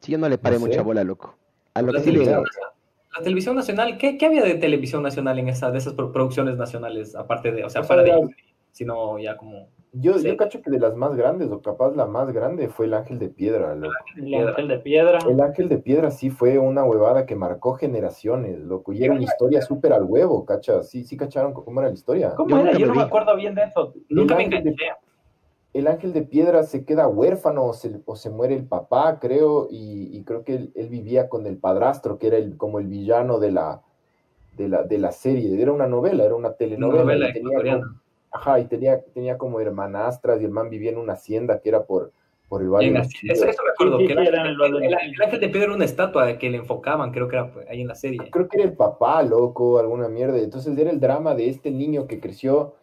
S2: Sí, yo no le paré
S1: No sé.
S2: mucha bola, loco. A lo
S3: La
S2: que sí le...
S3: televisión, nacional- la televisión nacional, ¿qué, qué había de televisión nacional en esa, de esas pro- producciones nacionales? Aparte de, o sea,
S1: O sea,
S3: fuera de
S1: era-
S3: Disney, sino ya como
S1: Yo,
S3: Sí.
S1: yo cacho que de las más grandes, o capaz la más grande, fue el Ángel de Piedra, loco.
S4: El ángel de piedra.
S1: El Ángel de Piedra sí fue una huevada que marcó generaciones, loco. Y era una historia súper al huevo, cacha. Sí, sí cacharon cómo era la historia.
S4: ¿Cómo
S2: Yo
S4: era?
S2: nunca
S4: Yo
S2: me
S4: no me
S2: vi.
S4: acuerdo bien de eso.
S3: Nunca me
S1: ángel de-
S4: enganché.
S1: El Ángel de Piedra se queda huérfano o se, o se muere el papá, creo, y, y creo que él, él vivía con el padrastro, que era el, como el villano de la, de, la, de la serie. Era una novela, era una
S3: una
S1: telenovela.
S3: novela
S1: y tenía como-
S3: ecuatoriana.
S1: Ajá, y tenía, tenía como hermanastras y el man vivía en una hacienda que era por, por el valle.
S3: Bien,
S1: de
S3: así-
S1: Chile.
S3: eso, eso me acuerdo.
S4: Sí,
S3: que
S4: sí,
S3: era-
S4: era en el balón.
S3: el- el ángel de Pedro era una estatua que le enfocaban, creo que era pues, ahí en la serie.
S1: Creo que era el papá, loco, alguna mierda. Entonces era el drama de este niño que creció,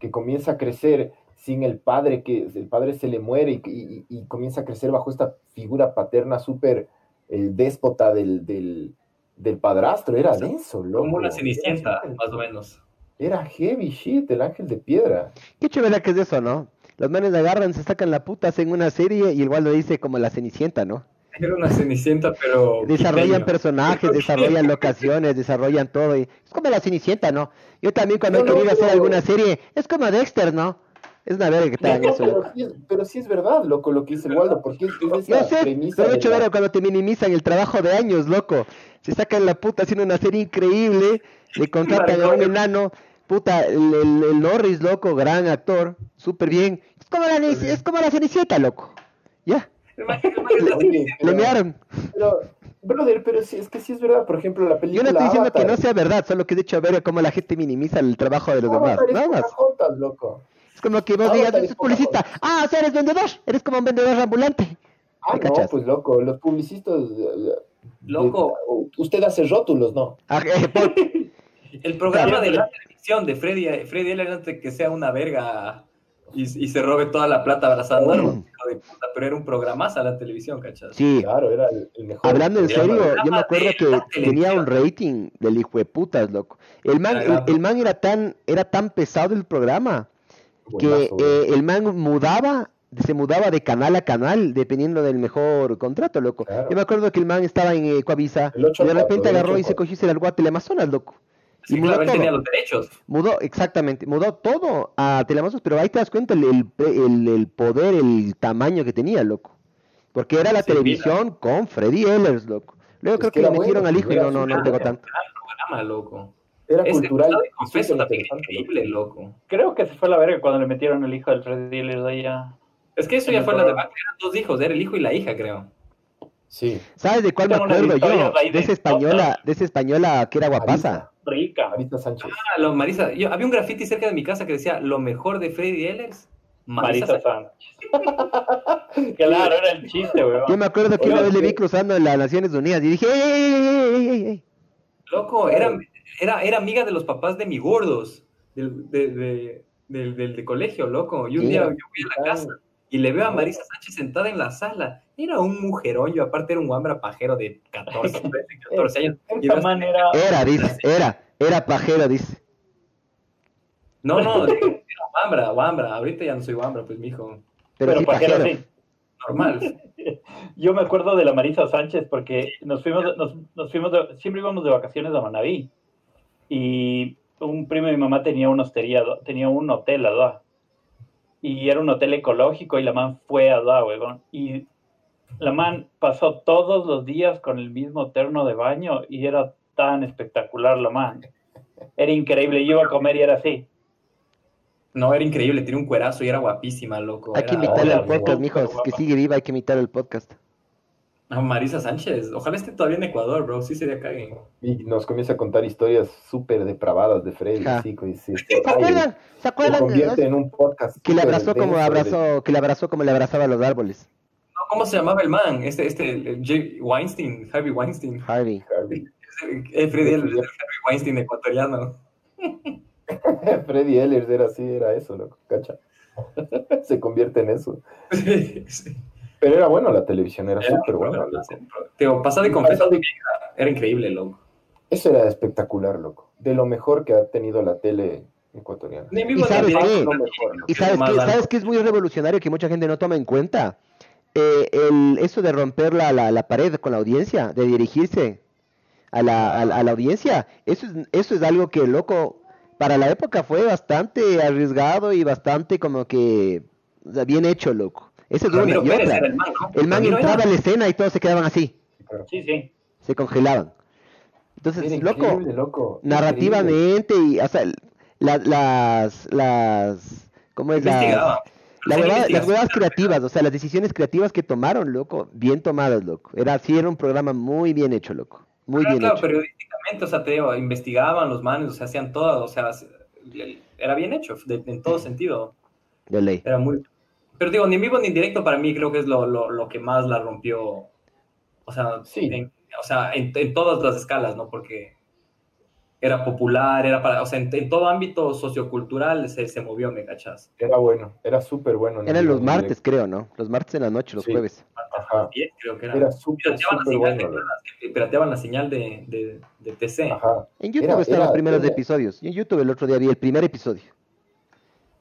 S1: que comienza a crecer sin el padre, que el padre se le muere y, y- y comienza a crecer bajo esta figura paterna súper eh, déspota del, del, del padrastro. Era denso, loco.
S3: Como una cenicienta,
S1: Era,
S3: más o menos.
S1: era heavy shit, el ángel de piedra.
S2: Qué chévere que es eso, ¿no? Los manes agarran, se sacan la puta, hacen una serie y igual lo dice como la Cenicienta, ¿no?
S3: Era una cenicienta, pero.
S2: Desarrollan
S3: quiteño.
S2: personajes, desarrollan locaciones, desarrollan todo. y- Es como la Cenicienta, ¿no? Yo también cuando he
S1: No, no,
S2: querido hacer
S1: pero-
S2: alguna serie, es como Dexter, ¿no? Es una verga que está en
S1: No,
S2: eso,
S1: pero,
S2: loco.
S1: sí es, pero sí es verdad, loco, lo que dice el Waldo, porque es, es
S2: Yo
S1: esa
S2: sé,
S1: premisa
S2: pero de
S1: de
S2: hecho,
S1: la-
S2: verga, cuando te minimizan el trabajo de años, loco. Se sacan la puta haciendo una serie increíble, le contratan a un enano, puta, el, el- el Norris, loco, gran actor, súper bien. Es como la, es como la Cenicienta, loco. Ya,
S1: Oye,
S2: le
S1: pero-
S2: mearon.
S1: Pero, brother, pero sí, es que sí es verdad, por ejemplo, la
S2: Yo
S1: película
S2: no estoy diciendo que no
S1: Avatar.
S2: sea verdad, solo que he dicho a ver cómo la gente minimiza el trabajo de los demás.
S1: Avatar es
S2: Nada más.
S1: Pocahontas, loco.
S2: Es como que vos
S1: Avatar
S2: digas,
S1: es
S2: eres publicista. Ah, o sea, eres vendedor. Eres como un vendedor ambulante.
S1: Ah,
S2: ¿Me
S1: no,
S2: cachas?
S1: pues loco, los publicistas... eh,
S3: Loco,
S1: eh, usted hace rótulos, ¿no?
S2: Ah, eh, por-
S3: el programa
S4: Claro.
S3: de la televisión de Freddy, Freddy Heller antes de que sea una verga y, y se robe toda la plata abrazando a los
S1: Mm.
S3: hijos de puta, pero era un programazo a la televisión, ¿cachas?
S2: sí.
S1: Claro, era el, el mejor.
S2: Hablando en
S1: programa.
S2: serio, yo me
S3: programa
S2: acuerdo
S3: de
S2: que
S3: la
S2: tenía
S3: televisión.
S2: un rating del hijo de putas, loco. El man, el,
S3: Cagado.
S2: el man era tan, era tan pesado el programa que
S1: Buenazo,
S2: eh, el man mudaba, se mudaba de canal a canal dependiendo del mejor contrato, loco.
S1: Claro.
S2: Yo me acuerdo que el man estaba en eh, Coavisa
S1: El ocho
S2: y de
S1: al cuatro,
S2: repente
S1: el
S2: agarró
S1: ocho
S2: y
S1: al
S2: se
S1: cuatro.
S2: cogió y se largó a Teleamazonas, loco.
S3: Sí,
S2: y
S3: claro,
S2: mudó
S3: él
S2: todo.
S3: tenía los derechos.
S2: Mudó, exactamente, mudó todo a Telemasos, pero ahí te das cuenta el, el, pre- el- el poder, el tamaño que tenía, loco. Porque era la
S3: Sí,
S2: televisión con Freddy Ehlers, loco. Luego
S1: Es
S2: creo que,
S1: que
S2: le
S1: era
S2: metieron
S1: bueno,
S2: al hijo y
S1: era
S2: no, no, no
S3: súper
S2: tengo
S1: bueno.
S2: tanto.
S3: Programa, loco.
S1: Era
S3: Ese
S1: cultural.
S3: episodio,
S1: y
S3: confieso,
S1: súper
S3: también
S1: interesante, loco.
S3: increíble, loco.
S4: Creo que se fue a la verga cuando le metieron el hijo del Freddy Dealers ahí ya.
S3: Es que eso ya fue la debate, eran dos hijos, era el hijo y la hija, creo.
S1: Sí,
S2: ¿Sabes de cuál me
S4: Tengo unas
S2: acuerdo yo?
S4: historias ahí
S2: De
S4: de
S2: esa española, de esa española que era guapaza.
S4: Rica.
S1: Marita Sánchez.
S3: Ah, lo- Marisa, yo, había un graffiti cerca de mi casa que decía lo mejor de Freddy Ellers, Marisa,
S4: Marisa Sánchez. Claro, era el chiste,
S2: Yo
S4: weón.
S2: me acuerdo que
S1: Oye,
S2: una vez le vi
S1: sí.
S2: cruzando en las Naciones Unidas y dije, ¡Ey, ey, ey, ey, ey, ey!
S3: Loco, era, era, era amiga de los papás de mi gordos, del, de, de- del, del de colegio, loco. Y un día
S1: Mira,
S3: yo fui a la casa y le veo a Marisa Sánchez sentada en la sala. Era un mujerón, yo aparte era un guambra pajero de 14, 13, 14 años. Y
S4: Esta
S3: verás-
S4: man era.
S2: Era, dice, era, era pajero, dice.
S3: no, no, era guambra, guambra. Ahorita ya no soy guambra, pues, mijo.
S2: Pero, sí
S4: pajero,
S2: pajero.
S4: sí.
S3: normal.
S4: Yo me acuerdo de la Marisa Sánchez porque nos fuimos, nos, nos fuimos de- siempre íbamos de vacaciones a Manaví. Y un primo de mi mamá tenía una hostería, do- tenía un hotel allá. Y era un hotel ecológico y la man fue allá, huevón. Y la man pasó todos los días con el mismo terno de baño y era tan espectacular la man. Era increíble. Yo iba a comer y era así.
S3: No, era increíble, tenía un cuerazo y era guapísima, loco.
S2: Hay que
S3: Era-
S2: invitarle
S4: hola,
S2: al podcast,
S4: amigo.
S2: mijos. Que sigue viva, hay que invitarle al podcast.
S3: Ah, Marisa Sánchez, ojalá esté todavía en Ecuador, bro, sí sería caguen.
S1: Y nos comienza a contar historias súper depravadas de Freddy.
S2: Ja.
S1: Sí, pues, sí.
S2: ¿Se acuerdan? ¿Se
S1: Ay, se
S2: acuerdan?
S1: convierte en un podcast.
S2: Que le
S1: súper
S2: abrazó como
S1: denso de-
S2: abrazó, que le abrazó como le abrazaba a los árboles.
S3: No, ¿Cómo se llamaba el man? Este, este, el Jay Weinstein, Harvey Weinstein.
S2: Harvey.
S1: Harvey.
S3: Eh, Freddy, el, el Harvey Weinstein ecuatoriano.
S1: Freddy Ehlers era así, era eso, loco, cacha. se convierte en eso.
S3: Sí, sí.
S1: Pero era bueno la televisión, era
S3: Era
S1: súper
S3: un
S1: buena,
S3: programa,
S1: loco.
S3: sí, pro- Digo, pasar de confeso a vida, era increíble, loco.
S1: Eso era espectacular, loco. De lo mejor que ha tenido la tele ecuatoriana.
S3: Ni
S2: ¿Y
S3: vivo
S2: sabes
S3: también.
S2: qué?
S1: Lo mejor, loco.
S2: ¿Y sabes
S3: Más
S2: qué,
S3: largo.
S2: sabes qué es muy revolucionario que mucha gente no toma en cuenta? Eh, el, eso de romper la, la, la pared con la audiencia, de dirigirse a la, a, la- a la audiencia, eso es, eso es algo que, loco, para la época fue bastante arriesgado y bastante como que o sea, bien hecho, loco. Esa es una
S3: Ramiro
S2: y
S3: Pérez
S2: otra.
S3: era el man, ¿no?
S2: El man
S3: Ramiro era-
S2: entraba a la escena y todos se quedaban así,
S4: Sí, sí.
S2: se congelaban.
S1: Era
S2: Entonces, loco,
S1: increíble, loco. Increíble.
S2: narrativamente y, o sea, el- la- las, las, ¿cómo es? Las,
S3: Investigaba.
S2: la
S3: Sí,
S2: huevada-
S3: sí,
S2: las
S3: sí.
S2: huevadas creativas, o sea, las decisiones creativas que tomaron, loco, bien tomadas, loco. Era, sí, era un programa muy bien hecho, loco. Muy
S3: Claro,
S2: bien
S3: claro,
S2: hecho.
S3: periodísticamente, o sea, te digo, investigaban los manes, o sea, hacían todo, o sea, se- era bien hecho, de- en todo sentido.
S2: De ley.
S3: Era muy. Pero digo, ni en vivo ni en directo para mí creo que es lo, lo, lo que más la rompió. O sea,
S1: Sí.
S3: en, o sea en, en todas las escalas, ¿no? Porque era popular, era para. O sea, en, en todo ámbito sociocultural se, se movió, ¿me cachas?
S1: Era bueno, era súper bueno. en
S2: Eran
S1: el-
S2: los martes, creo, ¿no? Los martes en la noche, los
S1: Sí.
S2: jueves.
S1: Ajá.
S3: Bien, creo que era.
S1: Era súper,
S3: Pirateaban la
S1: súper
S3: señal,
S1: bueno. loco.
S3: de- pirateaban la señal de, de, de TC.
S1: Ajá.
S2: En YouTube
S1: Era-
S2: están los
S1: era-
S2: primeros
S1: era-
S2: episodios. Yo en YouTube el otro día vi el primer episodio.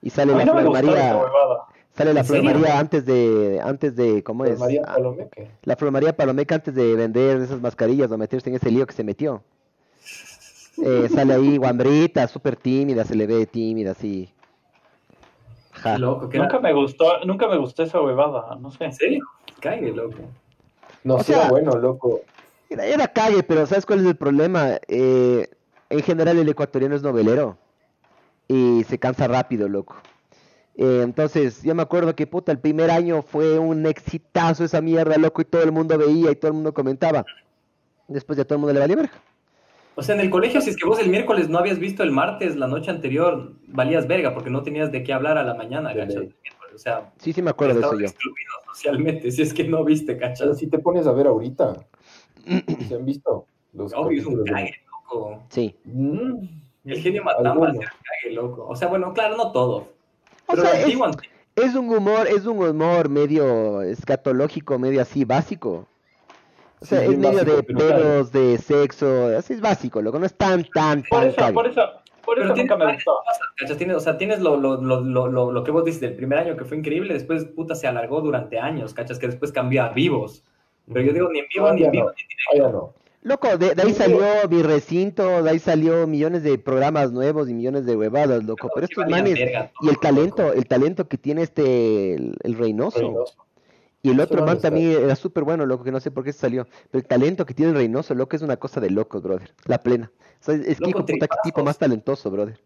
S2: Y sale
S4: A mí
S2: la
S4: no me ¿eh?
S2: Flor
S4: gustó esa
S2: María,
S4: huevada.
S2: sale la
S3: ¿En
S2: Flor
S3: serio?
S2: María antes de, antes de, ¿cómo es?
S1: María
S2: Ah,
S1: Palomeque.
S2: La Flor María Palomeca antes de vender esas mascarillas o meterse en ese lío que se metió. Eh, sale ahí guambrita, súper tímida, se le ve tímida, así. Ajá.
S3: Qué loco, que era.
S4: Nunca me gustó, nunca me gustó esa huevada, no sé.
S3: ¿En serio? Cague, loco.
S1: No,
S2: O
S1: sí
S2: sea-
S1: era bueno, loco.
S2: Era, era calle, pero ¿sabes cuál es el problema? Eh, en general el ecuatoriano es novelero y se cansa rápido, loco. Eh, entonces, yo me acuerdo que puta, el primer año fue un exitazo esa mierda, loco, y todo el mundo veía y todo el mundo comentaba. Después ya todo el mundo le valía verga.
S3: O sea, en el colegio, si es que vos el miércoles no habías visto el martes, la noche anterior, valías verga porque no tenías de qué hablar a la mañana,
S1: De
S3: ¿cachas?
S1: ley.
S3: O sea,
S2: Sí, sí me acuerdo de eso
S3: estabas
S2: yo.
S3: excluido socialmente, si es que no viste,
S1: Pero
S3: ¿cachas?
S1: si te pones a ver ahorita, ¿se han visto? Los
S3: Obvio, es Oh, un
S1: capítulos de-
S3: cague, loco.
S2: Sí.
S1: Mm,
S3: El genio Matamba es
S1: alguno.
S3: cague, loco. O sea, bueno, claro, no todo.
S2: O
S3: Pero
S2: sea,
S3: el
S2: es-
S3: antiguo, antiguo,
S2: Es un humor, es un humor medio escatológico, medio así básico. O sea,
S1: Sí,
S2: es
S1: bien
S2: medio
S1: básico,
S2: de
S1: pero claro.
S2: pedos, de sexo, así es básico, loco, no es tan, tan,
S4: Por
S2: tan
S4: eso,
S2: cague.
S4: por eso, por
S3: Pero
S4: eso
S3: tiene
S4: nunca me
S3: varias
S4: gustó.
S3: cosas, ¿cachas? Tienes, o sea, tienes lo, lo, lo, lo, lo, lo que vos dices del primer año que fue increíble, después puta se alargó durante años, ¿cachas? Que después cambió a vivos. Pero yo digo, ni en vivo,
S1: Ah,
S3: ni
S1: ya
S3: en vivo,
S1: no. ah, ya no.
S2: Loco, de, de ahí salió mi recinto, de ahí salió millones de programas nuevos y millones de huevadas, loco, pero estos
S3: valían
S2: manes
S3: verga todo,
S2: y el talento,
S3: loco.
S2: el talento que tiene este, el, el Reynoso,
S1: Reynoso.
S2: y el
S1: Ese
S2: otro
S1: man
S2: man
S1: está-
S2: también era súper bueno, loco, que no sé por qué se salió, pero el talento que tiene el Reynoso, loco, es una cosa de locos, brother, la plena. O sea, es que
S3: Loco,
S2: hijo de puta, qué tipo
S3: tripazos.
S2: más talentoso, brother.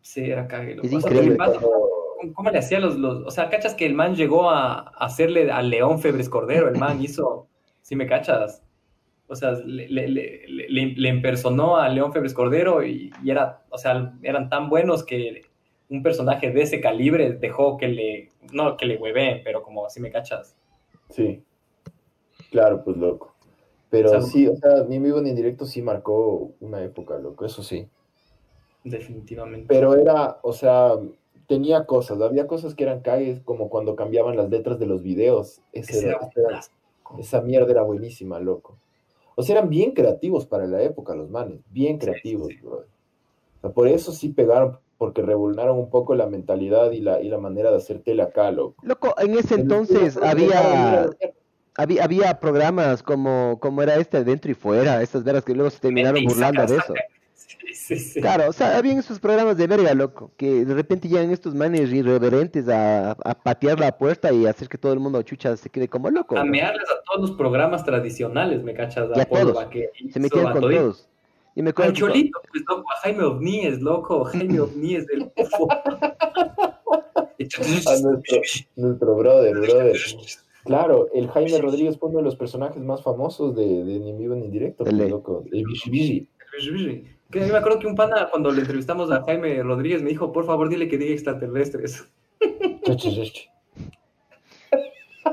S3: Sí, era cague, loco.
S2: Es
S3: O sea,
S2: increíble.
S3: Tripazo, ¿cómo- ¿Cómo le hacía los, los... O sea, ¿cachas que el man llegó a, a hacerle al León Febres Cordero? El man hizo... Si me cachas. O sea, le, le, le, le- le impersonó a León Febres Cordero y, y era... O sea, eran tan buenos que un personaje de ese calibre dejó que le... No, que le hueveen, pero como si me cachas.
S1: Sí. Claro, pues loco. Pero
S3: O sea,
S1: sí, o sea, ni en vivo ni en directo sí marcó una época, loco, eso sí.
S3: Definitivamente.
S1: Pero era, o sea, tenía cosas, había cosas que eran cagues, como cuando cambiaban las letras de los videos. Ese
S3: Ese
S1: era-
S3: era
S1: ese era- esa mierda era buenísima, loco. O sea, eran bien creativos para la época los manes, bien creativos, brother. O sea, por eso sí pegaron, porque revolnaron un poco la mentalidad y la, y la manera de hacer tela acá, loco.
S2: Loco, en ese entonces había, había, había programas como, como era este, Dentro y Fuera, esas veras que luego se terminaron
S3: Vete y
S2: burlando de
S3: sacas,
S2: eso.
S3: Sí, sí, sí.
S2: Claro, o sea, habían esos programas de verga, loco, que de repente llegan estos manes irreverentes a, a patear la puerta y hacer que todo el mundo chucha se quede como loco.
S3: A
S2: ¿no?
S3: mearles a todos los programas tradicionales, me cachas.
S2: Y a
S3: Polo
S2: todos.
S3: Vaquero,
S2: Se metían
S3: a
S2: con
S3: todito.
S2: todos. Y me acuerdo
S3: Al
S2: que-
S3: Cholito, pues loco, a Jaime Ovníes, loco, Jaime Ovníes del UFO.
S1: A nuestro, nuestro brother, brother. Claro, el Jaime Rodríguez fue uno de los personajes más famosos de, de Ni Vivo Ni Directo, pues,
S2: Dele.
S1: loco. El Bishibiji.
S3: Que yo me acuerdo que un pana, cuando le entrevistamos a Jaime Rodríguez, me dijo, por favor, dile que diga extraterrestres.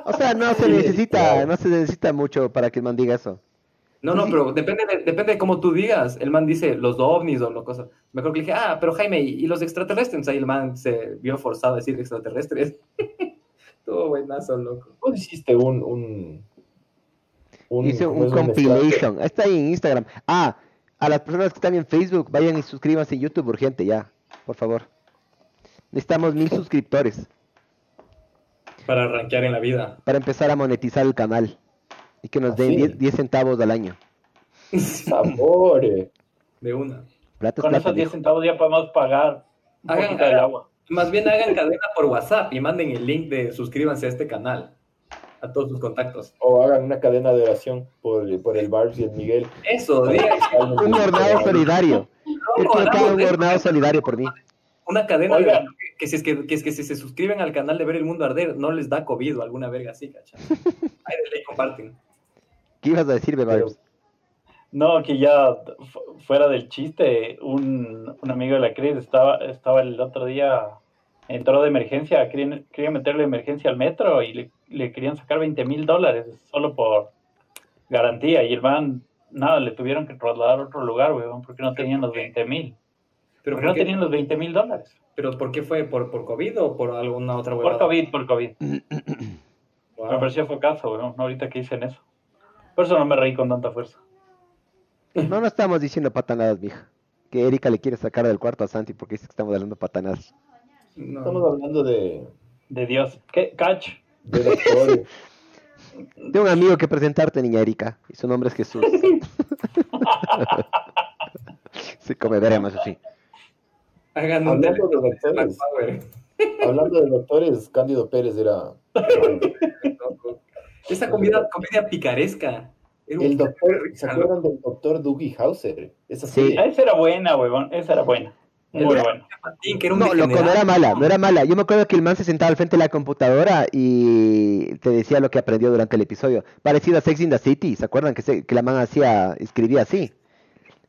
S2: O sea, no se
S1: Sí,
S2: necesita,
S1: claro.
S2: no se necesita mucho para que el man diga eso.
S3: No, no, pero depende de, depende de cómo tú digas. El man dice los ovnis o lo cosa. Me acuerdo que le dije, ah, pero Jaime, ¿y, y los extraterrestres? Ahí el man se vio forzado a decir extraterrestres. Estuvo buenazo, loco.
S1: Vos hiciste un... un, un-
S2: Hice
S1: ¿cómo
S2: un
S1: es? Un
S2: compilation. Está ahí en Instagram. Ah, a las personas que están en Facebook, vayan y suscríbanse en YouTube urgente ya, por favor. Necesitamos
S4: Oh.
S2: mil suscriptores
S3: Para rankear en la vida.
S2: para empezar a monetizar el canal y que nos
S1: Ah,
S2: den
S1: sí.
S2: 10 10 centavos al año.
S1: Sabores.
S3: De una.
S2: Plata es
S4: Con
S2: plata,
S4: esos 10
S2: viejo.
S4: centavos ya podemos pagar un
S3: Hagan-
S4: poquito del
S3: hagan-
S4: agua.
S3: Más bien hagan cadena por WhatsApp y manden el link de suscríbanse a este canal. A todos sus contactos.
S1: O hagan una cadena de oración por, por el Barbs y el Miguel.
S3: Eso, diga,
S2: Un hornado solidario. Yo
S3: loco,
S2: quiero que haga
S3: hagamos
S2: un
S3: esto.
S2: hornado solidario por mí.
S3: Una cadena de-
S4: Oigan.
S3: que, si es que, que es que si se suscriben al canal de Ver el Mundo Arder, no les da COVID o alguna verga así, cacha. Ahí de ley comparten.
S2: ¿Qué ibas a decir, Bebabs?
S4: No, que ya fu- fuera del chiste, un, un amigo de la Cris estaba, estaba el otro día, entró de emergencia, querían, querían meterle emergencia al metro y le, le querían sacar 20 mil dólares solo por garantía. Y el van, nada, le tuvieron que trasladar a otro lugar, weón, porque no tenían los 20 mil.
S3: Pero
S4: Porque
S3: ¿por,
S4: no
S3: qué,
S4: tenían los 20 mil dólares.
S3: pero ¿por qué fue? ¿Por, ¿Por COVID o por alguna otra
S4: Por
S3: huevada?
S4: COVID, por COVID.
S3: Wow.
S4: Me pareció focazo, weón, ahorita que dicen eso. Por eso no me reí con tanta fuerza.
S2: No, no estamos diciendo patanadas, mija. Que Erika le quiere sacar del cuarto a Santi porque dice que estamos hablando patanadas.
S3: No.
S1: Estamos hablando de,
S4: De Dios. ¿Qué? Catch.
S1: de doctores.
S2: Tengo un amigo que presentarte, niña Erika, y su nombre es Jesús. Se come veremos así.
S3: Hagan un
S1: Hablando
S3: teléfono
S1: de
S3: de Black
S1: doctores.
S3: Power.
S1: hablando de doctores, Cándido Pérez era...
S3: Esa comida, comida picaresca. Era un-
S1: El doctor, ¿se acuerdan del doctor Dougie Hauser? Esa
S2: Sí.
S1: serie.
S4: Ah, Esa era buena, huevón. Esa era buena. Muy
S3: Era-
S4: buena.
S3: patín, que era un
S2: No, loco, no
S3: degenerado.
S2: era mala, no era mala. Yo me acuerdo que el man se sentaba al frente de la computadora y te decía lo que aprendió durante el episodio. Parecido a Sex in the City, ¿se acuerdan que, se- que la man hacía, escribía así?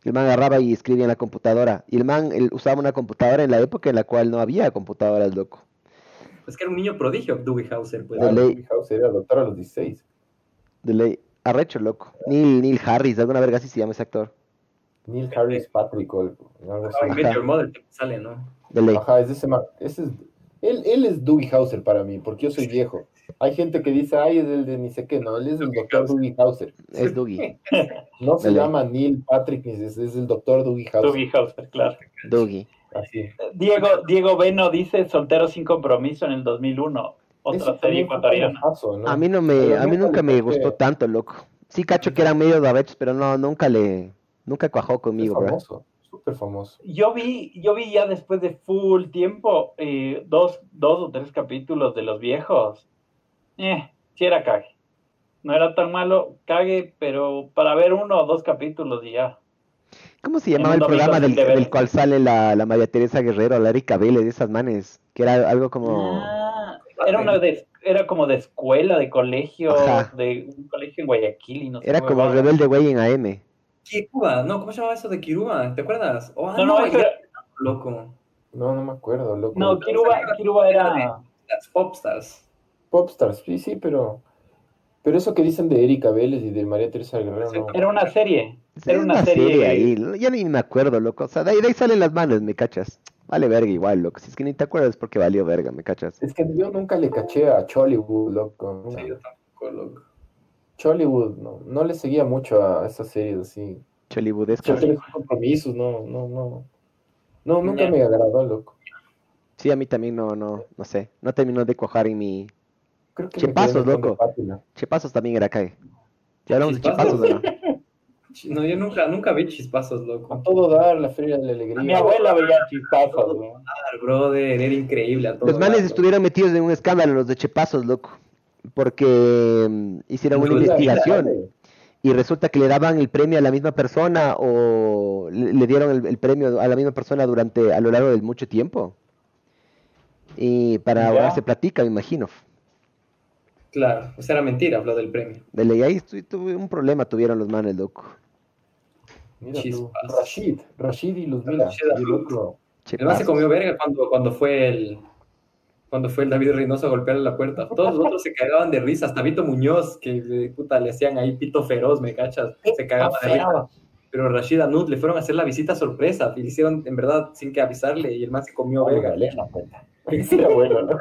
S2: El man agarraba y escribía en la computadora. Y el man él usaba una computadora en la época en la cual no había computadoras, loco.
S3: Es que era un niño prodigio, Dougie Hauser. Pues.
S2: De
S1: Claro,
S2: ley.
S1: Dougie Hauser era doctor a los 16.
S2: De ley. Arrecho, loco. Neil, Neil Harris, alguna verga así se llama ese actor.
S1: Neil Harris Patrick o algo
S3: How I
S1: así.
S3: Met Your Mother, que sale, ¿no?
S2: De ley.
S1: Ajá, es ese man. Ese es, él, él es Dougie Hauser para mí, porque yo soy viejo. Hay gente que dice, ay, es el de ni sé qué, no, él es el doctor Dougie Hauser.
S2: Es Dougie.
S1: No se
S2: Dale.
S1: llama Neil Patrick, ni es, es el doctor Dougie Hauser.
S4: Dougie Hauser, claro.
S2: Dougie.
S1: Así.
S4: Diego, Diego Beno dice Soltero sin compromiso en el 2001.
S1: Ese
S4: Otra
S1: también
S4: serie
S1: fue un
S4: ecuatoriana.
S1: famosazo, ¿no?
S2: A mí no me,
S1: Pero
S2: a mí nunca me
S1: le fue
S2: gustó tanto, loco. Sí cacho que eran medio de arrechos, pero no, nunca le, nunca cuajó conmigo, bro.
S1: famoso, súper famoso.
S4: Yo vi, yo vi ya después de full tiempo eh, dos, dos o tres capítulos de Los Viejos. Eh, sí era cague. No era tan malo, cague, pero para ver uno o dos capítulos y ya.
S2: ¿Cómo se llamaba el
S4: En un domingo
S2: programa del,
S4: sin deberes.
S2: del cual sale la, la María Teresa Guerrero, la Erika Vélez, de esas manes? Que era algo como...
S4: Ah, era una de- era como de escuela, de colegio,
S2: Ajá.
S4: de un colegio en Guayaquil y no sé
S2: Era
S4: qué
S2: como
S4: huevada.
S2: Rebelde Güey en AM.
S3: Kiruba, no, ¿cómo se llamaba eso de Kiruba? ¿Te acuerdas? Oh, ah,
S4: No, no,
S3: ya,
S4: esto era-
S3: loco.
S1: No, no me acuerdo, loco.
S4: no, Kiruba, Kiruba era.
S3: Las popstars.
S1: Popstars, sí, sí, pero. Pero eso que dicen de Erika Vélez y de María Teresa Guerrero, no.
S4: Era una serie.
S2: Era una, serie, ahí, lo- ya ni me acuerdo, loco. O sea, de ahí, de ahí salen las manos, me cachas. Vale verga igual, loco. Si es que ni te acuerdas porque valió verga, me cachas.
S1: Es que yo nunca le caché a Chollywood, loco.
S3: Sí, yo tampoco, loco.
S1: Chollywood, no. No le seguía mucho a esas series así.
S2: Cholibudesco.
S1: Yo tenía compromisos, no, no, no. No, nunca
S4: Ya.
S1: me agradó, loco.
S2: Sí, a mí también no, no, no sé. No terminó de cuajar en mi.
S1: Creo que me
S2: Chipazos,
S1: quedé con
S2: loco.
S1: Pátina.
S2: Chipazos también era cae. Ya hablamos
S3: ¿Chispazos?
S2: de chipazos, ¿no?
S3: No, yo nunca, nunca vi chispazos, loco.
S1: A todo dar, la feria de la alegría.
S4: Mi abuela veía chispazos, ¿no?
S3: Claro, brother, era increíble a todo
S2: Los manes
S3: lado.
S2: estuvieron metidos en un escándalo, los de chipazos, loco. Porque mm, hicieron una
S3: Los de-
S2: investigación. y resulta que le daban el premio a la misma persona o le le dieron el, el premio a la misma persona durante a lo largo de mucho tiempo. Y para
S4: Ya.
S2: ahora se platica, me imagino.
S3: Claro, o sea, era mentira lo del premio.
S2: De ley, ahí estu- tuve un problema, tuvieron los manes, loco.
S1: Mira tú,
S3: Chispazos.
S1: Rashid, Rashid y Luzmila.
S3: Rashid Abdul.
S1: loco.
S2: Che,
S3: Además se
S2: pasos.
S3: comió verga cuando, cuando fue el cuando fue el David Reynoso a golpearle la puerta. Todos los otros se cagaban de risa, hasta Vito Muñoz, que de puta le hacían ahí pito feroz, me cachas, se cagaba de risa.
S4: Aseaba.
S3: Pero Rashid Anud le fueron a hacer la visita sorpresa, y le hicieron en verdad sin que avisarle, y el man se comió
S1: Vamos
S3: verga.
S1: a leer la cuenta.
S4: Sí, abuelo, loco.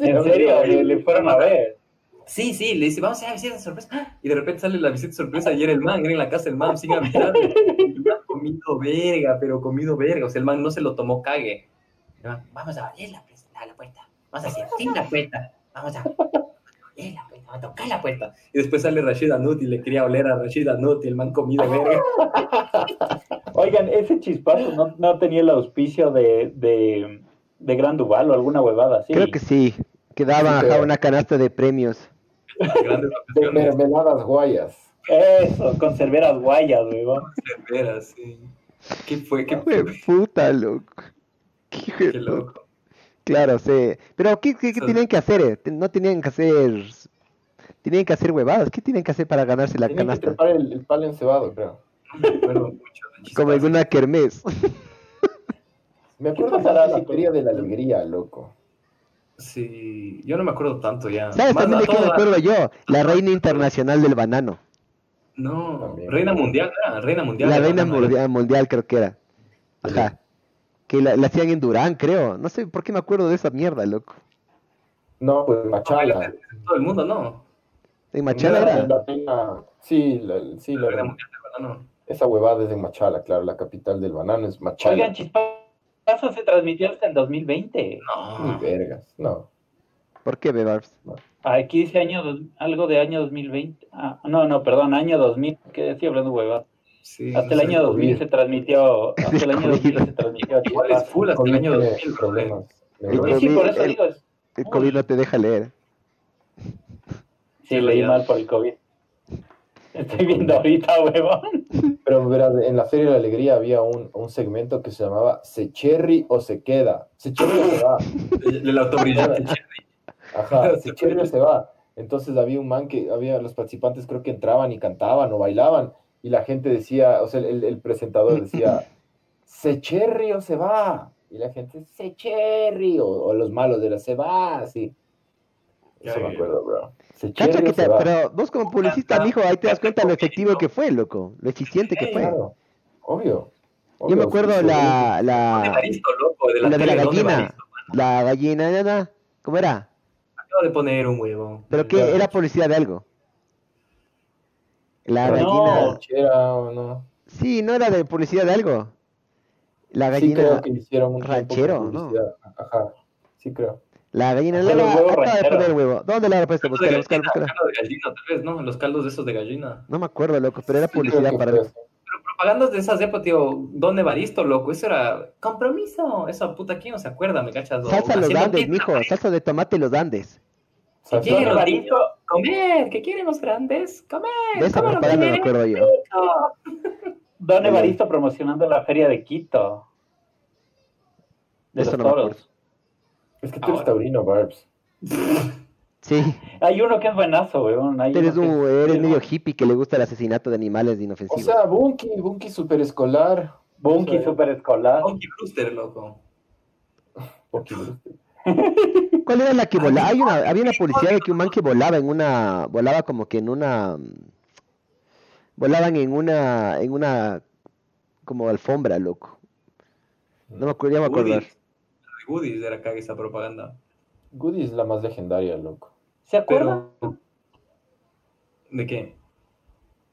S4: En serio, le, le fueron a ver.
S3: Sí, sí, le dice, vamos a hacer la visita sorpresa. ¡Ah! Y de repente sale la visita sorpresa y era el man, era en la casa del man, sin avisarle. El man comido verga, pero comido verga. O sea, el man no se lo tomó cague. El man, vamos a eh, abrir la, pres- a la puerta. Vamos a sentir la puerta. Vamos a abrir la puerta, vamos a tocar la puerta. Y después sale Rashid Anut y le quería oler a Rashid Anut y el man
S2: Ah.
S3: comido verga.
S4: Oigan, ese chispazo no, no tenía el auspicio de, de, de Gran Duval o alguna huevada así.
S2: Creo que sí, que daban
S1: Sí,
S2: ajá,
S1: creo.
S2: una canasta de premios.
S3: Grandes
S1: De
S3: vacaciones
S1: mermeladas guayas.
S4: Eso, con cerveras guayas, weón.
S3: cerveras, sí. ¿Qué fue? ¿Qué
S2: Hijo de
S3: fue?
S2: puta, loco. Qué hijo de
S3: Qué
S2: puta.
S3: loco.
S2: Claro, sí. Pero ¿qué, qué, qué
S3: Son-
S2: tienen que hacer? eh? Te- No tenían que hacer... Tenían que hacer huevadas. ¿Qué tienen que hacer para ganarse la
S1: Tienen que
S2: canasta?
S1: trepar el, el palo encebado, creo.
S3: No me acuerdo mucho de
S2: Como
S3: chispazos.
S2: alguna kermés.
S1: Me acuerdo de
S4: pasará
S1: la
S4: si-
S1: feria de la alegría, loco.
S3: Sí, yo no me acuerdo tanto ya.
S2: ¿Sabes
S3: Más
S2: también
S3: a
S2: de qué me
S3: toda-
S2: acuerdo yo? La reina internacional del banano.
S3: No,
S1: También.
S3: reina mundial, era, reina mundial.
S2: La
S3: era,
S2: reina
S3: ¿no?
S2: mundial, mundial creo que era. Ajá. Que la, la hacían en Durán, creo. No sé por qué me acuerdo de esa mierda, loco.
S1: No,
S4: Ah,
S1: pues Machala.
S3: Todo el mundo, no.
S2: En Machala
S1: La-
S2: era.
S1: la reina- sí, la- sí,
S3: La
S1: la
S3: reina mundial de banano.
S1: Esa huevada es en Machala, claro, la capital del banano es Machala.
S4: Oigan, chispazo se transmitió hasta el 2020.
S1: Ni
S3: No.
S1: vergas, no.
S2: ¿Por qué, Bebarbs?
S4: Aquí dice año dos- algo de año 2020. Ah, no, no, perdón, año 2000. ¿Qué decía hablando hueva?
S3: Sí,
S4: Hasta
S3: no
S4: el
S3: sé.
S4: año 2000 se transmitió. Hasta el año 2000 se transmitió.
S3: Igual es full hasta el año
S1: Tiene
S3: 2000, brother.
S1: problemas.
S4: Y sí, por eso digo. es-
S2: El COVID no te deja leer.
S4: Sí, leí mal por el COVID. Estoy viendo ahorita, huevón.
S1: Pero verás, en la Feria de la Alegría había un, un segmento que se llamaba Se Cherry o se queda. Se Cherry o se va.
S3: El, el autobrillante.
S2: Ah.
S1: Ajá, se Cherry o se va. Entonces había un man que había los participantes creo que entraban y cantaban o bailaban y la gente decía, o sea, el, el presentador decía Se Cherry o se va. Y la gente Se Cherry o, o los malos de la se va, así. Eso
S3: Ya,
S1: me
S3: ya.
S1: acuerdo, bro. Se
S2: Cacha
S1: Cherry
S2: que
S1: o se
S2: te,
S1: va.
S2: pero vos como publicista,
S3: Ajá.
S2: mijo, ahí te das cuenta lo efectivo
S3: Claro.
S2: que fue, loco. Lo eficiente que fue.
S1: Claro, obvio.
S2: Yo
S1: obvio,
S2: me acuerdo
S1: sí,
S2: la,
S3: De
S2: la,
S3: Baristo, loco, de
S2: la
S3: la,
S2: de la
S3: tele, ¿dónde
S2: gallina.
S3: Baristo?
S2: La gallina, na, na. ¿cómo era?
S3: Acabo de poner un huevo.
S2: Pero que era publicidad de algo. La
S4: No.
S2: gallina.
S1: ranchera o no.
S2: Sí, no era de publicidad de algo. La
S1: Sí creo
S2: gallina.
S1: que hicieron un tiempo con
S2: ranchero, ¿no?
S1: publicidad. Ajá, sí creo.
S2: La gallina.
S4: Ajá,
S2: la-
S4: los huevos
S2: acaba de
S4: rancheros.
S2: poner el huevo. ¿Dónde la puesto?
S3: Caldo de
S2: Buscala,
S3: gallina,
S2: buscala, buscala.
S3: caldo de gallina, tal vez, ¿no? Los caldos de esos de gallina.
S2: No me acuerdo, loco, pero era
S1: Creo
S2: publicidad
S1: que
S2: para
S1: fue
S2: mí.
S1: así.
S3: Pero propagandas de esas épocas, tío, Don Evaristo, loco, eso era compromiso. Esa puta, ¿quién no se acuerda, me cachas? O
S2: Salsa los
S3: haciendo
S2: Andes,
S3: pizza,
S2: mijo. Salsa de tomate los Andes.
S1: O sea,
S3: Sí,
S4: Don
S1: claro,
S3: lo-
S4: Evaristo,
S3: Comer, ¿qué quieren los grandes? Comer.
S2: De esa
S3: Eh, ¿cómo lo
S2: propaganda me
S3: quieren?
S2: acuerdo yo.
S3: Rico.
S4: Don Evaristo promocionando la feria de Quito. De
S2: Eso
S4: los
S2: no me acuerdo.
S4: toros. Ah,
S1: es que tú
S3: Ahora.
S1: eres taurino, Barbs.
S2: Sí.
S4: Hay uno que es buenazo, weón. Hay
S2: Tú Eres,
S4: uno que
S2: un,
S4: es-
S2: eres medio hippie que le gusta el asesinato de animales
S1: O
S2: inofensivos.
S1: sea, Bunky, Bunky superescolar.
S4: Bunky
S1: Eso es.
S4: super escolar.
S3: Monkey Brewster, loco.
S1: Bunky.
S2: ¿Cuál era la que volaba? Hay una, había una publicidad de que un man que volaba en una, volaba como que en una, mm, volaban en una, en una, como alfombra, loco. No me acuerdo, ya me acuerdo.
S3: Goodies. La de Goodies era cague esa propaganda.
S1: Goody es la más legendaria, loco.
S4: ¿Se acuerdan?
S3: Pero. ¿De qué?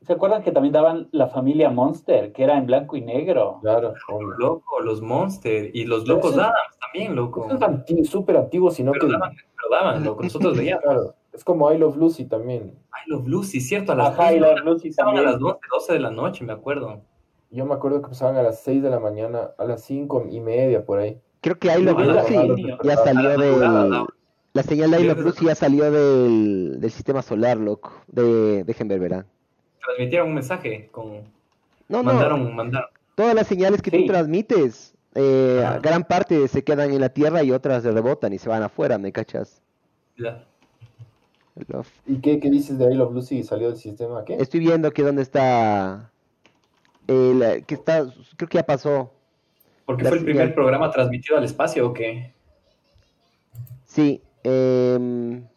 S4: ¿Se acuerdan que también daban la familia Monster, que era en blanco y negro?
S1: Claro, obvio.
S3: Loco, los Monster y los locos
S1: Eso-
S3: Adams también, loco.
S1: Eso es anti- súper antiguo, sino
S3: Oh. Pero
S1: que.
S3: daban, pero daban, loco. Nosotros veíamos
S1: Claro, es como I Love Lucy también.
S3: I Love Lucy, ¿cierto? A las,
S4: Ajá, y los Lucy
S3: estaban a
S4: también.
S3: las 12, 12 de la noche, me acuerdo.
S1: Yo me acuerdo que empezaban a las 6 de la mañana, a las 5 y media por ahí.
S2: Creo que I Love
S3: No, a la-
S2: Lucy
S4: a la-
S2: ya
S1: a la
S2: salió
S3: madrugada,
S2: del...
S3: no.
S2: La señal de I Love
S3: Viernes-
S2: Lucy ya salió del, del sistema solar, loco. De, dejen ver, verán.
S3: Transmitieron un mensaje con.
S2: Oh, No, no.
S3: mandaron, mandaron.
S2: Todas las señales que tú
S4: Sí.
S2: transmites, eh,
S3: Ajá.
S2: gran parte se quedan en la Tierra y otras rebotan y se van afuera, ¿me cachas?
S3: Ya.
S2: Love.
S1: ¿Y qué, qué dices de I Love Lucy y salió del sistema? ¿Qué?
S2: Estoy viendo que dónde está... eh, la- que está... Creo que ya pasó.
S3: Porque
S2: La
S3: fue el primer
S2: señal.
S3: programa transmitido al espacio, ¿o qué?
S2: Sí. em,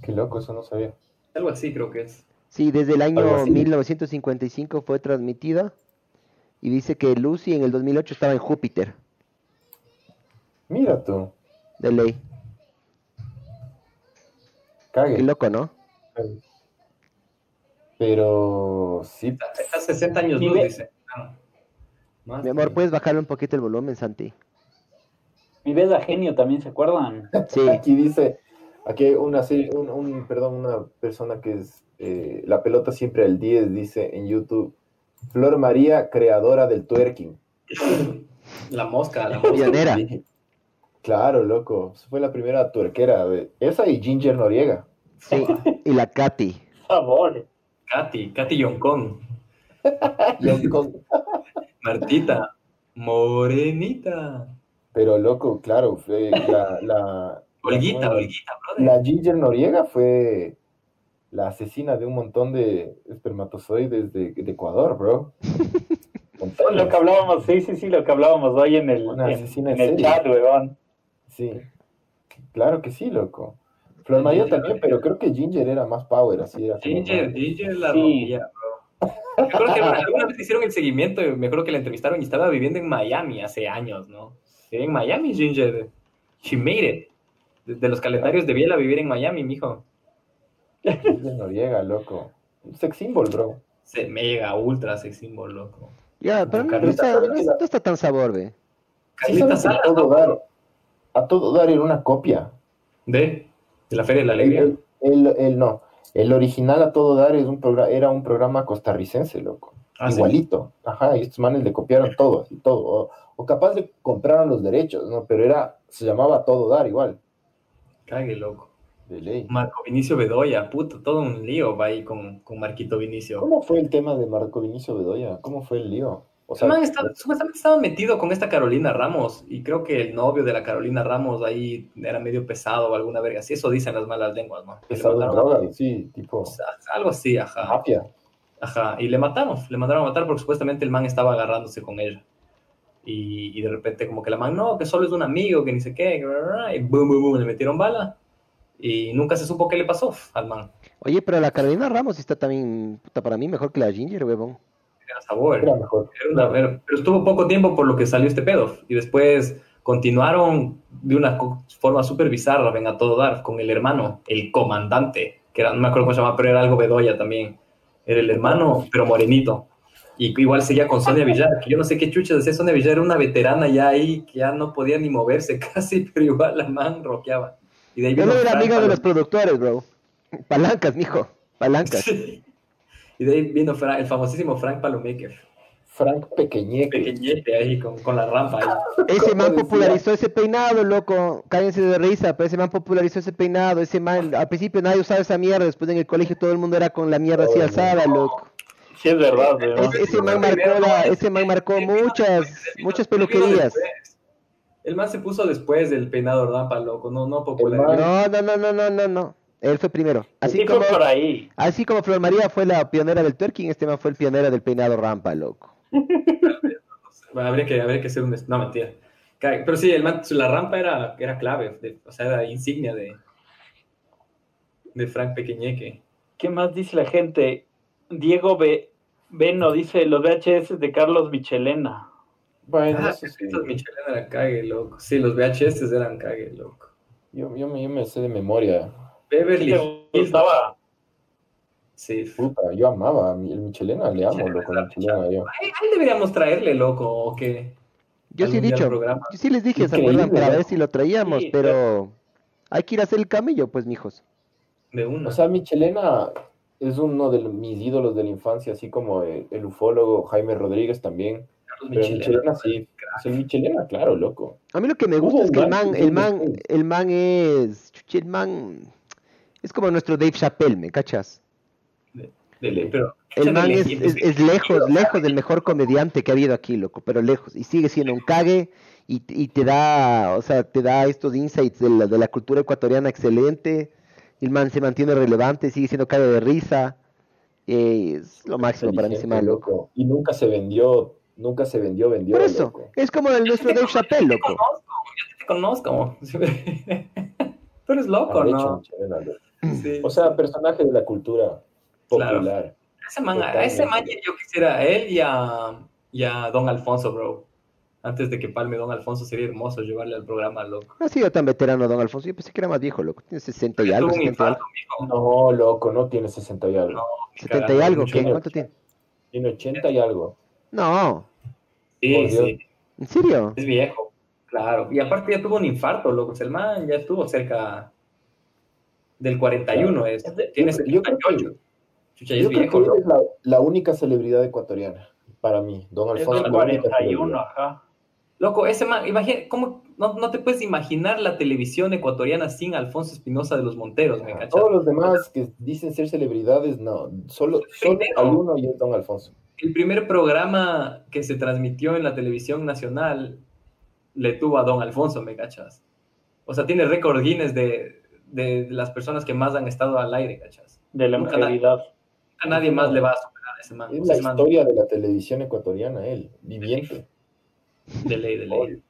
S1: Qué loco, eso no sabía.
S3: Algo así creo que es.
S2: Sí, desde el
S1: Algo
S2: año
S1: así.
S2: 1955 fue transmitida y dice que Lucy en el 2008 estaba en Júpiter,
S1: Mira tú,
S2: de ley. Qué
S1: cague.
S2: loco, ¿no?
S1: Pero sí,
S3: Está 60 años
S4: Y
S3: luz,
S4: ve-
S3: dice. Ah, más.
S2: Mi amor, pues. ¿puedes bajarle un poquito el volumen, Santi?
S4: Mi bella genio también, ¿se acuerdan?
S2: Sí,
S1: aquí dice, aquí hay una serie, un, un- perdón, una persona que es eh, la pelota siempre al 10, dice en YouTube, Flor María, creadora del twerking.
S3: La mosca, la mosca.
S2: pionera.
S1: Sí. Claro, loco, fue la primera tuerquera de esa y Ginger Noriega.
S2: sí. Y la Katy.
S4: Sabor.
S3: Katy, Katy Yoncón.
S1: Y con-
S3: Martita. Morenita.
S1: Pero loco, claro, fue la, la,
S3: Olguita,
S1: la-
S3: Olguita, brother.
S1: La Ginger Noriega fue la asesina de un montón de espermatozoides de, de Ecuador, bro. Montones.
S4: Lo que hablábamos, sí, sí, sí, lo que hablábamos hoy en el,
S1: Una
S4: en,
S1: asesina
S4: en
S1: en
S4: el
S1: serie.
S4: chat, weón.
S1: Sí. Claro que sí, loco. Flor María también, pero creo que Ginger era más power, así era. como
S3: Ginger,
S1: más-
S3: Ginger la
S4: Sí.
S3: rompía, bro. Me acuerdo que alguna, alguna vez hicieron el seguimiento, y me acuerdo que la entrevistaron y estaba viviendo en Miami hace años, ¿no? Vivía En Miami, Ginger. She made it. De, de los calendarios de Biela vivir en Miami, mijo.
S1: Ginger Noriega, loco. Un sex symbol, bro.
S3: Se mega ultra sex symbol, loco.
S2: Ya, pero no, no
S3: Carlita,
S2: está, no
S1: Carlita.
S2: no está tan sabor, ve.
S1: Sí,
S3: Carlita
S1: sabes que a
S3: Salas,
S1: todo
S3: ¿no?
S1: dar, a todo dar era una copia.
S3: De, de la Feria de la
S1: El,
S3: Alegría.
S1: el- el- no, el original a todo dar es un programa, era un programa costarricense, loco.
S3: Ah, sí.
S1: igualito. Ajá, y estos manes le copiaron todo, y todo. O, o capaz le compraron los derechos, ¿no? Pero era, se llamaba todo dar igual,
S3: Cague, loco.
S1: de ley.
S3: Marco Vinicio Bedoya, puto, todo un lío va ahí con, con Marquito Vinicio.
S1: ¿Cómo fue el tema de Marco Vinicio Bedoya? ¿Cómo fue el lío? O sea,
S3: El man estaba- supuestamente estaba metido con esta Carolina Ramos y creo que el novio de la Carolina Ramos ahí era medio pesado o alguna verga. así eso dicen las malas lenguas, ¿no? Que le
S1: pesado en
S3: mataron-
S1: droga, sí, tipo,
S3: o sea, Algo así, ajá.
S1: mafia.
S3: Ajá. Y le mataron, le mandaron a matar porque supuestamente el man estaba agarrándose con ella. Y, y de repente como que la man, no, que solo es un amigo, que ni sé qué, que bla, bla, bla", y boom, boom, boom, le metieron bala. Y nunca se supo qué le pasó al man.
S2: Oye, pero la Carolina Ramos está también, puta, para mí mejor que la Ginger, huevón.
S3: Era sabor.
S1: Era mejor.
S3: Era una- era- pero estuvo poco tiempo por lo que salió este pedo. Y después continuaron de una co- forma súper bizarra, ven a todo dar, con el hermano, el comandante, que era, no me acuerdo cómo se llamaba, pero era algo Bedoya también. Era el hermano, pero morenito. Y igual seguía con Sonia Villar, que yo no sé qué chucha decía Sonia Villar, era una veterana ya ahí que ya no podía ni moverse casi, pero igual la man roqueaba. Y de ahí
S2: Yo
S3: vino
S2: no era
S3: Fran
S2: amiga de
S3: Palo-
S2: los productores, bro. Palancas, mijo. Palancas.
S3: Sí. Y de ahí vino Fra- el famosísimo Frank Palomeque,
S1: Frank Pequeñeque.
S3: pequeñete ahí con, con la rampa. Ahí.
S2: Ese man
S1: decía?
S2: popularizó ese peinado, loco. Cállense de risa, pero ese man popularizó ese peinado. Ese man, al principio nadie usaba esa mierda. Después en el colegio todo el mundo era con la mierda así
S1: Todo el
S2: asada, loco.
S4: Sí, es verdad, weón.
S2: Es- ese man marcó, la- ese man marcó muchas, muchas peluquerías.
S3: El man se puso después del peinado rampa, loco, no, no
S1: El
S3: popular.
S1: man-
S2: No, no, no, no, no, no, no. Él fue primero. Así
S4: Sí, fue
S2: como,
S4: por ahí.
S2: así como Flor María fue la pionera del twerking, este man fue el pionero del peinado rampa, loco.
S3: Habría que, habría que hacer un... No, mentira. Ca- Pero sí, el man, su- la rampa era, era clave, de- o sea, era insignia de, de Frank Pequeñeque.
S4: ¿Qué más dice la gente? Diego Be- Beno dice los VHS de Carlos Michelena.
S1: Bueno,
S3: Ah,
S1: eso sí.
S3: estos Michelin eran cague, loco. Sí, los VHS eran cague, loco.
S1: Yo, yo me, yo me sé de memoria.
S4: Sí,
S3: Este Beverly
S4: le
S3: Hills,
S4: gustaba.
S3: Sí.
S1: Puta, yo amaba a mi- el Michelena, le amo, loco, el Michelena, yo.
S3: Ahí, ahí deberíamos traerle, loco, o qué.
S2: Yo sí he
S3: Algún día
S2: dicho,
S3: al programa.
S2: yo sí les dije, ¿se
S1: Increíble,
S2: acuerdan? Para
S1: ¿no?
S2: ver si lo traíamos,
S4: Sí,
S2: pero hay que ir a hacer el camello, pues, mijos.
S3: De uno.
S1: O sea, Michelena es uno de mis ídolos de la infancia, así como el, el ufólogo Jaime Rodríguez también. Pero Michelena, sí. Es el Michelena, claro, loco.
S2: A mí lo que me
S1: Hubo
S2: gusta es que el
S1: un
S2: man,
S1: antes y
S2: el
S1: un
S2: man,
S1: después.
S2: el man es, chuchi, el man es como nuestro Dave Chappelle, ¿me cachas?
S3: Dele, pero.
S2: El man
S3: Dele,
S2: es,
S3: y-
S2: es- es lejos, lejos del mejor comediante que ha habido aquí, loco, pero lejos. Y sigue siendo un cague y, y te da, o sea, te da estos insights de la, de la cultura ecuatoriana excelente. El man se mantiene relevante, sigue siendo cague de risa. Eh, es lo máximo para mí, ese man,
S1: Inteligente,
S2: loco.
S1: Y nunca se vendió, nunca se vendió, vendió,
S2: Por eso,
S1: loco.
S2: es como el nuestro Dave Chappelle,
S3: Te
S2: loco.
S3: conozco, yo te conozco. Tú eres loco,
S1: Arrecho,
S3: ¿no?
S1: Ah, Michelena, loco.
S3: Sí. Pues
S1: O sea, personaje de la cultura
S3: Claro.
S1: popular.
S3: Ese man, a ese man ya yo quisiera a él y a, y a Don Alfonso, bro. Antes de que palme Don Alfonso, sería hermoso llevarle al programa, loco.
S2: No ha sido tan veterano, don Alfonso. Yo pensé que era más viejo, loco. Tiene 60 y algo,
S3: Tuvo
S2: 70
S3: un
S2: y algo.
S3: infarto, mijo.
S1: No, loco, no tiene 60 y algo.
S3: No.
S2: 70 y algo,
S3: Cagando
S2: ¿qué?
S1: mucho.
S2: ¿Cuánto tiene?
S1: Tiene 80 y algo.
S2: No,
S3: Sí,
S1: Por Dios.
S3: sí,
S2: ¿en serio?
S3: es viejo, claro. Y aparte ya tuvo un infarto, loco. O sea, El man ya estuvo cerca del 41, es.
S1: Es de-
S3: Tiene
S1: yo- yo creo
S3: 78. Chucha, ya
S1: Yo
S3: es
S1: creo
S3: viejo,
S1: que
S3: loco.
S1: es la, la única celebridad ecuatoriana para mí, Don
S4: Es
S1: Alfonso.
S4: del
S1: la única
S4: 41,
S1: celebridad.
S4: ajá.
S3: Loco, ese man, imagina, ¿cómo? No, no te puedes imaginar la televisión ecuatoriana sin Alfonso Espinosa de los Monteros, ¿me cachas?
S1: Todos los demás que dicen ser celebridades, no. Solo, solo
S3: Primero.
S1: hay uno y es Don Alfonso.
S3: El primer programa que se transmitió en la televisión nacional le tuvo a Don Alfonso, ¿me cachas? O sea, tiene récord Guinness de, de las personas que más han estado al aire, ¿cachas?
S4: De la
S3: Nunca
S4: longevidad.
S3: A nadie más le va a superar a ese man.
S1: Es
S3: O sea,
S1: la
S3: ese man-
S1: historia de la televisión ecuatoriana, él, viviente.
S3: de ley, de ley.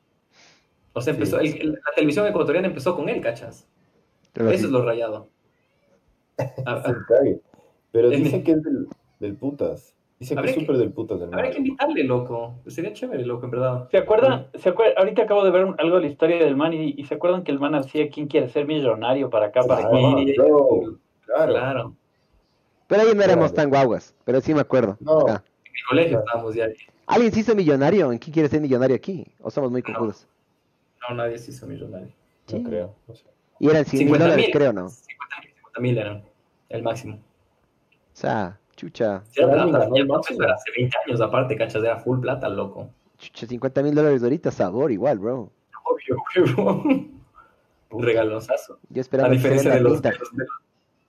S3: O sea, empezó,
S1: Sí.
S3: el- el- la televisión ecuatoriana empezó con él, ¿cachas?
S2: Pero
S3: Eso
S2: sí.
S3: es lo rayado. A,
S1: Se
S3: a-
S1: cague. Pero
S3: Es mi-
S1: dicen que es del, del putas. Dice que
S3: Habrá
S1: es
S3: que-
S1: súper del putas,
S3: habrá
S1: hermano.
S3: que invitarle, loco. Sería chévere, loco, en verdad.
S4: ¿Se acuerdan? ¿Se acuer- Ahorita acabo de ver un- algo de la historia del man y, y se acuerdan que el man hacía quién quiere ser millonario para acá, para
S1: Sí.
S4: allá?
S1: Ah, bro, Claro.
S3: claro.
S2: Pero ahí no éramos
S1: Claro.
S2: tan guaguas, pero sí me acuerdo.
S1: No.
S2: Ajá.
S3: En el colegio estábamos ya.
S2: ¿Alguien se hizo millonario? ¿En quién quiere ser millonario aquí? ¿O somos muy cojudos?
S3: No, nadie se hizo millonario.
S1: No creo. no sé.
S2: Y eran 50
S3: 50
S2: dólares,
S3: mil.
S2: creo, ¿no? O
S3: 50 mil eran el máximo.
S2: sea, chucha,
S3: Si era
S1: Pero alguien
S3: plata,
S1: ganó el
S3: ya no,
S1: máximo.
S3: pero hace 20 años aparte, cachas, era full plata, loco.
S2: chucha, 50 mil dólares ahorita, sabor igual, bro.
S3: Obvio, huevo. Un Regalonazo.
S2: Yo
S3: A
S2: esperaba que se
S3: diferencia de
S2: venda
S3: los, de
S2: vintage.
S3: los- de los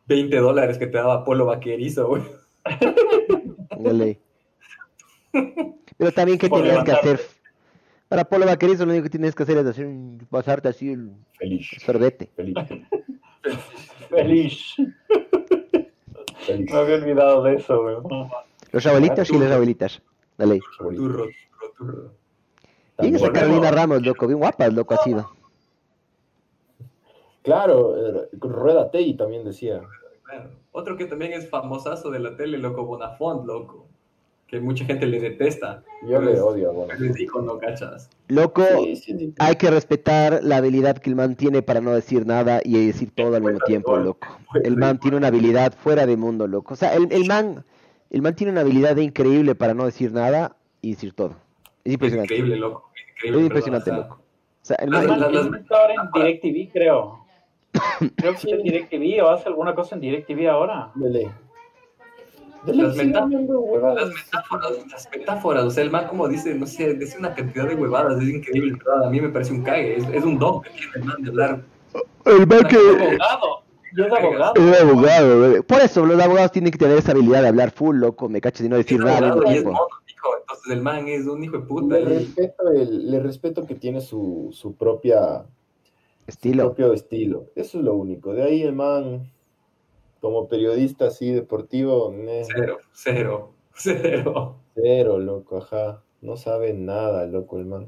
S3: 20 dólares que te daba Polo Vaquerizo, güey.
S2: Dale. Pero también, ¿qué
S4: Por
S2: tenías que
S4: levantarte.
S2: hacer? Para Polo Vaquerizo lo único que tienes que hacer es hacer un- pasarte así el
S1: Feliz.
S2: sorbete.
S1: Feliz.
S4: Feliz.
S1: Feliz.
S4: Me había olvidado de eso, weón.
S2: Los abuelitos y las abuelitas. Dale.
S3: Turro, turro, turro.
S2: Bien esa
S1: También.
S2: Carolina Ramos, loco, bien guapa, loco, ha sido.
S1: Claro, eh, Rueda Tei también decía.
S3: Bueno, otro que también es famosazo de la tele, loco, Bonafont, loco. Que mucha gente le detesta.
S1: Yo le
S3: Pero es-
S1: odio a Bonafont.
S3: pero Es ícono, cachas.
S2: Loco,
S1: Sí, sí, sí.
S2: hay que respetar la habilidad que el man tiene para no decir nada y decir todo al mismo tiempo, loco. El man tiene una habilidad fuera de mundo, loco. O sea, el, el man, el man tiene una habilidad increíble para no decir nada y decir todo. Es
S3: Es
S2: impresionante.
S3: increíble, loco. Es
S2: Es
S3: increíble,
S2: impresionante,
S3: perdón, o sea,
S2: loco. O sea, el
S4: El
S2: man,
S4: man
S3: Las- Ah, las-
S4: el man está ahora en DirecTV, creo. Creo que está en DirecTV o hace alguna cosa en DirecTV ahora.
S1: Dele.
S3: Las
S1: sí,
S3: metáforas.
S1: hablando huevadas.
S3: Las metáforas, las metáforas, o sea, el man como dice, no sé, dice una cantidad de huevadas, es increíble, pero a mí me parece un cague, es, es un don que tiene el man de hablar.
S2: el man
S4: Es
S2: que
S4: abogado. Yo es abogado.
S2: es abogado, güey. Por eso los abogados tienen que tener esa habilidad de hablar full, loco, me cachas, y no decir
S3: Es
S2: nada al mismo
S3: abogado y es
S2: tiempo.
S3: mono, hijo, entonces el man es un hijo de puta.
S1: Le
S3: Y,
S1: respeto, el- le respeto que tiene su, su propia,
S2: Estilo.
S1: propio estilo. Eso es lo único. De ahí el man, como periodista así deportivo, ne,
S3: cero, cero, cero.
S1: cero, loco, ajá. No sabe nada, loco, el man.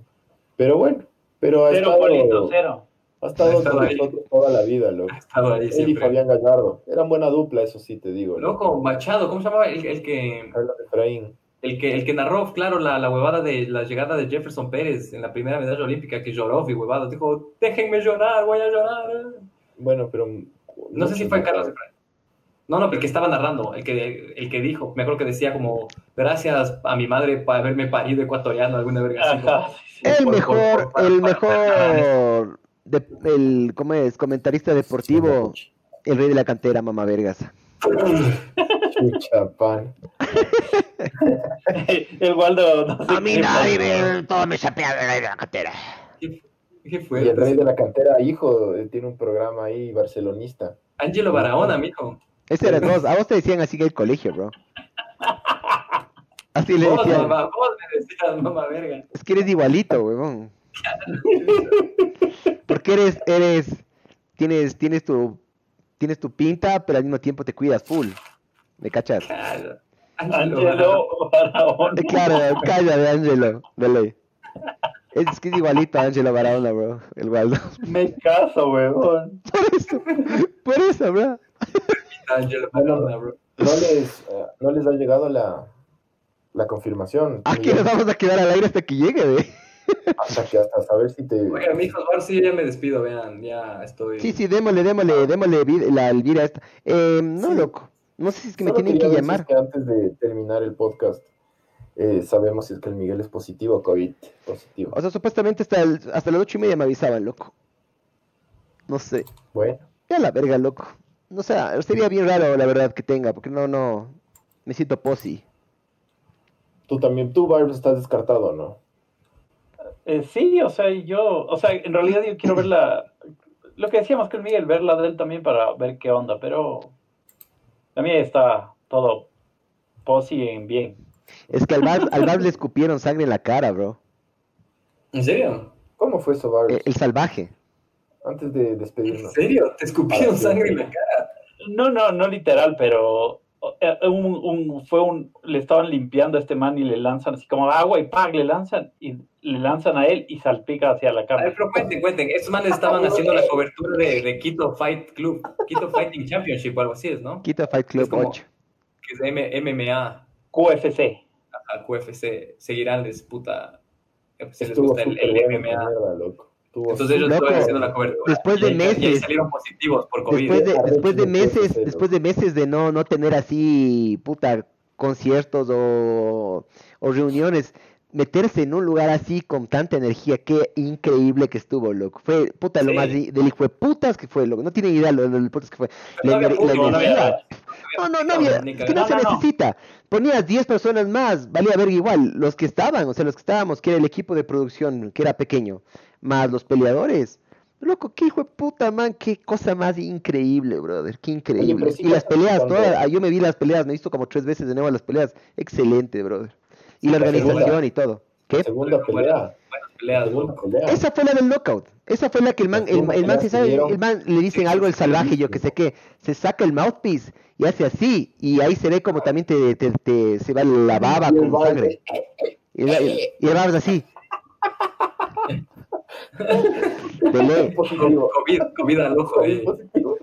S1: Pero bueno, pero ha
S4: Cero,
S1: estado,
S4: bonito, cero.
S1: ha estado
S3: Ha estado
S1: con
S3: ahí.
S1: nosotros toda la vida, loco.
S3: Ha estado ahí
S1: Él y
S3: siempre.
S1: Fabián Gallardo. Eran buena dupla, eso sí te digo. Loco.
S3: Loco, Machado, ¿cómo se llamaba? El, el que,
S1: Carlos Efraín.
S3: el, que, el que narró, claro, la, la huevada de la llegada de Jefferson Pérez en la primera medalla olímpica, que lloró, y huevada, dijo, déjenme llorar, voy a llorar.
S1: Bueno, pero...
S3: No sé si fue Carlos.
S1: Efraín.
S3: Efraín. No, no, pero el que estaba narrando, el que, el que dijo, me acuerdo que decía como, gracias a mi madre por haberme parido ecuatoriano, alguna verga así.
S4: Ajá.
S3: como-
S2: El
S3: por- por-
S2: mejor,
S3: por-
S2: el
S3: por-
S2: mejor, de- el, ¿cómo es? Comentarista deportivo, el rey de la cantera, mamá vergas.
S1: Chucha, pan.
S4: El Waldo. no sé
S6: A mí
S4: qué
S6: nadie
S4: pasa.
S6: me, todo me sapea de la cantera.
S3: Qué
S1: Y el rey
S3: fuerte.
S1: de la cantera, hijo, eh, tiene un programa ahí barcelonista.
S3: Angelo Barahona, mijo.
S2: Ese Este era dos. A vos te decían así que el colegio, bro. Así le
S3: Vos,
S2: decían.
S3: mamá, vos me decías, mamá verga.
S2: Es que eres igualito, huevón. Porque eres, eres, tienes, tienes tu, tienes tu pinta, pero al mismo tiempo te cuidas full. ¿Me cachas?
S3: Claro.
S4: Angelo Barahona.
S2: Eh, Claro, calla de Angelo, dale. Es que es igualito a Angelo Barahona, bro. El Waldo.
S4: Me caso, weón.
S2: Por eso, por eso, bro.
S3: Angelo Barahona, bro.
S1: No les, eh, no les ha llegado la, la confirmación.
S2: Aquí nos vamos a quedar al aire hasta que llegue, ve.
S1: Hasta que hasta saber si te.
S3: Oigan, mijos, ahora sí ya me despido, vean, ya estoy.
S2: Sí, sí, démosle, démosle, démosle vid- la Elvira esta. Eh, no, loco. No sé si es que me
S1: Solo
S2: tienen que
S1: quería decir
S2: llamar.
S1: que antes de terminar el podcast, eh, sabemos si es que el Miguel es positivo o COVID positivo.
S2: O sea, supuestamente hasta, el- hasta las ocho y media me avisaban, loco. No sé.
S1: Bueno,
S2: Ya la verga, loco. No sé, sería bien raro, la verdad, que tenga, porque no, no. Me siento posi.
S1: tú también, tú, Barbs, estás descartado, ¿no?
S4: Eh, sí, o sea, yo, o sea, en realidad yo quiero ver la, lo que decíamos con Miguel, ver la de él también para ver qué onda, pero la mía está todo posi en bien.
S2: Es que al bar, al Barbs le escupieron sangre en la cara, bro.
S3: ¿En serio?
S1: ¿Cómo fue eso, Barbs?
S2: Eh, el salvaje.
S1: Antes de
S3: ¿En
S1: despedirnos.
S3: serio? ¿Te escupieron
S1: Ah, sí.
S3: sangre en la cara?
S4: No, no, no literal, pero eh, un, un- fue un, le estaban limpiando a este man y le lanzan así como agua y ¡pag! le lanzan y le lanzan a él y salpica hacia la
S3: A ver,
S4: cámara.
S3: pero cuenten, cuenten. Estos manes estaban haciendo la cobertura de, de Quito Fight Club, Quito Fighting Championship o algo así es, ¿no?
S2: Quito Fight Club
S3: Es como-
S2: 8.
S3: Que es de M- MMA
S4: QFC.
S3: a QFC. Seguirán les puta. eh, Si les
S1: Estuvo
S3: gusta el,
S1: súper
S3: el
S1: bueno,
S3: MMA.
S1: mierda, loco. Estuvo
S3: Entonces ellos
S2: Loco,
S3: estaban haciendo la cobertura.
S2: después de
S3: Y ahí- y ahí
S2: meses.
S3: salieron positivos por COVID.
S2: Después de,
S1: Arrecho
S2: después de
S1: no puede
S2: meses,
S1: ser,
S2: después de meses de no, no tener así, puta, conciertos o, o reuniones, meterse en un lugar así con tanta energía, qué increíble que estuvo, loco. Fue, puta, lo
S3: Sí.
S2: más di- del hijo de putas que fue, loco. No tiene idea lo del putas que fue.
S3: Pero
S2: La,
S3: no había
S2: ener- la
S3: fútbol, no había
S2: energía.
S3: nada.
S2: No, no, no,
S3: No,
S2: había-
S3: ni
S2: es que no,
S4: cagando.
S2: se
S4: No, no, no.
S2: necesita. Ponías 10 personas más, valía verga igual. Los que estaban, o sea, los que estábamos, que era el equipo de producción, que era pequeño, más los peleadores. Loco, qué hijo de puta, man, qué cosa más increíble, brother, qué increíble.
S1: pero sí
S2: y las
S1: pasó
S2: peleas,
S1: cuando-
S2: todas, ah, yo me vi las peleas, me he visto como tres veces de nuevo las peleas. Excelente, brother. Y la
S1: la segunda.
S2: organización y todo. ¿Qué?
S1: Segunda pelea.
S3: Buenas peleas,
S1: Segunda
S3: loco.
S1: pelea.
S2: Esa fue la del knockout. Esa fue la que el man, el, el man se sabe, el man le dicen algo el salvaje, yo que sé qué, se saca el mouthpiece y hace así, y ahí se ve como también te, te- te- se va la baba
S1: Y el
S2: con
S1: Barbs,
S2: sangre. Y la, y la baba es así. De ley.
S1: Positivo.
S3: COVID, COVID al ojo. eh.
S1: Positivo.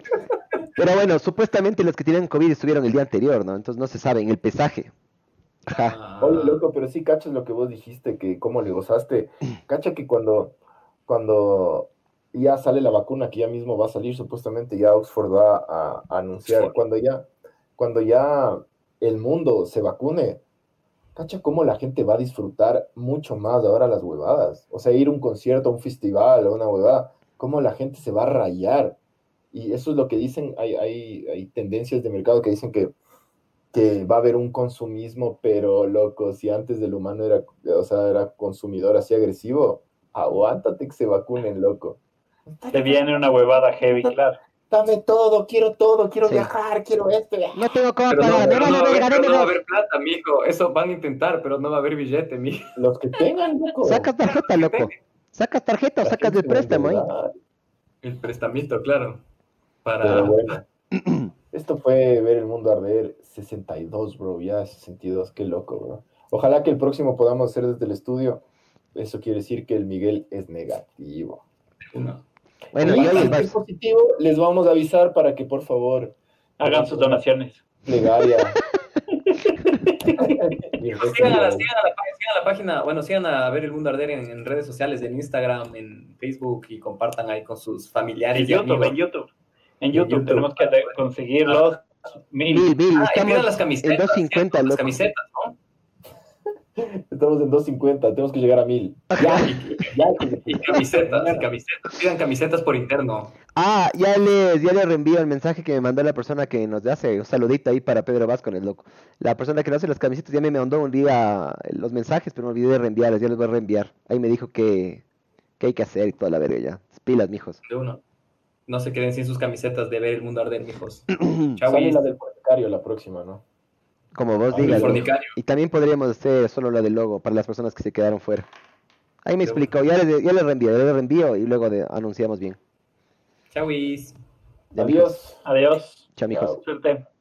S2: Pero bueno, supuestamente los que tienen COVID estuvieron el día anterior, ¿no? Entonces no se sabe, en el pesaje. Ajá.
S3: Ah.
S1: Oye, loco, pero sí cachas lo que vos dijiste, que cómo le gozaste. Cacha que cuando, cuando ya sale la vacuna, que ya mismo va a salir, supuestamente ya Oxford va a, a anunciar,
S3: Oxford.
S1: cuando ya, cuando ya el mundo se vacune, cacha cómo la gente va a disfrutar mucho más ahora las huevadas. O sea, ir a un concierto, a un festival, a una huevada, cómo la gente se va a rayar. Y eso es lo que dicen, hay, hay, hay tendencias de mercado que dicen que, que va a haber un consumismo, pero loco, si antes del humano era, o sea, era consumidor así agresivo, aguántate que se vacunen, loco.
S4: Te viene una huevada heavy, claro.
S1: Dame todo, quiero todo, quiero
S2: Sí.
S1: viajar, quiero este esto.
S2: No tengo cómo
S3: Pero no,
S2: pagar, me
S3: pero
S2: vale
S3: no va a haber-
S2: verga,
S3: pero no va a
S2: démelo.
S3: haber plata, mijo. Eso van a intentar, pero no va a haber billete, mijo.
S1: Los que tengan, loco.
S2: Sacas tarjeta, loco. Sacas tarjeta o
S1: La
S2: sacas
S1: gente
S2: del
S1: se va a
S2: préstamo, ¿eh?
S1: endeudar.
S3: El prestamito, claro. Para.
S1: Pero bueno. Esto fue ver el mundo arder 62, bro. Ya 62, qué loco, bro. Ojalá que el próximo podamos hacer desde el estudio. Eso quiere decir que el Miguel es negativo.
S3: No.
S2: ¿eh? Bueno,
S1: Y
S2: yo
S1: si
S2: el
S1: es positivo, les vamos a avisar para que por favor
S4: Hagan sus donaciones.
S1: Plegaria.
S3: Sigan a, la, sigan a la pá- sigan a la página, bueno, sigan a ver el mundo arder en, en redes sociales, en Instagram, en Facebook y compartan ahí con sus familiares
S4: En
S3: y
S4: YouTube, en
S3: amigos.
S4: YouTube. En YouTube,
S1: YouTube.
S4: tenemos que re- conseguirlos
S2: Mil, mil.
S3: Ah, y
S2: estamos
S3: pidan las camisetas.
S2: en 250,
S3: ¿cierto? Las
S2: loco.
S3: camisetas, ¿no?
S1: Estamos en 2.50, tenemos que llegar a 1.000. Ya, ya.
S3: Y camisetas, y camisetas. Pidan camisetas por interno.
S2: Ah, ya les, ya les reenvío el mensaje que me mandó la persona que nos hace un saludito ahí para Pedro Vázquez, loco. La persona que nos hace las camisetas ya me mandó un día eh, los mensajes, pero me olvidé de reenviarles, ya les voy a reenviar. Ahí me dijo que, que hay que hacer y toda la verga ya. Pilas, mijos.
S3: De uno. No se queden sin sus camisetas de ver el mundo arder, mijos. Chau,
S1: Sale
S3: y
S1: la del portacario la próxima, ¿no?
S2: Como vos
S1: Ay,
S2: digas.
S1: por
S2: loco.
S1: mi
S3: fornicario.
S2: Y también podríamos hacer solo la del logo para las personas que se quedaron fuera. Ahí me
S3: De
S2: explicó, ya les, ya les reenvío, ya les reenvío y luego de- anunciamos bien.
S3: Chauis.
S2: Ya, mijos.
S1: Adiós.
S4: Adiós.
S2: Chao, mijos.
S1: Chao.
S4: Suerte.